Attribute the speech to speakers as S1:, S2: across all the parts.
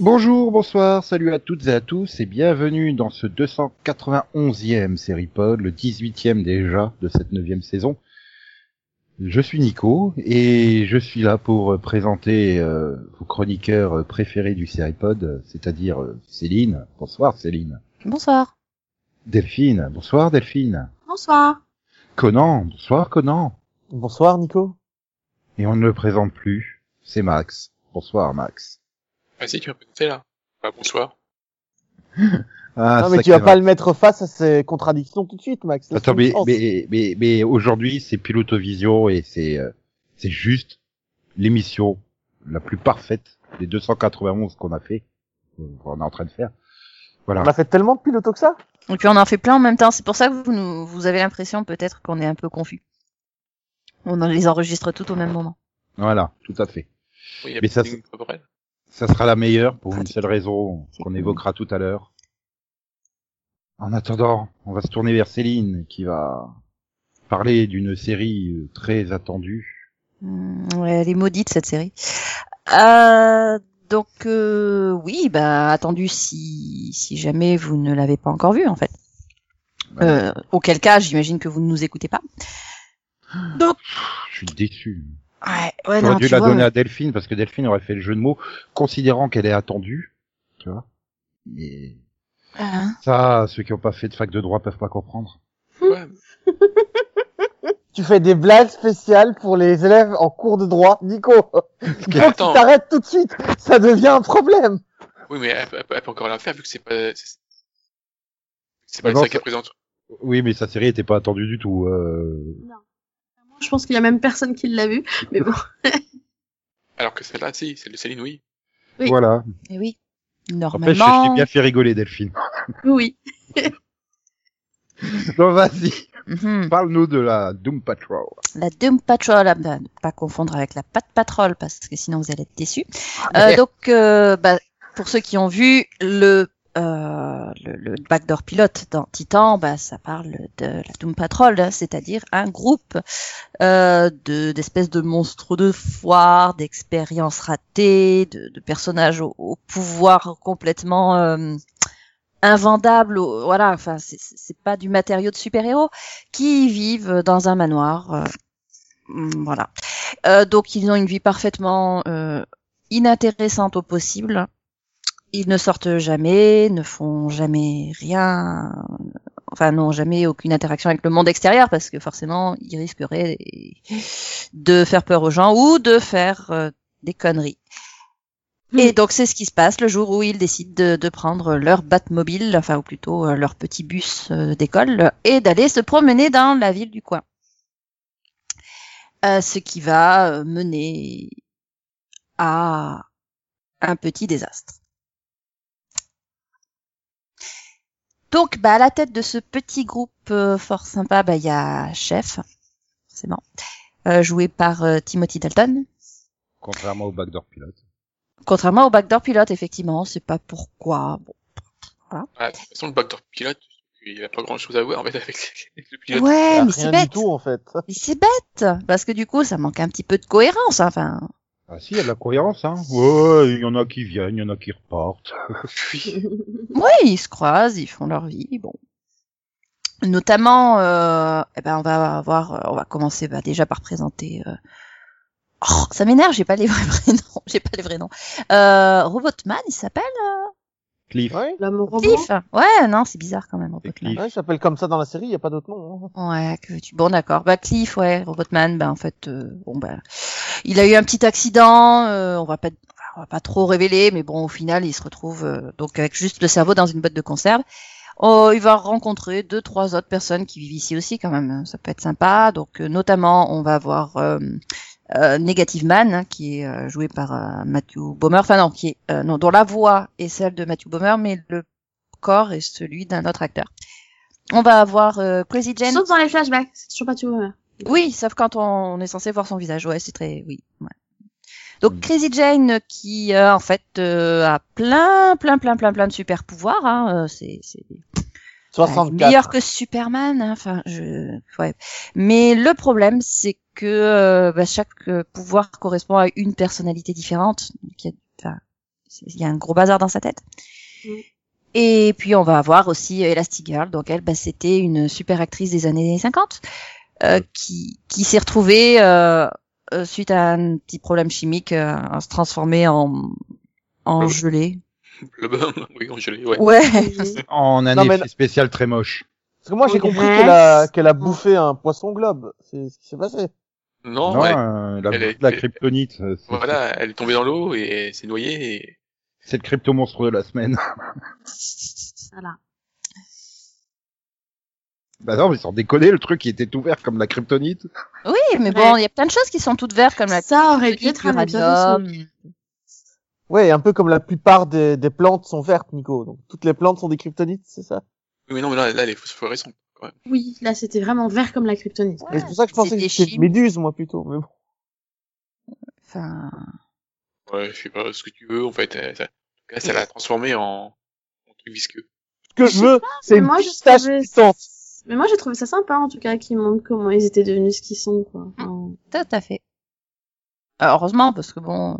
S1: Bonjour, bonsoir, salut à toutes et à tous et bienvenue dans ce 291e e série pod, le 18e déjà de cette 9e saison. Je suis Nico et je suis là pour présenter euh, vos chroniqueurs préférés du Seripod, euh, c'est-à-dire euh, Céline. Bonsoir Céline.
S2: Bonsoir.
S1: Delphine. Bonsoir Delphine.
S2: Bonsoir.
S1: Conan. Bonsoir Conan.
S3: Bonsoir Nico.
S1: Et on ne le présente plus, c'est Max. Bonsoir Max.
S4: Vas-y, Ah, tu vas présenter là. Bah, bonsoir.
S1: Ah,
S3: non mais tu
S1: sacré
S3: vas pas le mettre face à ces contradictions tout de suite Max. Laisse-le
S1: Attends,
S3: une
S1: mais,
S3: chance.
S1: mais, mais, mais aujourd'hui, c'est Pilotovision et c'est euh, c'est juste l'émission la plus parfaite des 291 qu'on a fait, euh, qu'on est en train de faire. Voilà.
S3: On a fait tellement de pilotos que ça
S2: Et puis on en fait plein en même temps, c'est pour ça que vous, nous, vous avez l'impression peut-être qu'on est un peu confus. On en les enregistre tout au même moment.
S1: Voilà, tout à fait.
S4: Oui, il y a
S1: Mais ça,
S4: pas de ligne temporelle.
S1: Ça sera la meilleure pour une
S2: Pratique.
S1: seule raison qu'on
S2: cool.
S1: évoquera tout à l'heure. En attendant, on va se tourner vers Céline qui va parler d'une série euh, très attendue.
S2: Hmm, ouais, elle est maudite cette série. Euh, donc euh, oui, bah attendu si si jamais vous ne l'avez pas encore vue en fait.
S1: Bah
S2: Euh, auquel cas, j'imagine que vous ne nous écoutez pas.
S1: Pff, Je suis déçu.
S2: Ouais, ouais,
S1: J'aurais
S2: non,
S1: dû
S2: tu
S1: la
S2: vois,
S1: donner
S2: mais-
S1: à Delphine parce que Delphine aurait fait le jeu de mots, considérant qu'elle est attendue, tu vois. Mais
S2: Ah,
S1: ça, ceux qui n'ont pas fait de fac de droit peuvent pas comprendre.
S4: Ouais,
S3: Tu fais des blagues spéciales pour les élèves en cours de droit Nico. Il faut que tu
S4: Attends.
S3: t'arrêtes tout de suite. Ça devient un problème.
S4: oui, mais elle, peut- elle peut encore la faire vu que c'est pas. C'est c'est
S1: Bah
S4: pas
S1: non,
S4: ça qui
S1: ça-
S4: présente.
S1: Oui, mais sa série était pas attendue du tout. euh.
S5: Je pense qu'il y a même personne qui l'a vu. Mais bon,
S4: Alors que celle-là, si, celle de Céline, oui.
S5: Oui.
S1: Voilà.
S2: eh
S1: En
S2: oui.
S1: fait, je, je
S2: Normalement.
S1: t'ai bien fait rigoler, Delphine.
S5: oui.
S1: Non, vas-y,
S2: Mhm.
S1: parle-nous de la Doom Patrol.
S2: La Doom Patrol, à ne pas confondre avec la Pat Patrol parce que sinon vous allez être déçus. Euh,
S3: merde.
S2: donc, euh, bah, pour ceux qui ont vu le, euh, le, le backdoor pilote dans Titan, bah, ça parle de la Doom Patrol, hein, c'est-à-dire un groupe euh, de d'espèces de monstres de foire, d'expériences ratées, de, de personnages au, au pouvoir complètement euh, invendable. au- Voilà, enfin, c'est- c'est c'est pas du matériau de super-héros qui vivent dans un manoir. euh, mm, voilà. Euh, donc ils ont une vie parfaitement euh, inintéressante au possible. Ils ne sortent jamais, ne font jamais rien, enfin n'ont jamais aucune interaction avec le monde extérieur parce que forcément ils risqueraient de faire peur aux gens ou de faire euh, des conneries. Et donc c'est ce qui se passe le jour où ils décident de, de prendre leur Batmobile, enfin ou plutôt euh, leur petit bus euh, d'école, et d'aller se promener dans la ville du coin. Euh, ce qui va euh, mener à un petit désastre. Donc bah, à la tête de ce petit groupe euh, fort sympa, bah, il y a Chef, forcément, euh, joué par euh, Timothy Dalton.
S1: Contrairement au backdoor pilote.
S2: Contrairement au backdoor pilote, effectivement, on sait pas pourquoi. Bon.
S4: Ah, de toute façon, le backdoor pilote, il y a pas grand chose à voir en fait avec le pilote.
S2: Ouais,
S3: Ah,
S2: Eh, mais
S3: Rien
S2: c'est
S3: du
S2: bête.
S3: tout en fait.
S2: Mais c'est bête parce que du coup, ça manque un petit peu de cohérence. hein, Enfin,
S1: Ah si, il y a de la cohérence, hein. Ouais, il y en a qui viennent, il y en a qui repartent.
S4: Oui.
S2: oui, ils se croisent, ils font leur vie. Bon, notamment, euh, eh ben, on va avoir, euh, on va commencer bah, déjà par présenter. euh, Oh, ça m'énerve, j'ai pas les vrais prénoms, j'ai pas les vrais noms. Euh, Robotman, il s'appelle
S1: Cliff.
S3: Ouais.
S5: L'homme au robot.
S2: Cliff. Ouais, non, c'est bizarre quand même, Robotman.
S1: Cliff.
S3: Ouais, il s'appelle comme ça dans la série, il y a pas d'autre
S2: Bah,
S3: nom. hein.
S2: Ouais, que tu... bon d'accord. Bah Cliff, ouais, Robotman, bah en fait, euh, bon bah, il a eu un petit accident. euh, on va pas, on va pas trop révéler, mais bon, au final, il se retrouve euh, donc avec juste le cerveau dans une boîte de conserve. Oh, il va rencontrer deux, trois autres personnes qui vivent ici aussi quand même. hein, Ça peut être sympa. Donc euh, notamment, on va voir euh, euh, Negative Man, hein, qui est euh, joué par euh, Matthew Bomer. Enfin non, qui est euh, non, dont la voix est celle de Matthew Bomer, mais le corps est celui d'un autre acteur. On va avoir euh, Crazy Jane.
S5: Sauf dans les flashbacks, c'est toujours pas hein. tu vois.
S2: Oui, sauf quand on, on est censé voir son visage. Ouais, c'est très. Oui. ouais. Donc
S1: Mm.
S2: Crazy Jane qui euh, en fait euh, a plein, plein, plein, plein, plein de super pouvoirs. Hein, euh, c'est, c'est,
S3: 64.
S2: meilleur que Superman. hein, Enfin, je. Ouais. Mais le problème, c'est que euh, bah, chaque euh, pouvoir correspond à une personnalité différente. Donc, il y a- enfin, c'est- il y, a un gros bazar dans sa tête.
S5: Mm.
S2: Et puis on va avoir aussi euh, Elastigirl. Donc elle, bah, c'était une super actrice des années 50 euh, qui qui s'est retrouvée euh, euh, suite à un petit problème chimique euh, à se transformer en en
S4: Oh.
S2: gelée.
S4: Le bum, oui, congelé, ouais.
S2: Ouais.
S1: En un
S3: Non, mais
S1: effet spécial très moche.
S3: Parce que moi, j'ai
S5: Oui.
S3: compris qu'elle a, qu'elle a bouffé un poisson globe. C'est ce qui s'est passé.
S4: Non,
S1: non,
S4: Oh, ouais.
S1: euh, la,
S4: Elle est-
S1: la
S4: elle-
S1: kryptonite, euh, c'est
S4: Voilà, elle est tombée dans l'eau et s'est noyée. Et...
S1: c'est le crypto monstre de la semaine.
S5: Voilà.
S1: bah non, mais sans déconner, le truc il était ouvert comme la kryptonite.
S2: Oui, mais bon, il y a plein de choses qui sont toutes vertes comme la
S5: Ça aurait dû être un épisode.
S2: Uranium.
S3: Ouais, un peu comme la plupart des, des plantes sont vertes, Nico. Donc, toutes les plantes sont des kryptonites, c'est ça?
S4: Oui, mais non, mais là, là les fausses forêts sont.
S5: Oui, là c'était vraiment vert comme la kryptonite.
S3: Et c'est pour ça que je pensais
S2: Ah, c'est
S3: que
S2: des
S3: c'était
S2: chimes.
S3: méduse, moi, plutôt. Mais bon.
S2: Enfin,
S4: Ouais, je sais pas ce que tu veux, en fait. euh, ça- En tout cas, ça l'a transformée en... en truc visqueux.
S3: Ce que je veux, c'est
S5: mais
S3: une
S5: moi, je
S3: pistache
S5: trouvais-
S3: puissante.
S5: Mais moi j'ai trouvé ça sympa en tout cas qu'ils montrent comment ils étaient devenus ce qu'ils sont
S2: Mm.
S5: quoi. Enfin,
S2: tout à fait. Euh, Heureusement, parce que bon.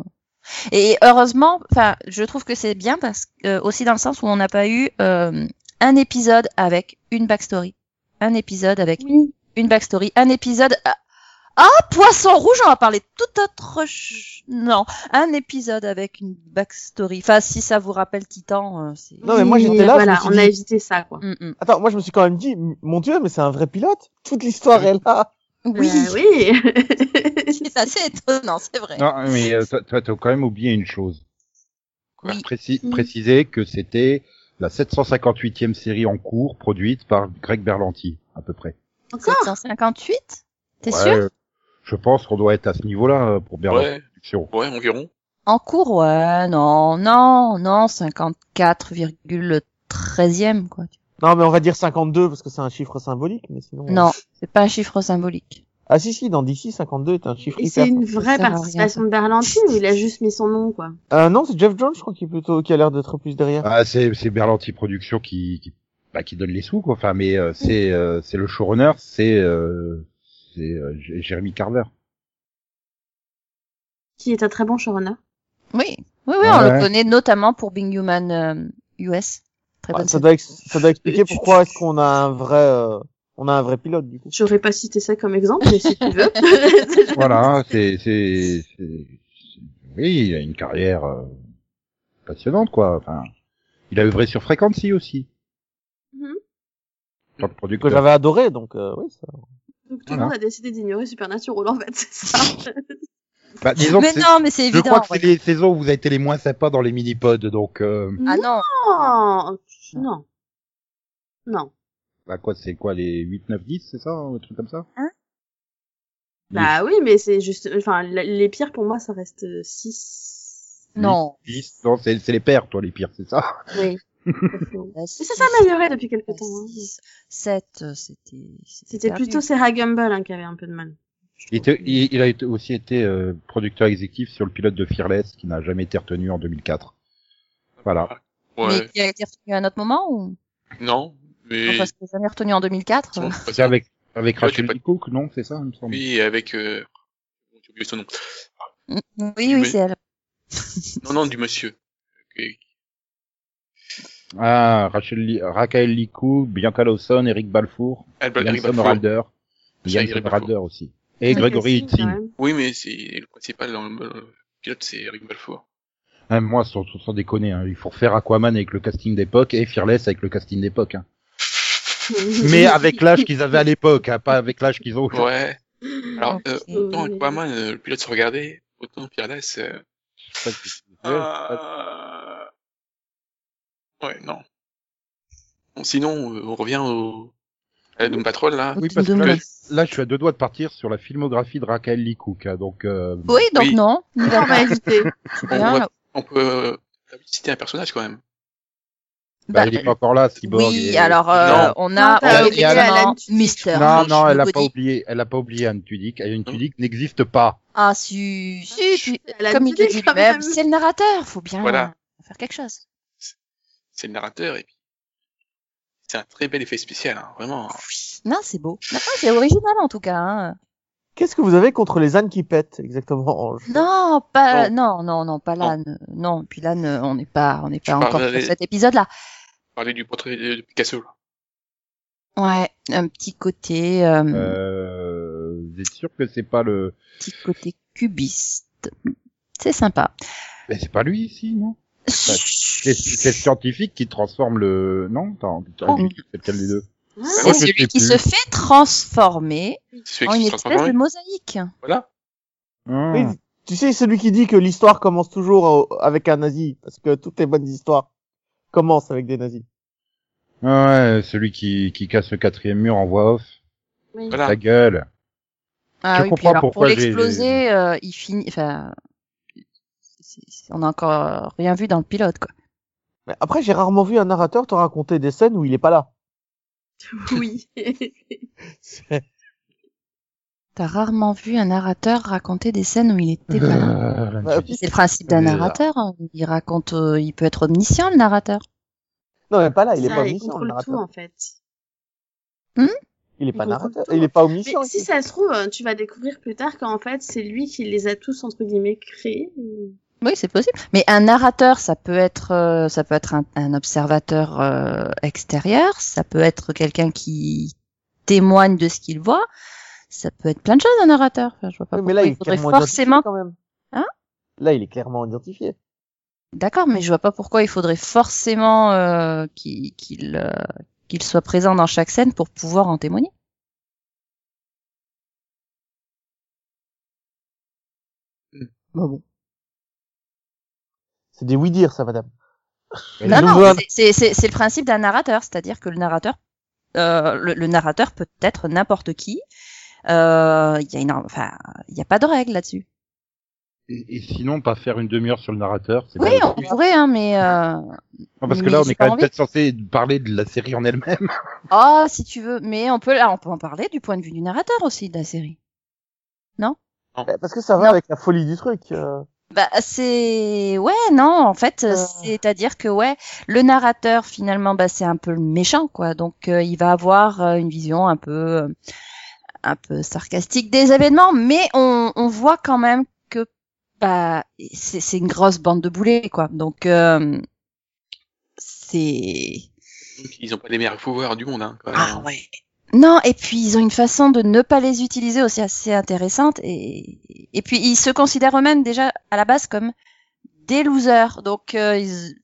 S2: Et heureusement, enfin, je trouve que c'est bien parce que euh, aussi dans le sens où on n'a pas eu euh, un épisode avec une backstory, un épisode avec
S5: Oui.
S2: une backstory, un épisode. à- Ah, poisson rouge, on va parler de tout autre. ch- Non, un épisode avec une backstory. Enfin, si ça vous rappelle Titan, euh, c'est.
S3: Non, mais moi,
S5: Oui,
S3: j'étais là, je me
S5: Voilà,
S3: suis
S5: on
S3: dit-
S5: a évité ça quoi.
S2: Mm, mm.
S3: Attends, moi, je me suis quand même dit, mon dieu, mais c'est un vrai pilote. Toute l'histoire est là.
S2: Oui,
S5: Euh, oui.
S2: c'est assez étonnant, c'est vrai.
S1: Non, mais euh, toi, toi, t'as quand même oublié une chose.
S2: Oui.
S1: Préci-
S5: Mm.
S1: Préciser que c'était la 758e série en cours produite par Greg Berlanti, à peu près.
S5: Encore
S2: 758 T'es
S1: Ouais,
S2: sûr
S1: euh, Je pense qu'on doit être à ce niveau-là euh, pour Berlanti
S4: Ouais,
S1: Productions.
S4: ouais, environ.
S2: En cours, ouais, non, non, non, 54,13e, quoi.
S3: Non, mais on va dire 52 parce que c'est un chiffre symbolique, mais sinon.
S2: Non, c'est pas un chiffre symbolique.
S3: Ah si si, dans DC 52 est un chiffre
S5: Et
S3: hyper.
S5: c'est une
S2: sert à
S5: vraie
S2: rien,
S5: participation de Berlanti ou il a juste mis son nom quoi.
S3: Euh, non, c'est Jeff Jones, je crois qui est plutôt qui a l'air d'être plus derrière.
S1: Ah, c'est c'est Berlanti Productions qui qui, bah, qui donne les sous quoi. Enfin, mais euh, c'est euh, c'est le showrunner, c'est euh, c'est euh, J- Jeremy Carver.
S5: Qui est un très bon showrunner.
S2: Oui, oui, oui,
S1: Ah
S2: on
S1: ouais.
S2: le connaît notamment pour Being Human euh, US. Très
S5: bah,
S3: Ah,
S2: bonne
S3: ça,
S2: série.
S3: doit ex- ça doit expliquer pourquoi est-ce qu'on a un vrai euh, on a un vrai pilote du coup.
S5: J'aurais pas cité ça comme exemple, mais si tu veux.
S1: voilà, c'est c'est c'est- c'est- oui, il a une carrière euh, passionnante quoi. Enfin, il a œuvré sur Frequency aussi.
S5: Mhm.
S1: Tant que
S3: Que
S1: producteur.
S3: j'avais adoré donc euh, oui ça.
S5: Donc tout le
S1: Voilà.
S5: monde a décidé d'ignorer Supernatural en fait, c'est ça.
S1: Bah, disons que
S2: Mais
S1: c'est-
S2: non, mais c'est
S1: je
S2: évident.
S1: crois que c'est
S2: ouais.
S1: les saisons où vous avez été les moins sympas dans les mini-pods, donc euh,
S2: Ah non,
S5: Non, non. Non.
S1: bah quoi, c'est quoi les 8, 9, 10, c'est ça, un truc comme ça
S2: Hein
S1: Les
S5: Bah oui, mais c'est juste, enfin, la- les pires pour moi, ça reste 6.
S2: non.
S1: 10, non, c'est c'est les pères, toi, les pires, c'est ça
S5: Oui. Pas faux.
S2: La
S5: mais euh,
S2: six,
S5: ça s'est amélioré depuis quelque temps. hein.
S2: six, sept, euh, c'était.
S5: C'était
S2: perdu.
S5: plutôt Sarah Gumbel hein, qui avait un peu de mal.
S1: Il, était- il- il a été- aussi été euh, producteur exécutif sur le pilote de Fearless, qui n'a jamais été retenu en 2004. Voilà.
S4: Ouais.
S2: Mais qui a été retenu à un autre moment ou
S4: Non, mais.
S2: Non, Parce que jamais retenu en 2004.
S4: Bon,
S2: euh.
S4: parce
S1: C'est
S4: que-
S1: avec avec
S4: Ouais,
S1: Rachel
S4: j'ai pas-
S1: Cook, non, c'est ça, il me semble.
S4: Oui, avec. Euh... J'ai oublié son nom.
S2: Mm, Oui, oui,
S4: Mais-
S2: c'est elle.
S4: Non, non, du monsieur. Et-
S1: Ah, Rachel, Li- Raquel Licou, Bianca Lawson, Eric Balfour,
S4: Albert
S1: Yann
S4: Eric Balfour.
S1: Sommerhalder,
S4: C'est
S1: Yann
S4: Eric
S1: Sommerhalder aussi, et
S2: Ouais,
S1: Gregory
S5: Cassie, quand
S1: Hitzing.
S5: même.
S4: Oui, mais c'est le principal dans le, dans le pilote, c'est Eric Balfour.
S1: Ah, moi, sans, sans déconner, hein, il faut refaire Aquaman avec le casting d'époque et Fearless avec le casting d'époque. hein. Mais avec l'âge qu'ils avaient à l'époque, hein, pas avec l'âge qu'ils ont aujourd'hui.
S4: Ouais. Alors, euh,
S2: Ok.
S4: autant Aquaman, euh, le pilote se regardait, autant Fearless. Euh...
S1: Je sais pas si-
S4: euh, Ouais, non. Bon, sinon, euh, on revient au. À la Doom Patrol, là.
S1: Oui,
S2: Aucune
S1: parce que
S2: demande.
S1: là, là, je suis à deux doigts de partir sur la filmographie de Raquel Lee Cook, hein, donc euh,
S2: Oui, donc
S4: Oui.
S2: non. n'y va
S5: On va
S2: pas.
S5: éviter.
S2: C'est
S4: On
S2: bien,
S4: va-
S2: là.
S4: On peut euh, citer un personnage, quand même.
S1: bah,
S2: Bah,
S1: elle est pas encore là, Cyborg.
S2: Oui,
S1: et-
S2: alors euh,
S4: Non.
S2: on a
S5: Non, t'as
S1: oublié
S2: effectivement
S5: Alan
S2: Mister.
S1: Non, non, elle a
S2: Nobody.
S1: pas oublié, elle a pas oublié Anne Tudyk. Anne
S4: Non.
S1: Tudyk n'existe pas.
S2: Ah si, si, tu-
S5: Elle a
S2: comme il
S5: dit
S2: le dit
S5: quand
S2: lui-même,
S5: même.
S2: c'est le narrateur, faut bien
S4: Voilà.
S2: faire quelque chose.
S4: C'est le narrateur, et puis. C'est un très bel effet spécial, hein, vraiment.
S1: Ah
S2: Non, c'est beau. Non, c'est original en tout cas. Hein.
S3: Qu'est-ce que vous avez contre les ânes qui pètent, exactement, Ange
S2: Non, pas non, non, non, pas l'âne. Non, puis l'âne, on n'est pas, on n'est pas
S4: parle
S2: encore
S4: de-
S2: sur cet épisode-là.
S4: Parler du portrait de de Picasso. là.
S2: Ouais, un petit côté, euh,
S1: Euh, vous êtes sûr que c'est pas le...
S2: petit côté cubiste. C'est sympa.
S1: Mais c'est pas lui ici, non C'est c'est le scientifique qui transforme le... Non Attends, t'as
S2: Oh.
S1: dit que c'est lequel des deux Oh,
S5: Ah,
S2: C'est
S4: Moi, je
S2: celui
S1: sais
S2: qui
S1: plus.
S2: se fait transformer
S4: Celui
S2: en
S4: qui
S2: Oh, une
S4: se transforme en
S2: espèce de
S4: lui.
S2: mosaïque.
S4: Voilà.
S1: Ah.
S3: Oui,
S4: Hmm.
S3: Tu sais, celui qui dit que l'histoire commence toujours euh, avec un nazi, parce que toutes les bonnes histoires commencent avec des nazis.
S1: Ah ouais, celui qui, qui casse le quatrième mur en voix off.
S5: oui.
S4: Voilà.
S1: Ta gueule.
S2: Ah
S1: Je
S2: oui, puis
S1: comprends
S2: alors pour
S1: pourquoi j'ai-
S2: l'exploser, euh, il finit. Enfin, c'est- c'est- on a encore rien vu dans le pilote, quoi.
S3: Mais après, j'ai rarement vu un narrateur te raconter des scènes où il est pas là.
S5: Oui.
S2: T'as rarement vu un narrateur raconter des scènes où il était pas là.
S1: Ah,
S3: Bah,
S2: C'est le principe d'un
S1: Euh.
S2: narrateur. hein. Il raconte, euh, il peut être omniscient le narrateur.
S3: Non, mais pas là, Ah, il est
S5: Ça,
S3: pas
S5: il
S3: omniscient, le
S5: contrôle tout
S3: narrateur.
S5: en fait.
S3: Il est
S5: il
S3: pas
S5: contrôle
S3: narrateur,
S5: tout.
S3: il est pas
S5: Mais
S3: omniscient.
S5: si ça se trouve, euh, tu vas découvrir plus tard qu'en fait c'est lui qui les a tous entre guillemets créés.
S2: Oui, c'est possible. Mais un narrateur, ça peut être, euh, ça peut être un, un observateur euh, extérieur, ça peut être quelqu'un qui témoigne de ce qu'il voit, ça peut être plein de choses un narrateur. Enfin, je vois pas
S3: Oui, mais
S2: pourquoi
S3: là, il
S2: il
S3: est
S2: faudrait
S3: clairement
S2: forcément
S3: identifié quand même.
S2: Hein
S3: Là, il est clairement identifié.
S2: D'accord, mais je vois pas pourquoi il faudrait forcément euh, qu'il qu'il, euh, qu'il soit présent dans chaque scène pour pouvoir en témoigner.
S3: Bah bon. C'est des oui-dire, ça, madame.
S1: Mais
S2: Non,
S3: nous
S2: non,
S3: voilà.
S2: c'est- c'est c'est- c'est le principe d'un narrateur, c'est-à-dire que le narrateur, euh, le, le narrateur peut être n'importe qui. Euh, Il y a une, enfin, il y a pas de règle là-dessus.
S1: Et, et sinon, pas faire une demi-heure sur le narrateur. c'est
S2: Oui,
S1: pas-
S2: on pourrait, hein, mais euh...
S1: Non, parce que
S2: mais
S1: là, on
S2: j'ai
S1: est quand
S2: pas
S1: même
S2: envie.
S1: peut-être censé parler de la série en elle-même.
S2: oh, si tu veux, mais on peut là, on peut en parler du point de vue du narrateur aussi de la série.
S3: Bah, Parce que ça va
S2: Non.
S3: avec la folie du truc. euh.
S2: Bah c'est ouais non en fait
S3: Euh.
S2: c'est-à-dire que ouais le narrateur finalement bah c'est un peu le méchant quoi donc euh, il va avoir euh, une vision un peu euh, un peu sarcastique des événements mais on, on voit quand même que bah c'est c'est une grosse bande de boulets quoi donc euh, c'est
S4: Ils ont pas les meilleurs pouvoirs du monde. Hein, quand même, hein.
S2: Ah, ouais. Non, et puis ils ont une façon de ne pas les utiliser aussi assez intéressante. Et, et puis ils se considèrent eux-mêmes déjà à la base comme des losers. Donc euh, ils...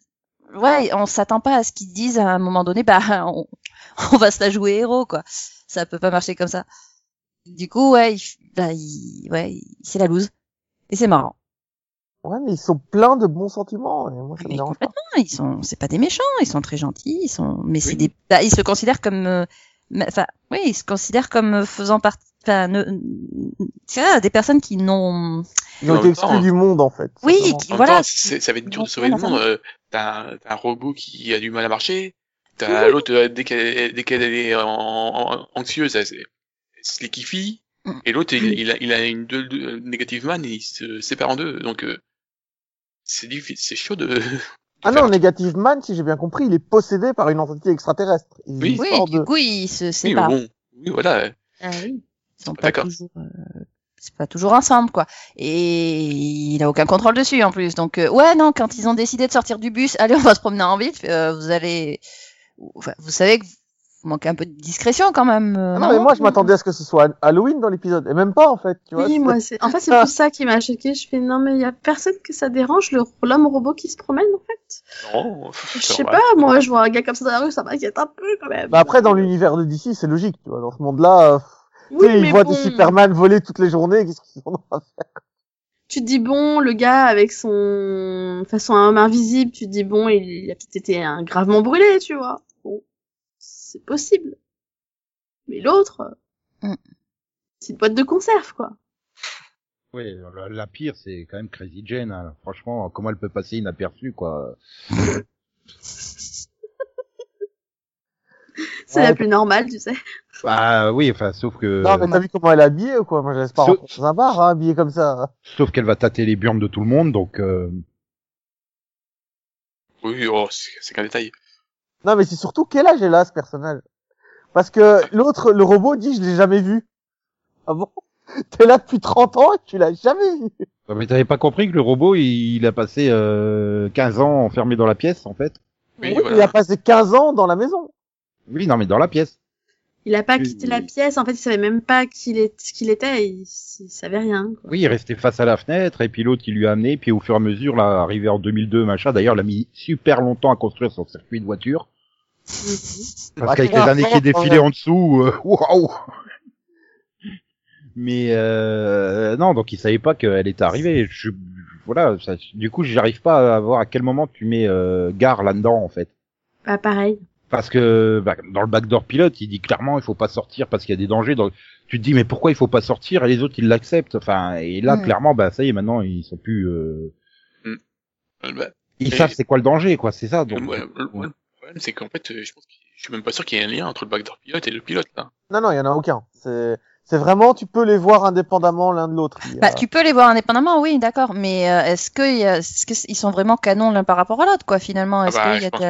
S2: ouais, on s'attend pas à ce qu'ils disent à un moment donné, bah on, on va se la jouer héros quoi. Ça peut pas marcher comme ça. Du coup, ouais, il f- bah, il- ouais, il- c'est la loose. Et c'est marrant.
S3: Ouais, mais ils sont pleins de bons sentiments. Et moi, ça me
S2: Mais
S3: dérange pas.
S2: complètement, ils sont, c'est pas des méchants, ils sont très gentils, ils sont, mais c'est
S4: Oui.
S2: des, bah, ils se considèrent comme, euh, ma- enfin, oui, ils se considèrent comme euh, faisant partie, enfin, ne- c'est vrai, des personnes qui n'ont,
S3: Ils ont
S4: En
S3: été
S4: même temps,
S3: exclus du monde, en fait.
S2: oui,
S3: simplement.
S2: qui,
S4: En même
S2: voilà,
S4: temps, c'est- ça va être dur
S2: Bon,
S4: de sauver le
S2: voilà,
S4: monde. euh, T'as un, t'as un robot qui a du mal à marcher. T'as l'autre, euh, dès qu'elle dès qu'elle est en, en- anxieuse, elle, se- elle se les kiffie.
S2: Mm.
S4: Et l'autre, il, il a, il a une deux, deux- négative man et il se sépare en deux. Donc, euh, c'est difficile, c'est chaud de... de
S3: Ah
S4: faire-
S3: non, Negative Man, si j'ai bien compris, il est possédé par une entité extraterrestre. Il
S4: Oui.
S2: oui,
S3: sort
S2: du
S3: de...
S2: coup, ils se
S4: Oui, mais
S2: séparent,
S4: bon. Oui, voilà.
S5: Ah oui.
S2: ils sont
S4: pas
S2: pas
S4: d'accord.
S2: toujours, euh, c'est pas toujours ensemble, quoi. Et il a aucun contrôle dessus, en plus. Donc, euh, ouais, non, quand ils ont décidé de sortir du bus, allez, on va se promener en ville, euh, vous allez, enfin, vous savez que vous manquez un peu de discrétion quand même. euh,
S3: Ah non,
S2: non
S3: mais moi, je m'attendais à ce que ce soit Halloween dans l'épisode. Et même pas, en fait. Tu vois,
S5: oui,
S3: c'est-
S5: moi c'est. En fait, c'est plus ça qui m'a choqué. Je fais non mais il y a personne que ça dérange le l'homme robot qui se promène en fait.
S4: Non,
S5: Je sais pas, moi je vois un gars comme ça dans la rue, ça m'inquiète un peu quand même.
S3: Bah après, dans l'univers de DC, c'est logique, tu vois. Dans ce monde-là, euh, tu
S5: oui,
S3: sais, ils
S5: mais
S3: voient
S5: bon,
S3: des Superman voler toutes les journées. Qu'est-ce qu'ils en ont à faire
S5: Tu te dis bon, le gars avec son façon à homme invisible, tu te dis bon, il, il a peut-être été hein, gravement brûlé, tu vois. Bon, c'est possible. Mais l'autre,
S2: Mm.
S5: c'est une boîte de conserve quoi.
S1: Oui, la, la pire, c'est quand même Crazy Jane. hein. Franchement, comment elle peut passer inaperçue, quoi
S5: C'est
S3: Ouais,
S5: la plus normale, tu sais.
S1: Bah oui, enfin, sauf
S4: Euh.
S1: que...
S3: Non, mais t'as vu comment elle est habillée ou quoi Moi, je laisse pas
S1: Ce-
S3: rentrer dans un bar, hein, habillée comme ça.
S1: Sauf qu'elle va tâter les burnes de tout le monde, donc... euh,
S4: Oui, oh, c'est c'est qu'un détail.
S3: Non, mais c'est surtout quel âge elle a, ce personnage Parce que l'autre, le robot, dit je l'ai jamais vu. Ah bon T'es là depuis 30 ans et tu l'as jamais vu.
S1: Ouais, mais t'avais pas compris que le robot, il, il a passé euh, 15 ans enfermé dans la pièce, en fait.
S4: Oui,
S3: Oui,
S4: voilà.
S3: Il a passé 15 ans dans la maison.
S1: Oui, non, mais dans la pièce.
S5: Il a pas
S1: Oui,
S5: quitté
S1: oui.
S5: la pièce, en fait, il savait même pas qui il, est, qui il était, il, il savait rien. quoi.
S1: Oui, il restait face à la fenêtre, et puis l'autre qui lui a amené, puis au fur et à mesure, là, arrivé en 2002, machin, d'ailleurs, il a mis super longtemps à construire son circuit de voiture, parce
S3: Bah,
S1: qu'avec les
S3: quinze
S1: années
S3: ans,
S1: qui défilaient en dessous, euh, waouh Mais euh, non, donc il savait pas qu'elle était arrivée. Je, voilà, ça- du coup, j'arrive pas à voir à quel moment tu mets euh, gare là-dedans, en fait.
S5: Pas pareil.
S1: Parce que bah, dans le backdoor pilote, il dit clairement il faut pas sortir parce qu'il y a des dangers. Donc tu te dis mais pourquoi il faut pas sortir et les autres ils l'acceptent. Enfin et là
S5: Mm.
S2: Ouais.
S1: clairement bah ça y est maintenant ils sont plus euh,
S4: Euh, bah,
S1: ils
S4: Et-
S1: savent c'est quoi le danger quoi c'est ça.
S4: le,
S1: Donc
S4: le- le problème, c'est qu'en fait, euh, je pense que je suis même pas sûr qu'il y ait un lien entre le backdoor pilote et le pilote, là.
S3: Non, non, il y en a aucun. C'est, c'est vraiment, tu peux les voir indépendamment l'un de l'autre. Il y a-
S2: Bah, tu peux les voir indépendamment, oui, d'accord. Mais euh, est-ce que y a- est-ce que c- ils sont vraiment canons l'un par rapport à l'autre, quoi, finalement Est-ce
S4: bah,
S2: qu'il y
S4: je
S2: a
S4: pense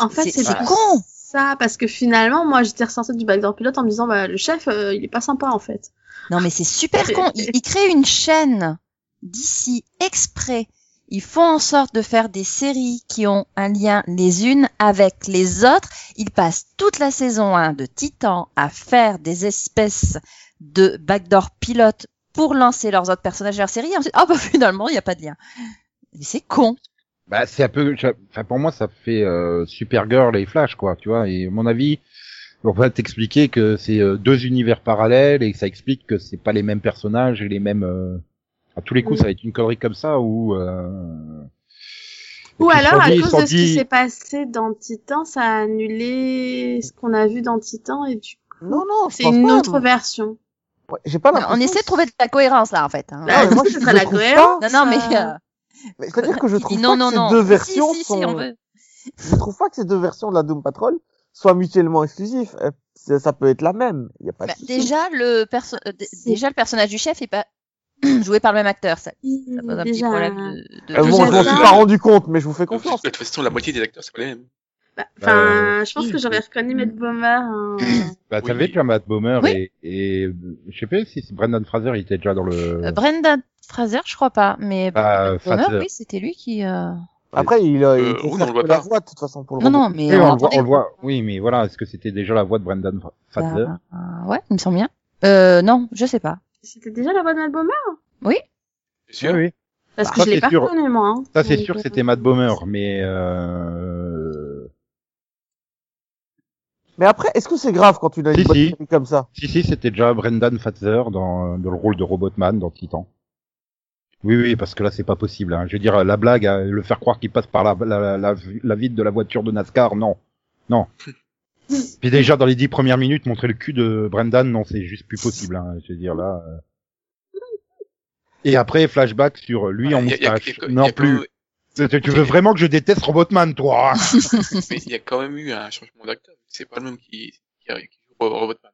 S2: de-
S5: En fait,
S2: C'est-
S5: c'est
S2: c'est
S5: plus
S2: con.
S5: Ça, parce que finalement, moi, j'étais ressortie du backdoor pilote en me disant, bah, le chef, euh, il est pas sympa, en fait.
S2: Non, mais c'est super
S5: C'est-
S2: con. Ils, ils créent une chaîne d'ici exprès. Ils font en sorte de faire des séries qui ont un lien les unes avec les autres. Ils passent toute la saison 1 de Titan à faire des espèces de backdoor pilotes pour lancer leurs autres personnages vers série. Et ensuite, ah bah finalement, il n'y a pas de lien. Mais c'est con.
S1: bah c'est un peu je- enfin pour moi ça fait euh, Supergirl et Flash quoi tu vois et à mon avis on va t'expliquer que c'est euh, deux univers parallèles et que ça explique que c'est pas les mêmes personnages et les mêmes euh, à tous les coups
S5: Mm.
S1: ça va être une connerie comme ça ou euh,
S5: Ou
S1: ils se sont
S5: alors, à
S1: dit- ils se
S5: cause
S1: sont
S5: de ce qui
S1: dit-
S5: s'est passé dans Titan, ça a annulé ce qu'on a vu dans Titan, et du coup,
S3: Non, non, je
S5: c'est
S3: pense
S5: une
S3: pas.
S5: autre version.
S3: Ouais, j'ai
S4: Ah
S3: pas
S2: Non,
S4: bah,
S3: l'impression
S2: on essaie de trouver de la cohérence là, en fait. hein.
S5: Bah,
S3: mais moi,
S5: ce
S3: je-
S5: serait
S3: je
S5: la
S3: trouve pas.
S5: cohérence.
S2: non, non, mais
S5: euh,
S2: euh,
S3: Mais C'est-à-dire que je
S2: il dit
S3: trouve
S2: non,
S3: pas
S2: non,
S3: que
S2: non.
S3: ces deux
S2: Si,
S3: versions
S2: si, si,
S3: sont...
S2: on veut.
S3: je trouve pas que ces deux versions de la Doom Patrol soient mutuellement exclusives. Euh, Ça, ça peut être la même. Il y a pas de
S2: Bah,
S3: souci.
S2: déjà, le perso- euh, d-
S5: C'est-
S2: déjà, le personnage du chef est pas joué par le même acteur. Ça, ça pose un petit
S5: Déjà,
S2: problème de. de-
S3: Euh,
S2: de-
S3: bon,
S5: déjà
S3: je m'en
S5: ça.
S3: suis pas rendu compte, mais je vous fais
S4: De
S3: confiance.
S4: toute façon, la moitié des acteurs, c'est pas les mêmes.
S5: bah, enfin,
S1: Euh,
S5: je pense
S1: si,
S5: que j'aurais
S1: si.
S5: reconnu Matt Bomer. hein.
S1: Bah,
S4: Oui.
S1: t'avais déjà Matt Bomer
S2: Oui.
S1: et, et euh, je sais pas si c'est Brendan Fraser, il était déjà dans le.
S2: Euh, Brendan Fraser, je crois pas, mais
S1: Bah,
S2: Bonheur,
S1: Fraser.
S2: oui, c'était lui qui. euh,
S3: Après, il, euh, il
S4: Euh,
S3: faut
S4: oui,
S3: faire
S4: on le voit
S3: que la
S4: pas.
S3: voix, de toute façon, pour le
S2: Non, non,
S3: robot.
S2: mais
S1: Oui, on, le voit,
S2: l'entendait.
S1: on le voit. Oui, mais voilà, est-ce que c'était déjà la voix de Brendan Fra- Fraser
S2: Bah, euh, ouais, il me semble bien. Euh, non, je sais pas.
S5: C'était déjà la voix de Matt Bomer?
S4: C'est sûr.
S1: oui.
S5: Parce
S1: Bah,
S5: que
S1: ça,
S5: je l'ai
S1: c'est
S5: pas
S1: sûr.
S5: reconnu, moi. hein.
S1: Ça c'est
S5: Donc,
S1: sûr,
S5: euh,
S1: c'était Matt Bomer, mais euh...
S3: Mais après, est-ce que c'est grave quand tu donnes
S1: Si,
S3: une bonne
S1: si.
S3: série comme ça
S1: si si, c'était déjà Brendan Fraser dans, dans le rôle de Robotman dans Titan. Oui, oui, parce que là, c'est pas possible. Hein. Je veux dire, la blague, euh, le faire croire qu'il passe par la, la, la, la vide de la voiture de NASCAR, non. Non. Puis déjà, dans les dix premières minutes, montrer le cul de Brendan, non, c'est juste plus possible. Hein. Je veux dire, là... euh. Et après, flashback sur lui en
S4: Il y a- il y a- il y a-
S1: moustache.
S4: il y a- il y
S1: Non
S4: a quand même-
S1: plus. Tu, tu veux vraiment que je déteste Robotman, toi hein
S4: Mais il y a quand même eu un changement d'acteur. C'est pas le même qui, qui, qui joue Ro- Robotman.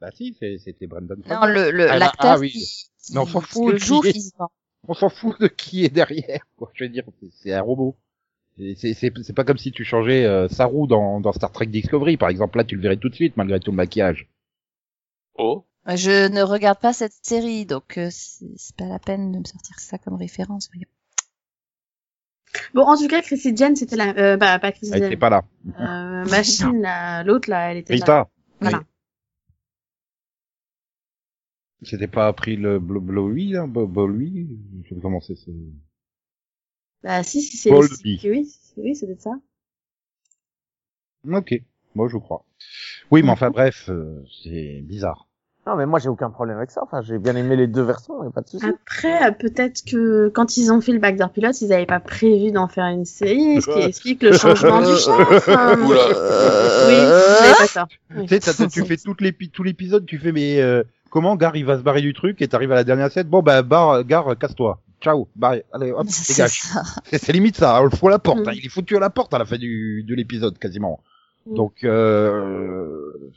S1: Bah si, c'est- c'était Brendan.
S2: Non, le le-
S1: Ah, bah,
S2: l'acteur
S1: ah oui.
S2: qui, qui-
S1: Mais on s'en
S2: qui
S1: fout,
S2: le
S1: qui
S2: joue
S1: est-
S2: physiquement.
S1: on s'en fout de qui est derrière, quoi. Je veux dire, c'est- c'est un robot. Et C'est c'est- c'est pas comme si tu changeais euh, Saru dans, dans Star Trek Discovery, par exemple. Là, tu le verrais tout de suite, malgré tout le maquillage.
S4: Oh.
S2: Je ne regarde pas cette série, donc euh, c'est c'est pas la peine de me sortir ça comme référence. voyons.
S5: Bon, en tout cas, Chrissy Jane, c'était la, euh, bah, pas Chrissy
S1: Elle
S5: Jane.
S1: Ah, était pas là.
S5: Euh, machine, là, l'autre, là, elle était là.
S1: Rita.
S5: Voilà.
S1: Oui. C'était pas appris le Blo- Blowy, là, Bo- Bolwy Je sais pas comment c'est. ce-
S5: Bah, si, si, c'est,
S1: Bowlby.
S5: c'est- oui, c'est- oui, c'était ça.
S1: Ok. Moi, je crois. Oui, mais enfin, bref, euh, c'est bizarre.
S3: Non, mais moi, j'ai aucun problème avec ça. Enfin, j'ai bien aimé les deux versions, il y a pas de
S2: Ah.
S3: souci.
S5: Après, euh, peut-être que quand ils ont fait le backdoor pilote, ils n'avaient pas prévu d'en faire une série, ce qui explique le changement du chef. hein.
S4: Oula.
S5: Oui, j'avais pas tort. Oui.
S1: Tu sais, t'as- tu fais tout l'épi- tout l'épisode, tu fais mais euh, comment Gar il va se barrer du truc et t'arrives à la dernière scène, bon bah Bar, Gar casse-toi, ciao, bye, allez hop,
S2: C'est
S1: dégage.
S2: ça.
S1: C'est c'est limite ça, on le fout à la porte,
S5: Mm.
S1: hein, il est foutu à la porte à la fin du, de l'épisode quasiment.
S5: Mm.
S1: Donc euh,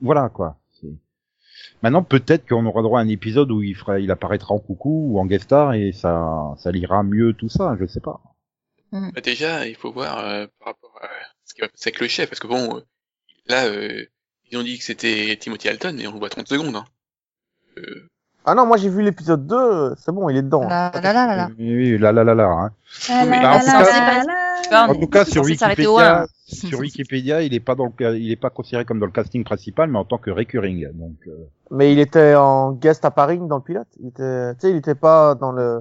S1: voilà quoi. C'est- Maintenant peut-être qu'on aura droit à un épisode où il fera, il apparaîtra en coucou ou en guest star et ça, ça lira mieux tout ça, je sais pas.
S4: Bah, déjà, il faut voir euh, par rapport ce qui va passer avec le chef, parce que bon, euh, là, euh, ils ont dit que c'était Timothy Alton, mais on le voit 30 secondes. Hein. Euh,
S3: Ah non, moi j'ai vu l'épisode 2, euh, c'est bon, il est dedans.
S2: Là, Ah, là, là, là, là.
S1: Oui, oui, là, là, là, là. hein.
S4: Ah là
S1: là là
S2: Tu vois, on
S1: En
S2: est-
S1: tout cas,
S2: on est
S1: sur
S2: censé s'arrêter au
S1: Wikipédia,
S2: un.
S1: sur Wikipédia, il est pas dans le, ca- il est pas considéré comme dans le casting principal, mais en tant que recurring. Donc, euh,
S3: Mais il était en guest appearing dans le pilote. Il était, tu sais, il était pas dans le.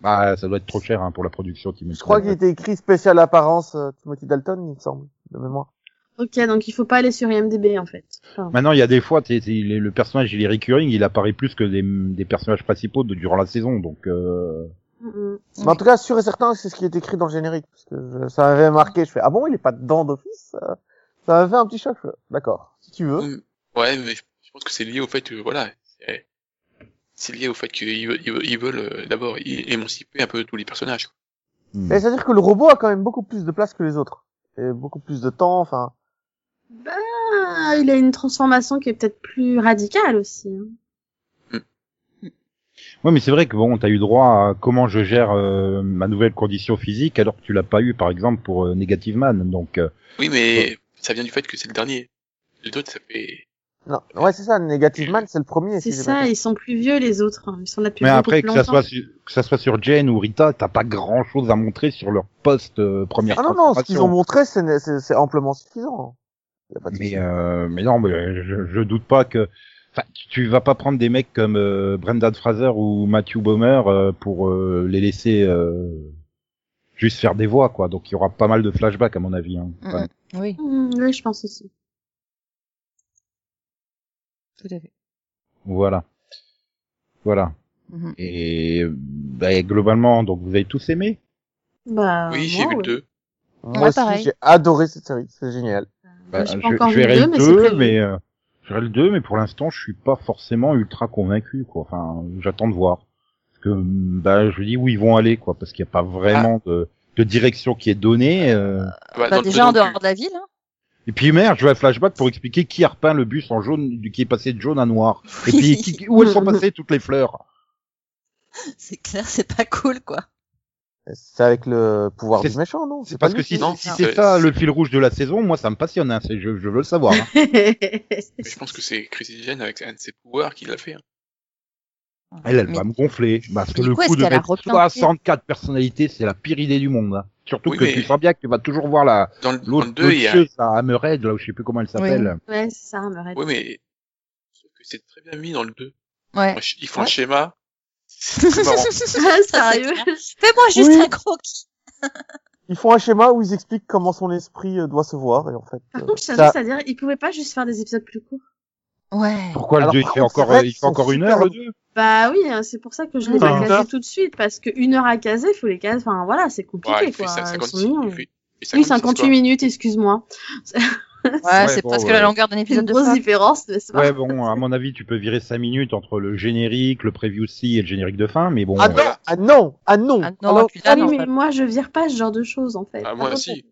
S1: bah, ça doit être trop cher hein, pour la production. Qui
S3: Je crois qu'il était écrit spécial apparence euh, Timothy Dalton, il me semble, de mémoire.
S5: Ok, donc il faut pas aller sur IMDb en fait. Enfin,
S1: Maintenant, il y a des fois, t'es- t'es- il est- le personnage, il est recurring, il apparaît plus que des, des personnages principaux de, durant la saison. Donc, euh,
S5: mm, mm.
S3: Mais en tout cas, sûr et certain, c'est ce qui est écrit dans le générique, parce que je- ça m'avait marqué. Je fais ah bon, il est pas dedans d'office. euh Ça m'avait fait un petit choc. je fais, D'accord, si tu
S1: Euh,
S3: veux.
S4: Mm. ouais, mais je, je pense que c'est lié au fait que, voilà, c'est- c'est lié au fait qu'ils veulent- ils veulent- ils veulent euh, d'abord é- émanciper un peu tous les personnages. quoi.
S1: hmm.
S3: Mais c'est à dire que le robot a quand même beaucoup plus de place que les autres et beaucoup plus de temps. Enfin,
S5: Ah, il a une transformation qui est peut-être plus radicale aussi. hein.
S1: Ouais, mais c'est vrai que bon, t'as eu droit à comment je gère euh, ma nouvelle condition physique, alors que tu l'as pas eu, par exemple, pour euh, Negative Man. Donc, euh,
S4: Oui, mais ça vient du fait que c'est le dernier. Les autres, ça fait...
S3: non, ouais, c'est ça. Negative Man, c'est le premier.
S5: C'est
S3: si j'ai
S5: ça,
S3: bien compris.
S5: ils sont plus vieux les autres. hein. Ils sont là depuis
S1: mais
S5: beaucoup
S1: après
S5: plus
S1: que ça
S5: longtemps.
S1: soit sur, que ça soit sur Jane ou Rita, t'as pas grand chose à montrer sur leur poste euh, première
S3: Ah non non, ce qu'ils
S1: transformation.
S3: ont montré, c'est c'est- c'est amplement suffisant. hein. Y a pas de
S1: Mais
S3: souci.
S1: euh, mais non, mais je, je doute pas que. Enfin, tu- tu vas pas prendre des mecs comme euh, Brendan Fraser ou Matthew Bomer euh, pour euh, les laisser euh, juste faire des voix, quoi. Donc il y aura pas mal de flashbacks à mon avis. Hein.
S2: Mm,
S1: Enfin,
S2: mm. Oui,
S5: Mm, oui, je pense aussi.
S2: tout à fait.
S1: Voilà, voilà.
S3: Mm-hmm.
S2: Mhm.
S1: Et euh, bah, globalement, donc vous avez tous aimé.
S5: Bah,
S4: oui, j'ai
S5: moi,
S4: vu le
S5: ouais.
S4: 2.
S3: Moi aussi,
S2: pareil.
S3: j'ai adoré cette série. C'est génial.
S5: Bah,
S1: je,
S5: j'ai pas encore
S1: je
S5: vu le
S1: verrai
S5: deux,
S1: le
S5: mais c'est
S1: 2,
S5: prévu.
S1: mais euh, je verrai le 2, mais pour l'instant, je suis pas forcément ultra convaincu, quoi. Enfin, j'attends de voir. Parce que, bah, je me dis où ils vont aller, quoi, parce qu'il n'y a pas vraiment
S5: Ah.
S1: de, de direction qui est donnée. euh.
S4: Bah,
S2: Bah,
S4: dans le
S2: déjà en
S4: présent,
S2: dehors
S4: tu-
S2: de la ville, hein.
S1: Et puis merde, je vais à flashback pour expliquer qui a repeint le bus en jaune, du- qui est passé de jaune à noir. Et puis qui- où elles sont passées toutes les fleurs.
S2: c'est clair, c'est pas cool quoi.
S3: C'est avec le pouvoir
S1: C'est-
S3: du méchant, non
S1: C'est parce
S3: lui
S1: que
S3: qui-
S1: si,
S4: non,
S1: si
S4: non.
S1: c'est ça le fil rouge de la saison, moi ça me passionne, hein, c'est- je, je veux le savoir. hein.
S4: Mais euh, je pense que c'est Chrissy Jane avec un de ses pouvoirs qui l'a fait. hein.
S1: Elle, elle
S2: Mais-
S1: va me gonfler. Parce que
S2: Du
S1: le
S2: coup, est-ce
S1: coup de
S2: qu'elle a
S1: mettre
S2: replanté
S1: 64 personnalités, c'est la pire idée du monde. hein. Surtout
S4: Oui,
S1: que
S4: mais-
S1: tu sens bien que tu vas toujours voir la,
S4: Dans le, dans
S1: l'autre
S4: le 2, il y a...
S1: l'autre chose à Hammerhead, là où je sais plus comment elle s'appelle.
S5: ouais, c'est ça, me
S4: Oui, mais sauf que c'est très bien mis dans le 2.
S2: Ouais.
S4: Moi, je- Ils font
S2: Ouais.
S4: le schéma. C'est marrant.
S2: Sérieux
S5: Ah, Sérieux
S2: Fais-moi juste
S3: Oui.
S2: un croquis.
S3: Ils font un schéma où ils expliquent comment son esprit euh, doit se voir, et en fait.
S2: Ah,
S5: Par
S3: euh,
S5: contre, je
S3: ça-
S5: savais, c'est-à-dire, ils pouvaient pas juste faire des épisodes plus courts.
S2: Ouais.
S1: Pourquoi le
S3: Alors,
S1: 2 il
S3: par
S1: fait
S3: contre,
S1: encore,
S3: c'est vrai
S1: il
S3: qu'ils
S1: fait
S3: sont
S1: encore une
S3: super
S1: heure le
S3: longs.
S1: 2
S5: Bah oui, hein, c'est pour ça que je les ai
S3: Ah.
S5: casés tout de suite, parce que une heure à caser, faut les caser. Enfin voilà, c'est compliqué
S4: Ouais, il fait
S5: quoi.
S4: ça-
S5: Ils
S4: 56,
S5: sont mignons.
S4: il fait- il fait
S5: Oui,
S4: 56,
S5: 58 minutes, excuse-moi.
S2: Ouais,
S1: Ouais,
S2: c'est
S1: bon,
S2: presque
S1: ouais.
S2: la longueur d'un
S5: C'est
S2: épisode
S5: une
S2: de
S5: grosse
S2: fin.
S5: différence, n'est-ce pas
S1: Ouais, bon, à mon avis, tu peux virer 5 minutes entre le générique, le preview si et le générique de fin, mais bon.
S3: Ah
S1: euh,
S3: non, ah non, ah non.
S2: Ah non,
S3: Alors,
S2: puis là,
S5: Ah
S2: non,
S5: oui, mais
S2: pas-
S5: moi je vire pas ce genre quoi. Ah, moi aussi. Ah, genre de choses en fait.
S4: quoi. Ah, moi aussi.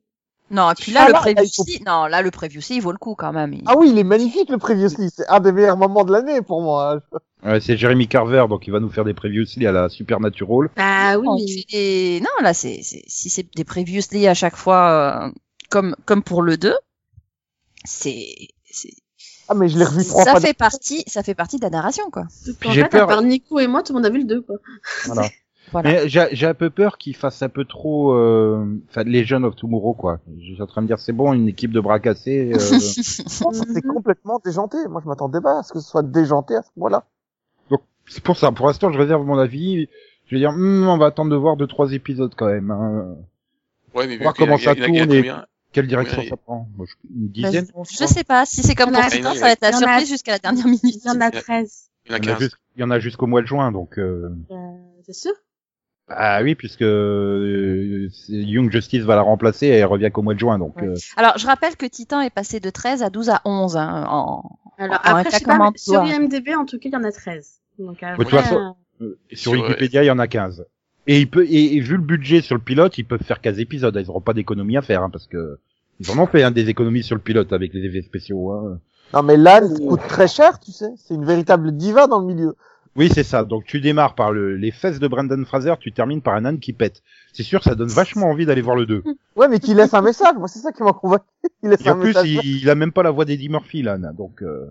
S2: Non, et puis là,
S3: Ah,
S2: le
S3: là,
S2: preview,
S3: il faut-
S2: si- non, là, le preview, si, il vaut le coup quand même. Il-
S3: ah oui, il est magnifique le Previously, c'est un des meilleurs moments de l'année pour moi.
S1: ouais, c'est Jeremy Carver, donc il va nous faire des previews si à la Supernatural.
S5: Bah
S2: Non,
S5: oui,
S2: tu les- non, là, c'est, c'est- si c'est des previews liés à chaque fois, euh, comme, comme pour le 2, c'est, c'est-
S3: Ah mais je l'ai revu trois
S2: ça
S3: fois.
S2: fait partie, ça fait partie de la narration, quoi.
S5: en
S1: j'ai
S5: fait,
S1: peur-
S5: à part Nico et moi, tout le monde a vu le 2 quoi.
S1: Voilà.
S2: Voilà.
S1: Mais j'ai j'ai un peu peur qu'ils fassent un peu trop, euh, enfin, Legend of Tomorrow, quoi. Je suis en train de me dire, c'est bon, une équipe de bras cassés. euh,
S3: Ça, C'est
S2: Mhm.
S3: complètement déjanté. Moi je m'attendais pas à ce que ce soit déjanté à ce point-là.
S1: C'est pour ça. Pour l'instant, je réserve mon avis. Je vais dire, hmm, on va attendre de voir deux trois épisodes quand même. hein.
S4: Ouais, mais vu
S1: voir
S4: qu'il y a-
S1: comment
S4: il y a-
S1: ça
S4: il y en a- il y en a
S1: tourne et-
S4: combien
S1: Quelle direction
S4: Oui.
S1: ça prend Moi, je- Une
S2: Bah,
S1: dizaine.
S2: je sais pas, si c'est comme
S5: Il y
S2: pour
S5: en a-
S2: Titan, ça va être la
S5: il y en a-
S2: surprise jusqu'à la dernière minute.
S5: Il y en a 13.
S4: Il y en a
S1: Il y en a
S4: 15.
S1: jus- il y en a jusqu'au mois de juin, donc. Euh...
S5: C'est sûr
S1: Ah oui, puisque euh, c'est- Young Justice va la remplacer et elle revient qu'au mois de juin, donc.
S2: Ouais.
S1: euh,
S2: Alors, je rappelle que Titan est passé de 13 à 12 à 11, hein, en,
S5: Alors
S2: Ah,
S5: après, je sais
S2: claquement
S5: pas, mais
S2: de
S5: sur
S2: doigts.
S5: IMDB, en tout cas, il y en a 13. Donc
S1: de
S5: après,
S1: toute façon-
S5: euh,
S1: euh, sur
S4: Sur, euh,
S1: Wikipédia, il y en a 15. Et, il peut, et, et vu le budget sur le pilote, ils peuvent faire 15 épisodes. Ils n'auront pas d'économie à faire, hein, parce que ils en ont fait hein, des économies sur le pilote avec les effets spéciaux. Hein.
S3: Non mais l'âne coûte très cher, tu sais. C'est une véritable diva dans le milieu.
S1: Oui, c'est ça. Donc tu démarres par le, les fesses de Brendan Fraser, tu termines par un âne qui pète. C'est sûr, ça donne vachement envie d'aller voir le 2.
S3: Ouais, mais qui laisse un message. Moi, c'est ça qui m'a convaincu. Il laisse
S1: Et
S3: un
S1: en plus,
S3: message.
S1: il, il a même pas la voix d'Eddie Murphy, l'âne. Donc euh,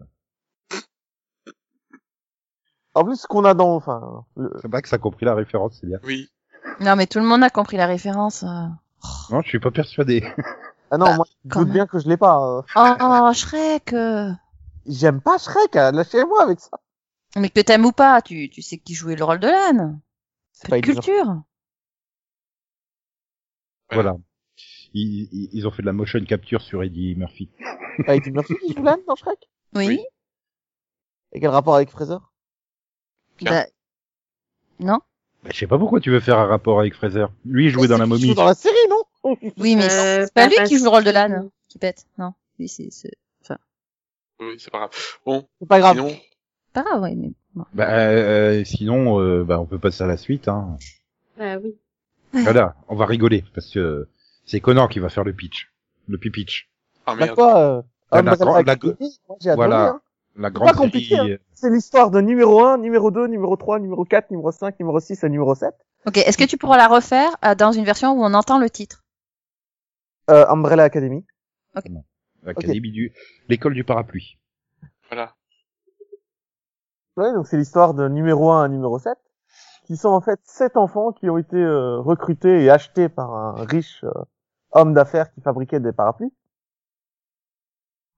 S3: En plus, ce qu'on a dans, enfin, le-
S1: c'est pas que ça a compris la référence, c'est bien.
S4: Oui.
S2: Non, mais tout le monde a compris la référence. euh.
S1: Non, je suis pas persuadé.
S3: ah non,
S2: Bah,
S3: moi, je
S2: quand
S3: doute
S2: même.
S3: bien que je l'ai pas. euh.
S2: Oh, oh, Shrek euh.
S3: J'aime pas Shrek. euh, Lâchez-moi avec ça.
S2: Mais que t'aimes ou pas, tu, tu sais qui jouait le rôle de l'âne.
S3: C'est
S2: Peu de
S3: exigeant.
S2: culture.
S1: voilà. Ils, ils- ils ont fait de la motion capture sur Eddie Murphy.
S3: Ah, Eddie Murphy qui joue l'âne dans Shrek.
S2: Oui.
S4: Oui.
S3: Et quel rapport avec Fraser
S2: Bah, non
S1: Bah, je sais pas pourquoi tu veux faire un rapport avec Fraser. Lui, il jouait
S3: Mais
S1: dans
S3: c'est
S1: la
S3: qui
S1: momie.
S3: joue dans la série, non
S2: Oui, mais
S5: Euh,
S2: c'est pas lui
S5: parce
S2: qui joue le rôle de
S5: que-
S2: l'âne hein, qui pète. Non. Lui, c'est c'est
S4: Oui, c'est pas grave. Bon,
S3: C'est pas grave.
S4: sinon,
S2: pas grave, ouais, mais bon.
S1: Bah, euh, sinon, euh, bah, on peut passer à la suite. Hein.
S5: Bah oui.
S1: Voilà, on va rigoler parce que euh, c'est Conan qui va faire le pitch, le pitch.
S4: ah
S3: Bah
S4: merde.
S3: quoi euh,
S1: La-
S3: Homme
S1: la-
S3: Bataille
S1: la-
S3: avec
S1: la-
S3: Kennedy, moi, j'ai adoré,
S1: Voilà.
S3: hein.
S1: La
S3: C'est
S1: grande
S3: pas compliqué, hein.
S1: série.
S3: C'est l'histoire de numéro 1, numéro 2, numéro 3, numéro 4, numéro 5, numéro 6 et numéro 7.
S2: Ok, est-ce que tu pourras la refaire euh, dans une version où on entend le titre
S3: Euh, Umbrella Academy.
S1: euh, Académie du, l'école du parapluie.
S4: Voilà.
S3: Ouais, donc c'est l'histoire de numéro 1 à numéro 7, qui sont en fait sept enfants qui ont été euh, recrutés et achetés par un riche euh, homme d'affaires qui fabriquait des parapluies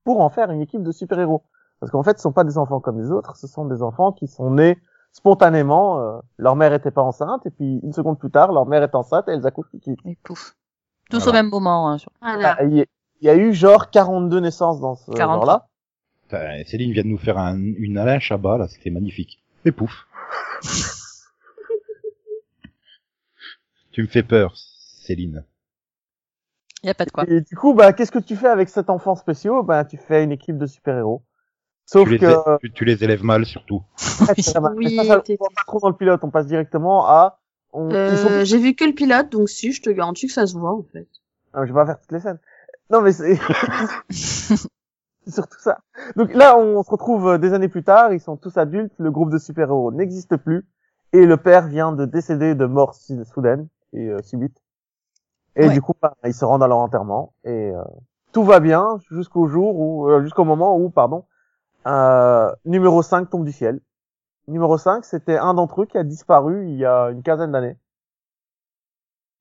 S3: pour en faire une équipe de super-héros. Parce qu'en fait, ce sont pas des enfants comme les autres, ce sont des enfants qui sont nés spontanément. euh, leur mère était pas enceinte, et puis une seconde plus tard, leur mère est enceinte et elles accouchent tout de suite.
S2: Et pouf. Tous
S1: Voilà.
S2: au même moment. hein, sur-
S1: Bah,
S5: Voilà.
S3: Ah, Il y, a- il y a eu genre 42 naissances dans ce
S2: 42.
S3: genre-là.
S1: Putain, Céline vient de nous faire un, une Alain Chabat là, c'était magnifique. Et pouf. tu me fais peur, Céline.
S2: Y a pas de quoi.
S3: Et du coup, bah, qu'est-ce que tu fais avec cet enfant spéciaux Bah, tu fais une équipe de super-héros. Sauf
S1: Tu les,
S3: que
S1: é- tu, tu les élèves mal surtout.
S3: après, c'est la-
S5: Oui,
S3: mais ça, ça,
S5: t'es-
S3: on va pas trop dans le pilote, on passe directement à. On, ils sont-
S5: Euh, J'ai vu que le pilote, donc si, je te garantis que ça se voit en fait.
S3: Ah, je vais pas faire toutes les scènes. Non, mais c'est c'est surtout ça. Donc là, on se retrouve euh, des années plus tard. Ils sont tous adultes. Le groupe de super-héros n'existe plus et le père vient de décéder de mort si- soudaine et euh, subite. Et
S2: Ouais.
S3: du coup, bah, ils se rendent à leur enterrement et euh, tout va bien jusqu'au jour où, euh, jusqu'au moment où, pardon, euh, numéro 5 tombe du ciel. Numéro 5, c'était un d'entre eux qui a disparu il y a une quinzaine d'années.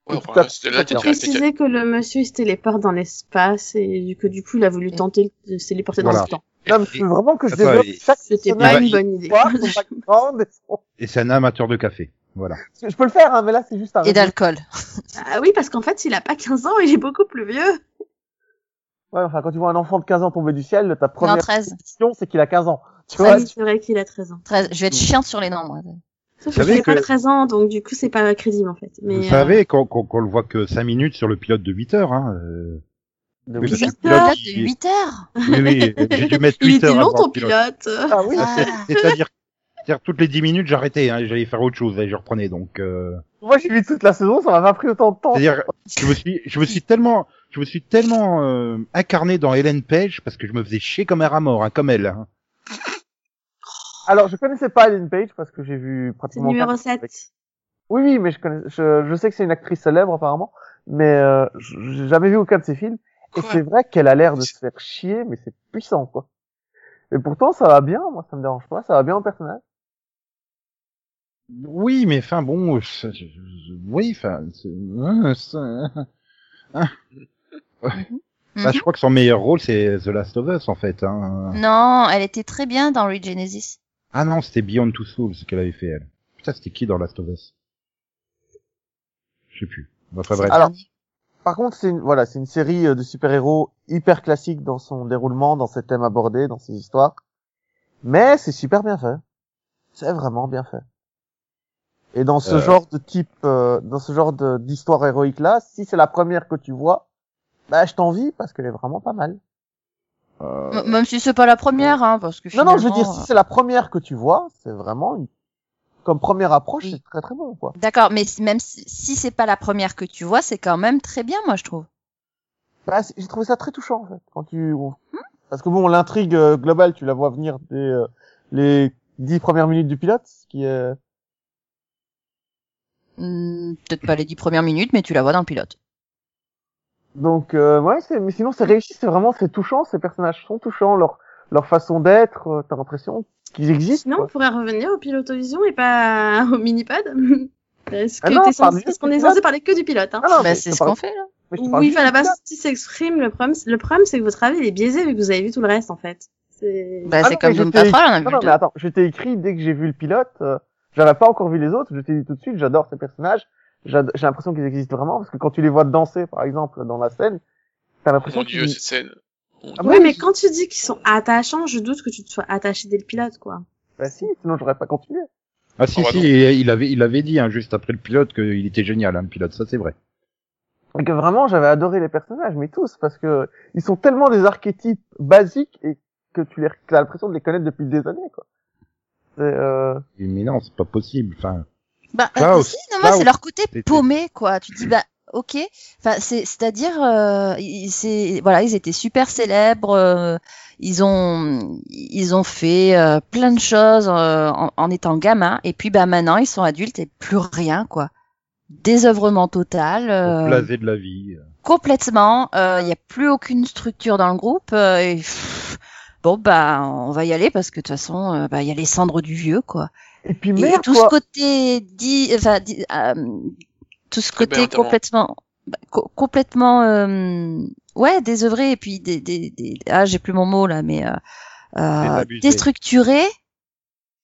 S4: Ouais,
S3: Tout
S4: enfin,
S3: à-
S4: là, c'est- là,
S3: tout
S4: t'es-
S3: à
S4: t'es- t'es-
S5: Préciser que le monsieur il se téléporte dans l'espace et que du coup il a voulu tenter de se téléporter dans
S1: Voilà.
S5: le temps.
S3: Non, mais je veux vraiment que je
S1: Attends,
S3: développe
S1: et-
S3: chaque
S5: C'était
S3: personnage.
S1: bah,
S5: pas une
S1: il-
S5: bonne idée.
S3: Quoi, son background et son-
S1: Et c'est un amateur de café. Voilà.
S3: Je peux le faire, hein, mais là, c'est juste un.
S2: Et d'alcool.
S5: Ah oui, parce qu'en fait, il a pas 15 ans, il est beaucoup plus vieux.
S3: Ouais, enfin, quand tu vois un enfant de 15 ans tomber du ciel, ta
S2: Non,
S3: première
S2: 13.
S3: question, c'est qu'il a 15 ans. Tu vois,
S5: Ah oui, c'est vrai qu'il a 13 ans.
S2: 13. Je vais être chiante sur les hein. noms. moi.
S5: Sauf
S1: Vous
S5: qu'il
S1: savez
S5: n'a pas
S1: que-
S5: 13 ans, donc du coup, c'est pas crédible en fait. Mais,
S1: Vous
S5: euh,
S1: savez qu'on qu'on- qu'on le voit que 5 minutes sur le pilote de 8 heures. Hein. euh.
S3: De
S1: Oui,
S3: oui.
S1: parce que le
S2: Huit heures
S1: pilote,
S2: de
S1: il-
S2: 8 heures
S1: Oui, oui, euh, j'ai dû mettre
S5: il
S1: 8
S5: était
S1: heures
S5: long
S1: avant
S5: ton
S1: le pilote.
S5: pilote.
S3: Ah oui,
S2: Ah.
S1: C'est-à-dire, c'est-à-dire toutes les 10 minutes, j'arrêtais, hein, et j'allais faire autre chose, et je reprenais. Donc, euh,
S3: moi j'ai vu toute la saison, ça m'a pas pris autant de temps.
S1: c'est-à-dire, je me suis, je me suis tellement, je me suis tellement euh, incarné dans Hélène Page parce que je me faisais chier comme un rat mort, hein, comme elle. hein.
S3: Alors je connaissais pas Ellen Page parce que j'ai vu
S5: C'est
S3: pratiquement.
S5: numéro
S3: aucun-
S5: 7.
S3: Oui, oui, mais je, connais... je, je sais que c'est une actrice célèbre apparemment, mais euh, je- j'ai jamais vu aucun de ses films. Et
S4: Quoi
S3: c'est vrai qu'elle a l'air de se faire chier, mais c'est puissant quoi. Et pourtant ça va bien, moi ça me dérange pas, ça va bien au personnage.
S1: Oui, mais enfin bon, je- je- je- oui, enfin, c'est- hein, c'est- hein. Bah, je crois que son meilleur rôle c'est The Last of Us en fait. Hein.
S2: Non, elle était très bien dans Louis Genesis.
S1: Ah non, c'était Beyond Two Souls qu'elle avait fait elle. Putain, c'était qui dans Last of Us Je sais plus. Enfin bref.
S3: Alors, Par contre, c'est une, voilà, c'est une série euh, de super-héros hyper classique dans son déroulement, dans ses thèmes abordés, dans ses histoires. Mais c'est super bien fait. C'est vraiment bien fait. Et dans ce
S1: Euh.
S3: genre de type, euh, dans ce genre de- d'histoire héroïque là, si c'est la première que tu vois, bah je t'envie parce qu'elle est vraiment pas mal.
S1: Ah,
S3: Euh,
S2: M- Même si c'est pas la première, hein, parce que
S3: Non, non, je veux dire,
S2: finalement,
S3: si c'est la première que tu vois, c'est vraiment une... comme première approche,
S2: Oui.
S3: c'est très très bon quoi.
S2: euh, D'accord, mais si- même si, si c'est pas la première que tu vois, c'est quand même très bien, moi, je trouve.
S3: Bah, c'est- j'ai trouvé ça très touchant
S5: Hmm
S3: en fait. Quand tu, on- parce que bon, l'intrigue euh, globale, tu la vois venir des euh, les dix premières minutes du pilote, ce qui est...
S2: Hmm, Peut-être pas les dix premières minutes, mais tu la vois dans le pilote.
S3: Donc euh, ouais, c'est- mais sinon c'est réussi, c'est vraiment c'est touchant, ces personnages sont touchants, leur leur façon d'être, euh, t'as l'impression qu'ils existent.
S5: Sinon, on
S3: quoi.
S5: pourrait revenir au pilotovision et pas au minipod. Est-ce
S3: Ah
S5: que
S3: non,
S5: t'es
S3: parle
S5: censé...
S3: juste
S5: Parce qu'on
S3: du
S5: est
S3: pilote.
S5: censé parler que du pilote. Hein.
S3: Ah non, mais
S2: bah,
S3: je
S2: c'est
S3: te
S2: ce
S3: parle-
S2: qu'on fait là.
S3: mais je te parle
S5: oui,
S3: juste
S5: enfin,
S3: du
S5: la base
S3: pilote.
S5: si s'exprime, le problème, le problème, c'est que votre avis, il est biaisé, vu que vous avez vu tout le reste, en fait. C'est...
S2: Bah,
S3: Ah
S2: c'est
S3: non,
S2: comme
S3: mais
S2: Doom
S3: j'étais-
S2: Patrol, on a vu
S3: Non,
S2: le
S3: non, mais
S2: deux.
S3: attends, je t'ai écrit dès que j'ai vu le pilote, euh, j'avais pas encore vu les autres, je t'ai dit tout de suite, j'adore ces personnages, j'ad- j'ai l'impression qu'ils existent vraiment, parce que quand tu les vois danser, par exemple, dans la scène, t'as
S4: Oh
S3: l'impression
S4: mon dieu,
S3: qu'ils-
S4: cette scène.
S3: Ah
S5: Ouais,
S3: bon,
S5: mais
S3: je-
S5: quand tu dis qu'ils sont attachants, je doute que tu te sois attaché dès le pilote, quoi.
S3: Bah si, sinon j'aurais pas continué.
S1: Ah si
S4: Oh, bah
S1: si,
S4: non.
S1: il il avait il avait dit hein, juste après le pilote qu'il était génial hein, le pilote, ça c'est vrai.
S3: Et que vraiment, j'avais adoré les personnages, mais tous, parce que ils sont tellement des archétypes basiques et que tu les, as l'impression de les connaître depuis des années, quoi. C'est, euh,
S1: Et Mais non, c'est pas possible. Enfin,
S2: Bah, euh,
S1: Klaus,
S2: si, non, moi, c'est
S1: Klaus,
S2: leur côté
S1: c'était-
S2: paumé, quoi. Tu te dis, bah, ok. Enfin, c'est, c'est-à-dire, euh, ils- c'est, voilà, ils étaient super célèbres. euh, ils ont, ils ont fait euh, plein de choses euh, en, en étant gamins. Et puis, bah, maintenant, ils sont adultes et plus rien, quoi. Désœuvrement total. euh,
S1: blasé de la vie.
S2: complètement. Il n'y a plus aucune structure dans le groupe. euh, et pff, bon, bah, on va y aller parce que de toute façon, euh, bah, il y a les cendres du vieux, quoi.
S3: et puis
S2: Et
S3: merde,
S2: tout
S3: quoi.
S2: ce côté dit, enfin, dit- euh, tout ce
S4: Très bien,
S2: côté
S4: notamment.
S2: complètement, bah, co- complètement, euh, ouais, désœuvré et puis des, des, des- ah, j'ai plus mon mot là, mais euh, euh,
S1: Désabusé.
S2: déstructuré.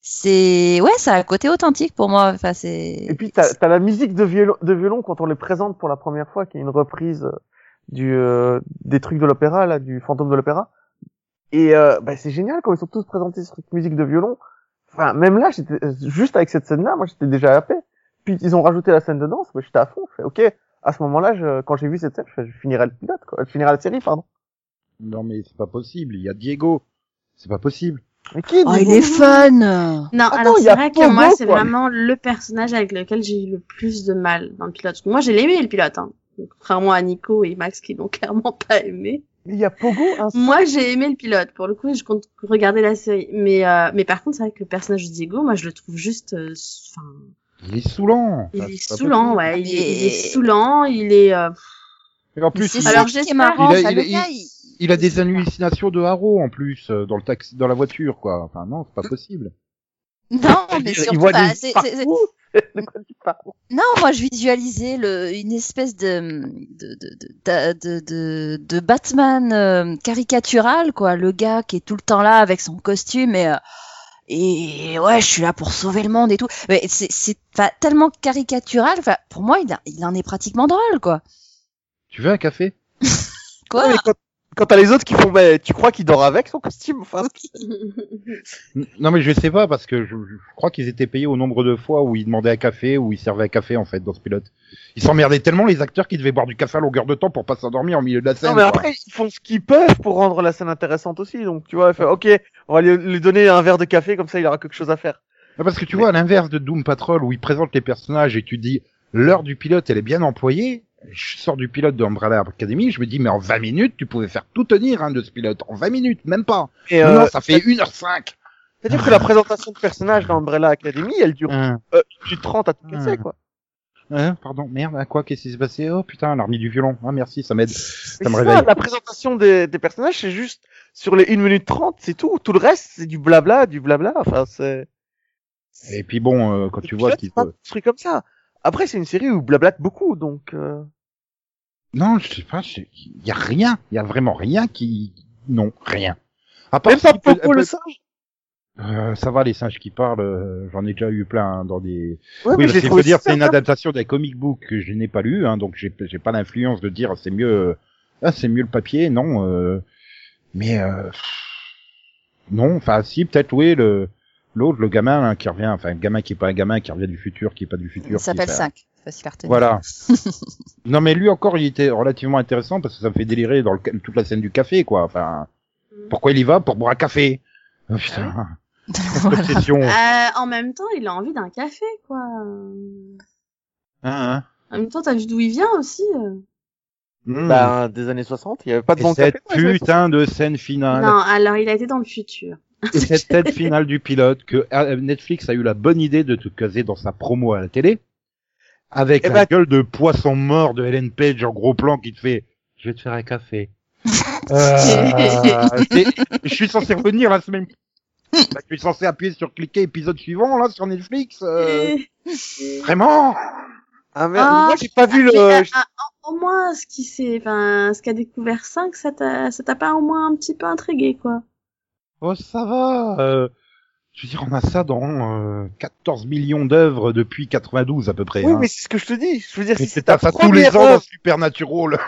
S2: C'est ouais, ça a un côté authentique pour moi. Enfin, c'est.
S3: Et puis t'as, t'as la musique de violon, de violon quand on les présente pour la première fois, qui est une reprise euh, du euh, des trucs de l'opéra là, du fantôme de l'opéra. Et euh, bah, c'est génial quand ils sont tous présentés sur cette musique de violon. Enfin, même là, j'étais euh, juste avec cette scène-là, moi j'étais déjà happé. Puis ils ont rajouté la scène de danse, mais j'étais à fond. Je fais, ok, à ce moment-là, je, quand j'ai vu cette scène, je, fais, je finirai le pilote, quoi. Je finirai la série, pardon.
S1: Non mais c'est pas possible. Il y a Diego. C'est pas possible.
S3: Mais qui
S2: Oh,
S3: dit-
S2: il est fun.
S5: Non,
S3: Attends,
S5: alors
S3: Ah il y
S5: c'est
S3: a
S5: vrai que
S3: Pogo,
S5: moi, c'est
S3: quoi.
S5: vraiment le personnage avec lequel j'ai eu le plus de mal dans le pilote. Parce que Moi, j'ai aimé le pilote, hein. Donc, Contrairement à Nico et Max qui l'ont clairement pas aimé.
S3: Il y a Pogo, hein.
S5: Moi, j'ai aimé le pilote. Pour le coup, je compte regarder la série. Mais, euh, mais par contre, c'est vrai que le personnage de Diego, moi, je le trouve juste, euh, enfin,
S1: Il est saoulant.
S5: il
S1: Enfin,
S5: est
S1: Ah, c'est pas
S5: saoulant,
S1: possible.
S5: ouais. Il, est, il est
S2: Mais-
S5: saoulant, il est, euh,
S1: Et en
S2: Mais
S1: plus,
S2: c'est
S1: il,
S2: ça
S5: Alors,
S2: qui est
S5: j'espère-
S2: marrant.
S1: il a-
S2: enfin,
S1: il
S2: le
S1: a-
S2: gars, il-
S1: il a des hallucinations de Haro en plus euh, dans le taxi, dans la voiture quoi. Enfin non, c'est pas possible.
S2: Non,
S3: Il-
S2: mais
S3: il
S2: surtout,
S3: voit des
S2: bah, c'est- c'est- c'est-
S3: partout. De quoi tu parles
S2: non, moi je visualisais le, une espèce de de, de, de, de, de- de Batman euh, caricatural, quoi. Le gars qui est tout le temps là avec son costume et euh, et ouais, je suis là pour sauver le monde et tout. Mais c'est c'est enfin, tellement caricatural. Enfin, pour moi, il, a- il en est pratiquement drôle, quoi.
S1: Tu veux un café
S2: Quoi
S3: Ouais, mais quand, quand t'as les autres qui font, bah, tu crois qu'il dort avec son costume enfin,
S1: N- Non mais je sais pas parce que je, je crois qu'ils étaient payés au nombre de fois où ils demandaient un café où ils servaient un café en fait dans ce pilote. Ils s'emmerdaient tellement les acteurs qu'ils devaient boire du café à longueur de temps pour pas s'endormir au milieu de la scène.
S3: Non, mais
S1: quoi.
S3: après, ils font ce qu'ils peuvent pour rendre la scène intéressante aussi. Donc, tu vois, il fait, ok, on va lui, lui donner un verre de café, comme ça, il aura quelque chose à faire.
S1: Non, Ah, parce que tu vois à l'inverse de Doom Patrol où ils présentent les personnages et tu dis l'heure du pilote elle est bien employée. Je sors du pilote de Umbrella Academy, je me dis mais en 20 minutes tu pouvais faire tout tenir hein, de ce pilote en 20 minutes même pas.
S3: Et,
S1: Non,
S3: euh,
S1: non, ça fait 1h05.
S3: C'est-à-dire que la présentation de personnage dans Umbrella Academy, elle dure
S1: Mm.
S3: du 30 à tout casser, quoi.
S1: Hein, pardon, merde, à quoi Qu'est-ce qui s'est passé Oh putain, l'armée du violon. Ah merci, ça m'aide. Ça
S3: Mais
S1: me
S3: c'est ça,
S1: réveille.
S3: la présentation des, des personnages, c'est juste sur les 1 minute 30, c'est tout. Tout le reste, c'est du blabla, du blabla. Enfin, c'est...
S1: Et puis bon, euh, quand tu
S3: le
S1: vois
S3: pilote,
S1: qu'il
S3: c'est pas
S1: peut-
S3: un truc comme ça. Après, c'est une série où blablate beaucoup, donc... euh,
S1: Non, je sais pas, il y a rien, il y a vraiment rien qui... Non, rien. À part
S3: Même pas
S1: si peut-
S3: Pogo le
S1: peut-
S3: singe
S1: Euh, ça va, les singes qui parlent, euh, j'en ai déjà eu plein hein, dans des...
S3: Ouais,
S1: oui,
S3: mais je l'ai
S1: parce qu'il faut
S3: trouvé
S1: dire, c'est
S3: super
S1: une
S3: bien.
S1: adaptation d'un comic book que je n'ai pas lu, hein, donc j'ai j'ai pas l'influence de dire c'est mieux, euh, ah, c'est mieux le papier, non. euh, mais euh, non, enfin si, peut-être oui le l'autre, le gamin hein, qui revient, enfin le gamin qui est pas un gamin, qui revient du futur, qui est pas du futur.
S2: Il
S1: qui
S2: s'appelle
S1: fait-
S2: 5. Facile à retenir.
S1: Voilà. non mais lui encore, il était relativement intéressant parce que ça me fait délirer dans le ca- toute la scène du café, quoi. Enfin,
S2: Mm.
S1: pourquoi il y va pour boire un café Oh, Putain,
S2: Ah Voilà.
S1: obsession.
S5: Euh, en même temps, il a envie d'un café, quoi. En
S1: Hein, hein.
S5: même temps, t'as vu d'où il vient aussi. euh.
S1: Mm.
S3: Bah, Ben, des années 60, il y avait pas de
S1: Et
S3: bon café.
S1: cette
S3: dans les années
S1: putain de scène finale.
S5: Non, alors il a été dans le futur.
S1: Et cette tête finale du pilote que euh, Netflix a eu la bonne idée de te caser dans sa promo à la télé, avec
S3: Eh
S1: la
S3: ben-
S1: gueule de poisson mort de Helen Page en gros plan qui te fait « je vais te faire un café Euh, c'est- Je suis censé revenir la semaine... Bah, je suis censé appuyer sur cliquer épisode suivant là sur Netflix euh,
S5: Et-
S1: Vraiment
S3: Ah merde,
S5: Ah,
S3: moi j'ai pas vu
S5: mais, euh,
S3: le.
S5: ah, au- au moins, ce qui s'est, enfin, ce qu'a découvert 5, ça t'a, ça t'a pas au moins un petit peu intrigué, quoi.
S1: Oh, ça va. Euh, je veux dire, on a ça dans euh, 14 millions d'œuvres depuis 92 à peu près.
S3: Oui,
S1: hein.
S3: mais c'est ce que je te dis. Je veux dire,
S1: Mais
S3: si c'est
S1: c'est
S3: ta
S1: à ça tous les
S3: première
S1: ans dans
S3: œuvre,
S1: Supernatural.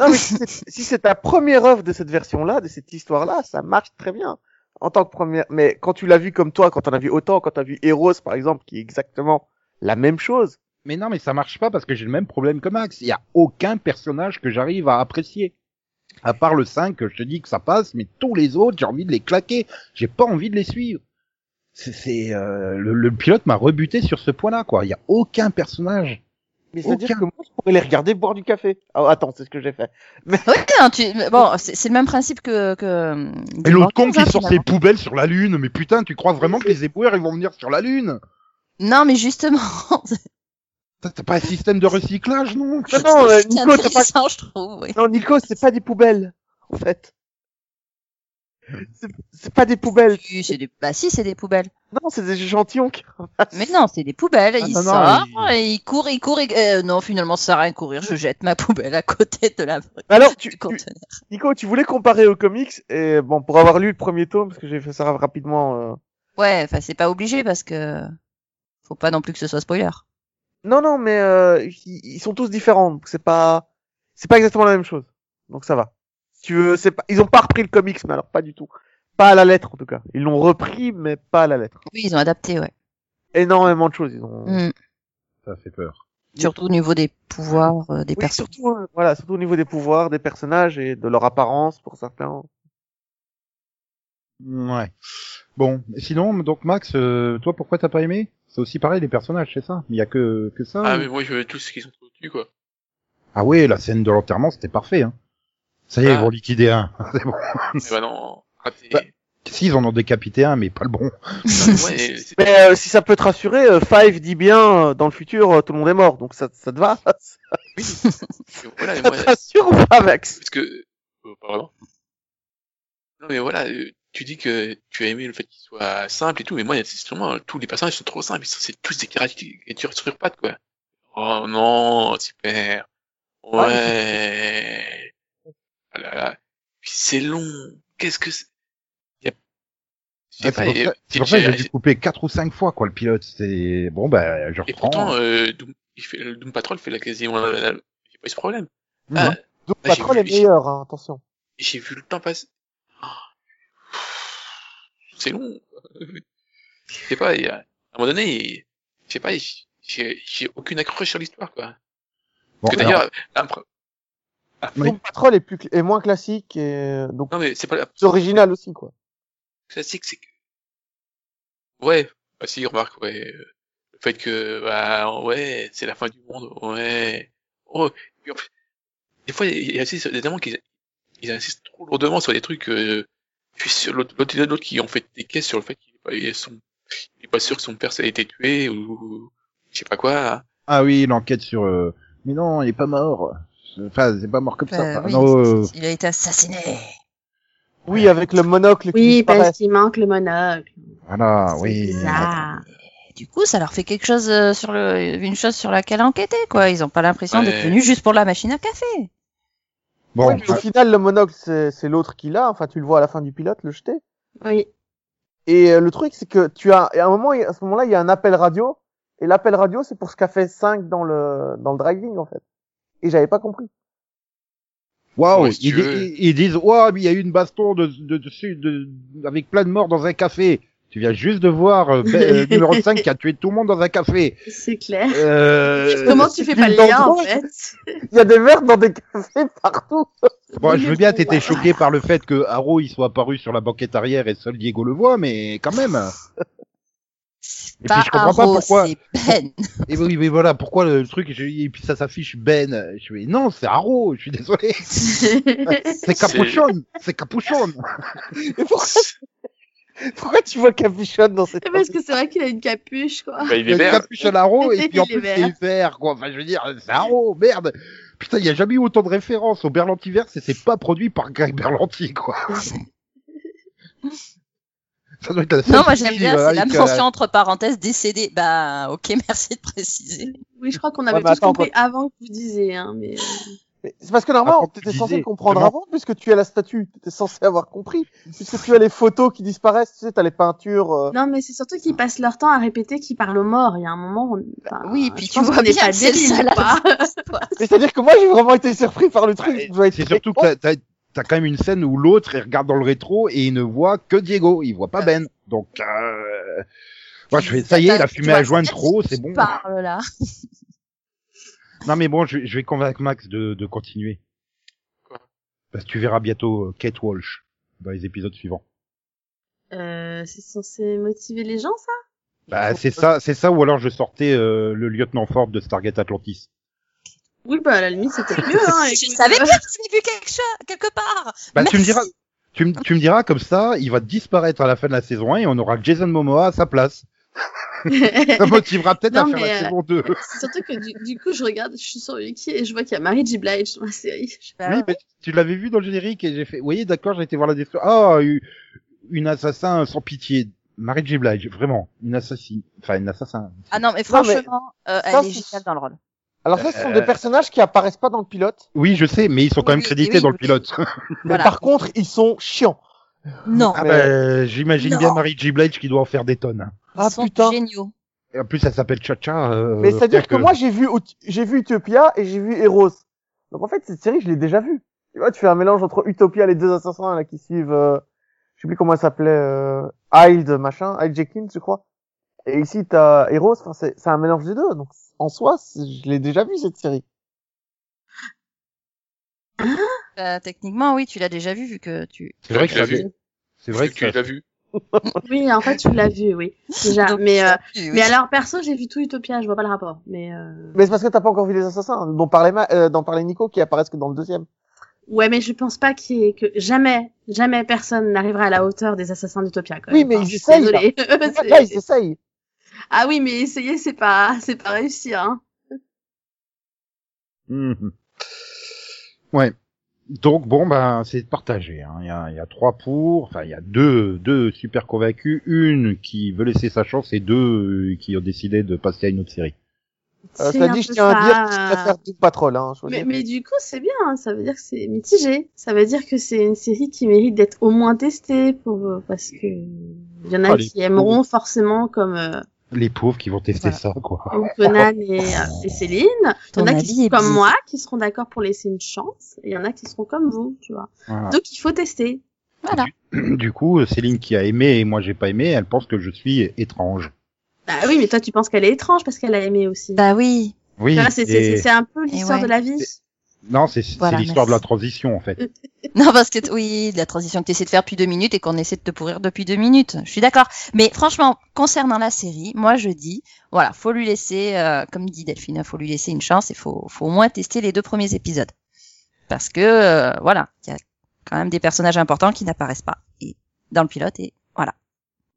S3: non mais si c'est- si c'est ta première œuvre de cette version-là, de cette histoire-là, ça marche très bien en tant que première. Mais quand tu l'as vu comme toi, quand on a vu autant, quand t'as vu Heroes par exemple, qui est exactement la même chose.
S1: Mais non, mais ça marche pas parce que j'ai le même problème que Max. Il y a aucun personnage que j'arrive à apprécier. À part le 5, je te dis que ça passe, mais tous les autres, j'ai envie de les claquer. J'ai pas envie de les suivre. C'est- C'est euh, le, le pilote m'a rebuté sur ce point-là, quoi. Il y a aucun personnage.
S3: Mais c'est à dire
S1: Aucun.
S3: que moi je pourrais les regarder boire du café. Ah attends, c'est ce que j'ai fait.
S2: Oui, non, tu... mais bon, c'est c'est le même principe que. que
S1: Et l'autre con qui
S2: Hein,
S1: sort ses
S2: finalement.
S1: poubelles sur la lune. Mais putain, tu crois vraiment que les éboueurs ils vont venir sur la lune
S2: Non, mais justement,
S1: T'as t'as pas un système de recyclage, non
S3: Non non, euh,
S2: c'est
S3: Nico, t'as pas.
S2: intéressant, je trouve. Oui.
S3: Non Nico, c'est pas des poubelles en fait. C'est- C'est pas des poubelles.
S2: Oui, c'est des... Bah si, c'est des poubelles.
S3: Non, c'est des échantillons. qui-
S2: Mais non, c'est des poubelles.
S1: Ah,
S2: il
S1: non, non,
S2: sort,
S1: il-
S2: et il court, il court. Et... euh, non, finalement, ça sert à rien de courir. Je jette ma poubelle à côté de la
S3: Alors tu,
S2: du
S3: tu-
S2: conteneur.
S3: Nico, tu voulais comparer aux comics et bon pour avoir lu le premier tome parce que j'ai fait ça rapidement. euh,
S2: Ouais, enfin, c'est pas obligé parce que faut pas non plus que ce soit spoiler.
S3: Non non mais euh, ils ils sont tous différents donc c'est pas c'est pas exactement la même chose donc ça va. Si Tu veux c'est pas ils ont pas repris le comics mais alors pas du tout pas à la lettre en tout cas ils l'ont repris mais pas à la lettre
S2: Oui, ils ont adapté, ouais.
S3: énormément de choses ils ont
S2: Mm.
S1: Ça fait peur.
S2: Surtout au niveau des pouvoirs euh, des
S3: Oui,
S2: personnes.
S3: surtout euh, voilà surtout au niveau des pouvoirs des personnages et de leur apparence pour certains
S1: Ouais. Bon, sinon, donc Max, euh, toi, pourquoi t'as pas aimé C'est aussi pareil, les personnages, c'est ça Il y a que, que ça
S4: Ah,
S1: ou-
S4: mais moi, je veux tous ceux qui sont au-dessus, quoi.
S1: Ah ouais, la scène de l'enterrement, c'était parfait. Hein. Ça y est,
S4: Ah.
S1: ils vont liquider un. C'est bon.
S4: Eh ben non, raté.
S1: Bah. Si, ils en ont décapité un, mais pas le bon.
S4: Ouais, c'est-
S3: mais euh, si ça peut te rassurer euh, Five dit bien euh, dans le futur euh, tout le monde est mort donc ça ça te va
S4: voilà, et
S3: ça
S4: moi,
S3: te rassure ou pas Max
S4: parce que, euh, pardon. Non, mais voilà, euh, tu dis que tu as aimé le fait qu'il soit simple et tout, mais moi, c'est sûrement, euh, tous les personnages sont trop simples, ils sont- c'est tous des caricatures sur pattes, quoi. Oh non, super.
S1: Ah,
S4: Ouais. Ah là là. Puis c'est long. Qu'est-ce que c'est? Y a- Je sais
S1: Ah,
S4: pas,
S1: c'est pour
S4: et-
S1: ça-
S4: et-
S1: c'est pour ça que j'ai
S4: j'ai-
S1: dû couper quatre ou cinq fois, quoi, le pilote. C'est... Bon, bah, je
S4: Et
S1: reprends.
S4: pourtant, euh, Doom, il fait, le Doom Patrol fait la quasiment la, la- j'ai pas eu ce problème.
S1: Mhm.
S4: Ah,
S3: Donc
S4: Ah, j'ai
S3: Patrol
S4: vu-
S3: est meilleur, hein, attention.
S4: j'ai vu le temps passer. Ah. C'est long. Je sais pas, il y a- à un moment donné, il- je sais pas, il- j'ai, j'ai aucune accroche sur l'histoire, quoi.
S1: Bon,
S4: Parce que
S1: alors,
S4: d'ailleurs, la pre- Ah,
S1: Oui.
S3: Donc Patrol est plus cl- est moins classique et euh, donc
S4: non mais c'est pas la
S3: plus original aussi quoi.
S4: classique, c'est que, ouais, bah si, remarque, ouais, euh, le fait que, bah, ouais, c'est la fin du monde, ouais. Oh, puis en plus, des fois, il y a aussi des éléments qui, ils insistent trop lourdement sur des trucs. Euh, puis sur l'autre, l'autre, l'autre qui ont fait des caisses sur le fait qu'il est pas, il est son- il est pas sûr que son père ça a été tué ou je sais pas quoi.
S1: Ah oui, l'enquête sur... euh, Mais non, il est pas mort. Enfin, c'est pas mort comme ça.
S2: Bah
S1: Ah,
S2: oui,
S1: non, euh,
S2: Il a été assassiné.
S3: Oui, avec le monocle qui
S5: Oui, ben,
S3: disparaît.
S5: parce qu'il manque le monocle.
S1: Voilà, Ah oui.
S5: Ça.
S2: Et du coup, ça leur fait quelque chose euh, sur le, une chose sur laquelle enquêter, quoi. Ils ont pas l'impression d'être
S4: Ouais.
S2: venus juste pour la machine à café.
S1: Bon,
S3: Oui, mais au final, le monocle, c'est c'est l'autre qui l'a. Enfin, tu le vois à la fin du pilote, le jeter.
S5: Oui.
S3: Et euh, le truc, c'est que tu as, et à un moment, il- à ce moment-là, il y a un appel radio. Et l'appel radio, c'est pour ce qu'a fait 5 dans le, dans le driving, en fait. Et j'avais pas compris.
S1: Waouh,
S4: Ouais, si
S1: ils,
S4: tu veux.
S1: ils- ils disent waouh, mais il y a eu une baston de, de, dessus de, avec plein de morts dans un café. Tu viens juste de voir euh, Ben- euh, numéro 5 qui a tué tout le monde dans un café.
S5: C'est clair.
S1: Euh,
S5: Comment tu fais pas le
S3: dans
S5: lien, en
S3: le
S5: fait
S3: Il y a des verres dans des cafés partout.
S1: bon,
S5: Oui,
S1: je
S5: mais
S1: veux bien
S5: bon,
S1: t'étais
S5: ouais.
S1: choqué par le fait que Haro il soit apparu sur la banquette arrière et seul Diego le voit, mais quand même. Et puis je comprends pas
S2: Haro,
S1: pourquoi.
S2: C'est Ben.
S1: Et oui, mais voilà, pourquoi le truc je- et puis ça s'affiche Ben. Je fais, non, c'est Haro. Je suis désolé. C'est Capuchon. C'est Capuchon.
S3: Et pourquoi, Pourquoi tu vois capuchonne dans cette
S5: Parce que c'est vrai qu'il a une capuche, quoi.
S4: Bah, il
S1: Ah. Il y
S4: est
S1: a une
S4: vert.
S1: capuche à la roue,
S5: Il
S1: et puis en
S5: est
S1: plus
S5: vert.
S1: c'est vert, quoi. Enfin, je veux dire, c'est un roue, merde. Putain, il y a jamais eu autant de références au Berlantiverse et c'est pas produit par Greg Berlanti, quoi. Ça doit être la seule
S2: Non, moi
S1: fille,
S2: j'aime bien,
S1: voilà,
S2: c'est la
S1: avec, euh,
S2: mention entre parenthèses décédé. Bah, ok, merci de préciser.
S5: Oui, je crois qu'on
S3: Ouais,
S5: avait
S3: mais
S5: tous
S3: attends,
S5: compris avant que vous disiez, hein, mais... euh,
S3: Mais C'est parce que normalement,
S1: Attends, tu
S3: t'étais
S1: disais,
S3: censé le comprendre
S1: justement.
S3: avant, puisque tu as la statue, t'étais censé avoir compris, puisque tu as les photos qui disparaissent, tu sais, t'as les peintures.
S2: Ah.
S3: euh,
S5: Non, mais c'est surtout qu'ils passent leur temps à répéter qu'ils parlent aux morts. Il y a un moment, on... enfin,
S2: Bah Oui, et puis
S5: je
S2: tu
S5: pense
S2: vois
S5: qu'on n'est
S2: bien
S5: pas
S2: que c'est
S5: débiles,
S2: ça, la
S5: quoi.
S3: Mais c'est-à-dire que moi, j'ai vraiment été surpris par le truc. je dois être
S1: C'est
S3: très
S1: surtout
S3: con.
S1: que t'as, t'as- t'as quand même une scène où l'autre il regarde dans le rétro et il ne voit que Diego, il voit
S2: Ah.
S1: pas Ben. Donc, euh... moi, je vais, ça y est, il a fumé à joint trop, c'est bon.
S2: Parle là.
S1: Non mais bon, je, vais- je vais convaincre Max de, de continuer.
S4: Quoi
S1: Parce que tu verras bientôt euh, Kate Walsh dans les épisodes suivants.
S5: Euh, c'est censé motiver les gens, ça
S1: Bah c'est ça, c'est ça ou alors je sortais euh, le lieutenant Ford de Stargate Atlantis.
S5: Oui, bah, à la limite, c'était mieux, hein.
S2: Ah, Je
S5: écoute.
S2: savais bien que j'avais vu quelque chose, quelque part.
S1: Bah tu me
S2: Merci.
S1: diras, tu, me- tu me diras comme ça, il va disparaître à la fin de la saison 1 et on aura Jason Momoa à sa place. Ça motivera peut-être à
S5: Non,
S1: faire la
S5: mais, euh,
S1: saison 2.
S5: C'est surtout que du, du coup, je regarde, je suis sur Wiki et je vois qu'il y a Mary J. Blige dans la série.
S2: Bah,
S1: Oui, mais tu l'avais vu dans le générique et j'ai fait, oui, d'accord, j'ai été voir la description. Ah, eu- une assassin sans pitié. Marie J. Blige, vraiment, une assassine. Enfin, une assassin.
S2: Ah non, mais
S3: Non, mais-
S2: franchement, euh,
S3: Ça,
S2: elle est
S3: c'est-
S2: géniale dans le rôle.
S3: Alors ça, ce sont
S1: Euh,
S3: des personnages qui apparaissent pas dans le pilote,
S1: Oui, je sais, mais ils sont quand
S2: Oui,
S1: même crédités
S2: oui,
S1: dans le
S2: oui.
S1: pilote.
S3: mais
S2: Voilà.
S3: par contre, ils sont chiants.
S2: Non,
S1: Ah
S3: Mais-
S1: bah, j'imagine
S2: Non.
S1: bien Marie J. Blige qui doit en faire des tonnes.
S2: ils
S3: Ah,
S2: sont
S3: putain.
S2: géniaux.
S1: Et en plus, elle s'appelle Chacha. euh,
S3: Mais c'est-à-dire
S1: frère
S3: que moi, j'ai vu, Ut- j'ai vu Utopia et j'ai vu Eros. Donc en fait, cette série, je l'ai déjà vue. Tu vois, tu fais un mélange entre Utopia, les deux assassins là qui suivent, euh, je sais plus comment elle s'appelait, euh, Hyde, machin, Hyde Jenkins, je crois. Et ici, t'as Eros. Enfin, c'est c'est un mélange des deux. Donc en soi, c'est- je l'ai déjà vu cette série.
S2: Euh, techniquement, oui, tu l'as déjà vu vu que tu.
S1: C'est vrai
S4: Tu
S1: que
S4: l'as
S1: ça-
S4: vu.
S1: C'est vrai que
S4: tu
S1: ça-
S4: l'as vu.
S5: Oui, en fait, tu l'as vu, oui. Déjà,
S2: Donc,
S5: mais, euh,
S2: tu- oui.
S5: mais alors, perso, j'ai vu tout Utopia, je vois pas le rapport. Mais, euh...
S3: Mais c'est parce que t'as pas encore vu les assassins dont parlait, Ma- euh, dont parlait Nico, qui apparaissent que dans le deuxième.
S5: ouais, mais je pense pas qu'il y ait- que jamais, jamais personne n'arrivera à la hauteur des assassins d'Utopia, quand
S3: Oui,
S5: même.
S3: mais
S5: Enfin,
S3: ils
S5: je suis
S3: essayent, hein.
S5: désolée. C'est-
S3: Là, ils essayent.
S5: Ah oui, mais essayer, c'est pas, c'est pas réussir, hein.
S1: Mhm. Ouais. Donc bon ben c'est partagé. hein. Il y, a, il y a trois pour, enfin il y a deux deux super convaincus, une qui veut laisser sa chance et deux euh, qui ont décidé de passer à une autre série.
S3: Euh,
S5: C'est
S3: cela
S5: un
S3: dit, je
S5: peu
S3: tiens à dire
S5: ça,
S3: que
S5: euh,
S3: je préfère Doom Patrol. Hein, je veux
S5: Mais,
S3: dire.
S5: mais du coup, c'est bien, hein, ça veut dire que c'est mitigé. Ça veut dire que c'est une série qui mérite d'être au moins testée, pour, euh, parce que il y en a
S1: Allez.
S5: qui aimeront forcément comme euh,
S1: Les pauvres qui vont tester
S2: Voilà.
S1: ça quoi.
S5: comme Conan et, euh, et Céline. Il y
S2: Ton
S5: en a
S2: avis
S5: qui
S2: est
S5: sont comme
S2: biaisé.
S5: moi, qui seront d'accord pour laisser une chance, et il y en a qui seront comme vous, tu vois.
S1: Voilà.
S5: Donc il faut tester.
S2: Voilà.
S1: Du coup Céline qui a aimé et moi j'ai pas aimé, elle pense que je suis étrange.
S5: Ah oui, mais toi tu penses qu'elle est étrange parce qu'elle a aimé aussi.
S2: Bah oui.
S1: Oui.
S5: Voilà, Ah, c'est c'est-
S1: et-
S5: c'est un peu l'histoire
S2: ouais.
S5: de la vie.
S1: Non c'est c'est
S2: Voilà,
S1: l'histoire de la
S2: merci.
S1: transition en fait.
S2: Non, parce que, oui, de la transition que tu essaies de faire depuis deux minutes et qu'on essaie de te pourrir depuis deux minutes. Je suis d'accord. Mais franchement, concernant la série, moi, je dis, voilà, faut lui laisser, euh, comme dit Delphine, faut lui laisser une chance et faut, faut au moins tester les deux premiers épisodes. Parce que, euh, voilà, il y a quand même des personnages importants qui n'apparaissent pas et, dans le pilote et voilà.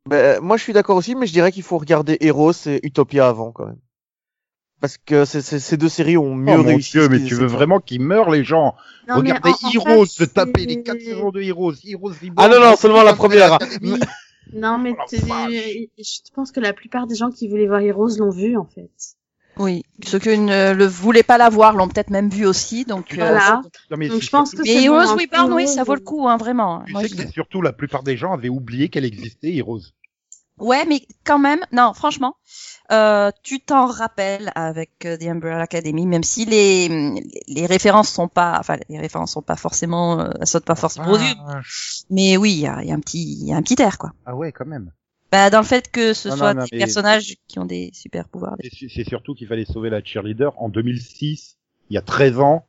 S3: Ben, moi, je suis d'accord aussi, mais je dirais qu'il faut regarder Eros et Utopia avant, quand même. Parce que c'est- c'est- ces deux séries ont mieux
S1: Oh mon
S3: réussi.
S1: dieu
S3: ce
S1: mais
S3: qu'ils
S1: tu veux
S3: essaient.
S1: vraiment qu'ils meurent les gens.
S5: Non, mais
S1: Regardez
S5: en- en
S1: Heroes se
S5: fait,
S1: taper
S5: c'est-
S1: les 4 saisons de Heroes, Heroes Reborn,
S3: Ah non, non,
S1: Heroes
S3: seulement la
S1: Reborn,
S3: première.
S1: Academy.
S5: Non, mais
S1: Oh la
S5: t'es-
S1: vache.
S5: je pense que la plupart des gens qui voulaient voir Heroes l'ont vu en fait.
S2: Oui. Ceux qui ne le voulaient pas la voir l'ont peut-être même vu aussi, donc, euh,
S5: Voilà.
S1: Non, mais
S5: Donc
S1: c'est
S5: je pense
S1: surtout-
S5: que
S2: Mais
S5: c'est bon,
S2: Heroes
S5: hein,
S2: Reborn, oui,
S5: Heroes,
S2: ça vaut le coup, hein, vraiment.
S1: Tu
S2: Moi,
S1: sais
S2: je
S1: que
S2: dis.
S1: c'est surtout la plupart des gens avaient oublié qu'elle existait, Heroes.
S2: Ouais, mais quand même, non, franchement, euh, tu t'en rappelles avec euh, The Umbrella Academy, même si les les références sont pas, enfin les références sont pas forcément, euh, elles sautent pas forcément aux yeux.
S1: Ah,
S2: Mais oui, il y a, il y a un petit, il y a un petit air quoi.
S1: ah ouais, quand même.
S2: Bah dans le fait que ce
S1: Non, non,
S2: soit
S1: non,
S2: des
S1: mais- Ah,
S2: personnages qui ont des super pouvoirs. des-
S1: C'est su- C'est surtout qu'il fallait sauver la cheerleader en 2006, il y a 13 ans,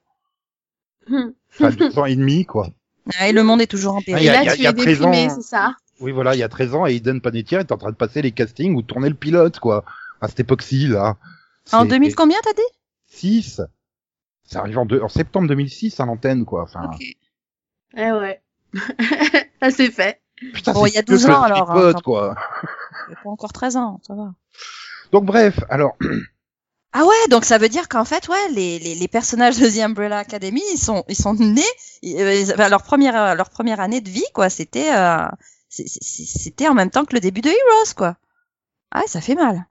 S5: Hum.
S1: enfin 12 ans et demi, quoi.
S2: Ah, et le monde est toujours en
S1: Ah,
S5: Et
S1: y
S2: péril.
S1: a-
S5: là,
S1: y a-
S5: tu
S1: y a
S5: es déprimé,
S1: 13 ans. hein.
S5: c'est ça
S1: Oui, voilà, il y a 13 ans, et Eden Panettiere est en train de passer les castings ou tourner le pilote, quoi. À cette époque-ci, là.
S2: En
S1: C'est-
S2: 2000 combien t'as dit
S1: 6. Ça arrive en, deux- en septembre 2006 à l'antenne, quoi. Enfin,
S2: Ok.
S5: Eh ouais. Ça c'est fait.
S1: Putain,
S2: Bon,
S1: c'est
S2: il y a
S1: que
S2: 12
S1: le
S2: ans, alors,
S1: tripode,
S2: hein, quand-
S1: quoi.
S2: J'ai pas encore 13 ans, ça va.
S1: Donc bref, alors
S2: Ah ouais, donc ça veut dire qu'en fait, ouais, les, les, les personnages de The Umbrella Academy, ils sont, ils sont nés, ils- euh, ils- enfin, leur première, euh, leur première année de vie, quoi, c'était, euh, c'est- c'est- c'est- c'était en même temps que le début de Heroes, quoi. Ah, ça fait mal.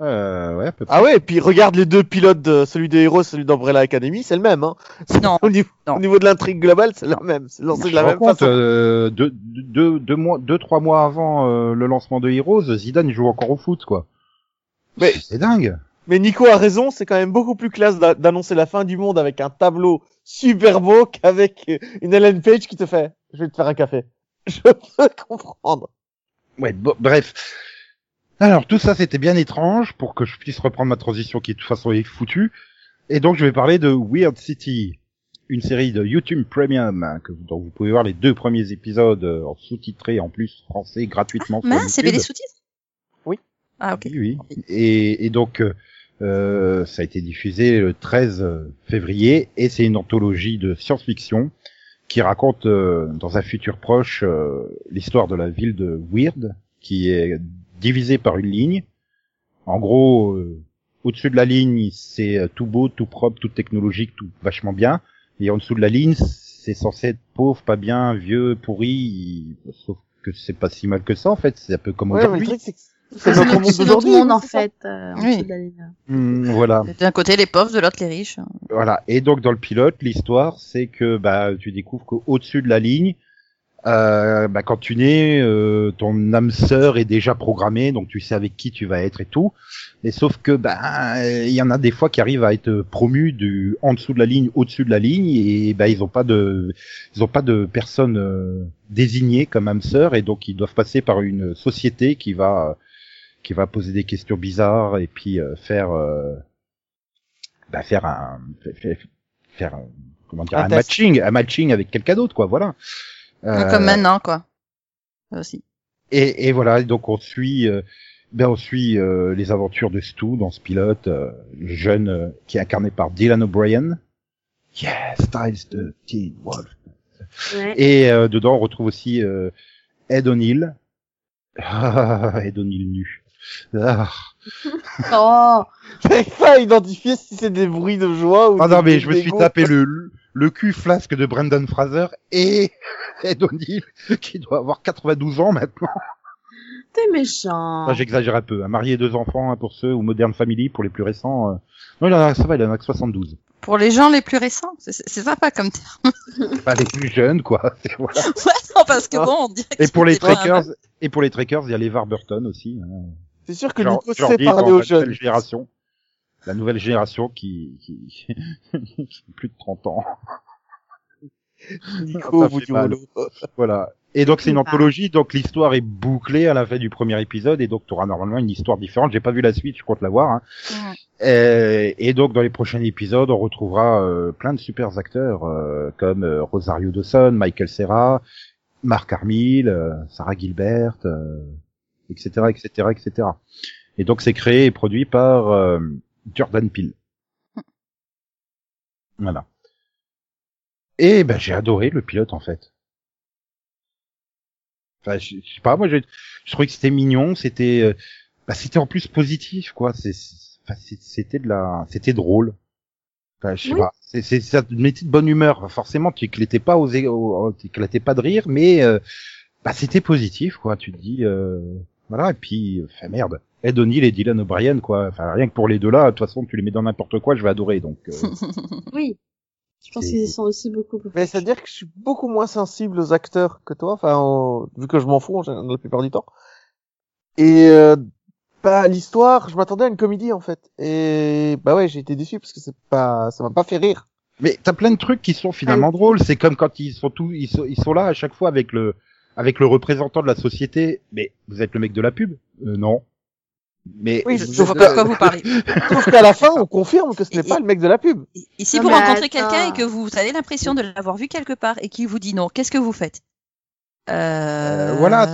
S1: euh, ouais, à peu près.
S3: Ah ouais, et puis regarde les deux pilotes, de- celui des héros, celui d'Umbrella Academy, c'est le même. Hein.
S2: Non.
S3: au, niveau,
S2: Non.
S3: au niveau de l'intrigue globale, c'est le même. C'est lancé de la
S1: Je me
S3: même
S1: rends compte,
S3: façon.
S1: euh, deux, deux, deux mois, deux, trois mois avant euh, le lancement de Heroes, Zidane joue encore au foot, quoi.
S3: Mais-
S1: c'est dingue.
S3: Mais Nico a raison, c'est quand même beaucoup plus classe d'a- d'annoncer la fin du monde avec un tableau super beau qu'avec euh, une Ellen Page qui te fait « Je vais te faire un café ». Je peux comprendre.
S1: Ouais, bo- bref. Alors tout ça, c'était bien étrange pour que je puisse reprendre ma transition qui de toute façon est foutue. Et donc je vais parler de Weird City, une série de YouTube Premium hein, que vous- dont vous pouvez voir les deux premiers épisodes euh, en sous-titré en plus français gratuitement. sur
S2: Ah, Mince, il y avait
S1: YouTube.
S2: des sous-titres?
S3: Oui.
S2: Ah, ok.
S1: Oui, oui. Et, et donc, euh, euh, ça a été diffusé le 13 février, et c'est une anthologie de science-fiction qui raconte, euh, dans un futur proche, euh, l'histoire de la ville de Weird, qui est divisée par une ligne. En gros, euh, au-dessus de la ligne, c'est euh, tout beau, tout propre, tout technologique, tout vachement bien. Et en dessous de la ligne, c'est censé être pauvre, pas bien, vieux, pourri. Sauf que c'est pas si mal que ça, en fait. C'est un peu comme
S3: Ouais, mais le
S1: aujourd'hui.
S3: truc, c'est que c'est
S5: C'est
S3: notre monde
S5: notre
S3: d'aujourd'hui.
S5: monde, en
S3: c'est ça.
S5: fait. euh, en
S2: Oui.
S5: dessous de la ligne.
S1: Hum, voilà.
S2: D'un côté les pauvres, de l'autre les riches.
S1: Voilà. Et donc dans le pilote, l'histoire, c'est que bah tu découvres qu'au-dessus de la ligne, euh, bah, quand tu nais, euh, ton âme sœur est déjà programmée, donc tu sais avec qui tu vas être et tout. Mais sauf que bah euh, il y en a des fois qui arrivent à être promus du en dessous de la ligne, au-dessus de la ligne, et bah ils ont pas de ils ont pas de personne euh, désignée comme âme sœur, et donc ils doivent passer par une société qui va qui va poser des questions bizarres et puis euh, faire euh, bah, faire un faire, faire un- comment dire
S3: Un
S1: un,
S3: test.
S1: matching un matching avec quelqu'un d'autre quoi voilà Euh,
S2: Comme maintenant, quoi. Ça aussi.
S1: et, et voilà donc on suit euh, ben on suit euh, les aventures de Stu dans ce pilote euh, jeune euh, qui est incarné par Dylan O'Brien yeah Styles de Teen Wolf
S5: Ouais.
S1: et euh, dedans, on retrouve aussi euh, Ed O'Neill. Ah, Ed O'Neill nu. Ah.
S5: Oh,
S3: J'arrive pas à identifier si c'est des bruits de joie ou
S1: Ah
S3: des
S1: non, mais
S3: bruits
S1: je me suis
S3: d'égo.
S1: tapé le, le cul flasque de Brendan Fraser et Ed O'Neill, qui doit avoir 92 ans maintenant.
S5: t'es méchant.
S1: Enfin, J'exagère un peu. Hein. Marié deux enfants hein, pour ceux, ou Modern Family pour les plus récents. euh. Non, il en a, ça va, il en a que 72.
S2: Pour les gens les plus récents, c'est- c'est c'est sympa comme terme.
S1: Pas les plus jeunes, quoi. C'est- voilà.
S2: Ouais, non, parce que bon, on dirait que
S1: Ah. Et pour les
S2: c'était pas un-
S1: Trekkers, et pour les Trekkers, il y a LeVar Burton aussi. hein.
S3: C'est sûr que
S1: Genre-
S3: Nico
S1: genre
S3: sait
S1: dit
S3: parler
S1: dans
S3: aux
S1: la
S3: jeunes.
S1: Nouvelle génération. La nouvelle génération qui, qui, qui a plus de 30 ans.
S3: Nico,
S1: Ça
S3: vous
S1: fait
S3: du
S1: mal.
S3: rouleau.
S1: Voilà. Et donc c'est une
S5: Ah.
S1: anthologie, donc l'histoire est bouclée à la fin du premier épisode, et donc tu auras normalement une histoire différente. J'ai pas vu la suite, je compte la voir. hein.
S2: Mm.
S1: Euh, Et, donc dans les prochains épisodes, on retrouvera euh, plein de super acteurs euh, comme euh, Rosario Dawson, Michael Serra, Mark Hamill, euh, Sarah Gilbert, euh, etc., etc., etc. Et donc c'est créé et produit par euh, Jordan Peele. Voilà. Et ben j'ai adoré le pilote en fait. Enfin, je, je sais pas, moi, je, je trouvais que c'était mignon, c'était, euh, bah, c'était en plus positif, quoi. C'est, c'est- enfin, c'est- c'était de la, c'était drôle. Enfin, je sais
S5: Oui.
S1: pas. C'est, c'est, ça te mettait de bonne humeur. Enfin, forcément, tu éclatais pas aux, é- au- tu éclatais pas de rire, mais, euh, bah, c'était positif, quoi. Tu te dis, euh, voilà. Et puis, enfin, merde. Eh, Ed O'Neill et Dylan O'Brien, quoi. Enfin, rien que pour les deux là, de toute façon, tu les mets dans n'importe quoi, je vais adorer. Donc, euh,
S5: Oui. Je pense
S1: C'est-
S5: qu'ils sont aussi beaucoup.
S3: Mais c'est-à-dire que je suis beaucoup moins sensible aux acteurs que toi, enfin, au- vu que je m'en fous en général, la plupart du temps. Et euh, bah, l'histoire, je m'attendais à une comédie en fait. Et bah ouais, j'ai été déçu parce que c'est pas, ça m'a pas fait rire.
S1: Mais t'as plein de trucs qui sont finalement
S2: Ah
S1: drôles. C'est comme quand ils sont tous, ils sont, ils sont là à chaque fois avec le, avec le représentant de la société. Mais vous êtes le mec de la pub Euh, Non. Mais
S3: Oui,
S2: Je,
S1: vous
S2: je vois
S1: êtes,
S2: pas de
S1: euh,
S2: quoi vous parlez.
S3: Sauf qu'à la fin, on confirme que ce n'est
S2: Et-
S3: pas le mec de la pub.
S2: Et- Et si
S5: Non,
S2: vous
S5: mais
S2: rencontrez
S5: attends.
S2: quelqu'un et que vous avez l'impression de l'avoir vu quelque part et qu'il vous dit non, qu'est-ce que vous faites
S1: Euh,
S2: euh...
S1: voilà,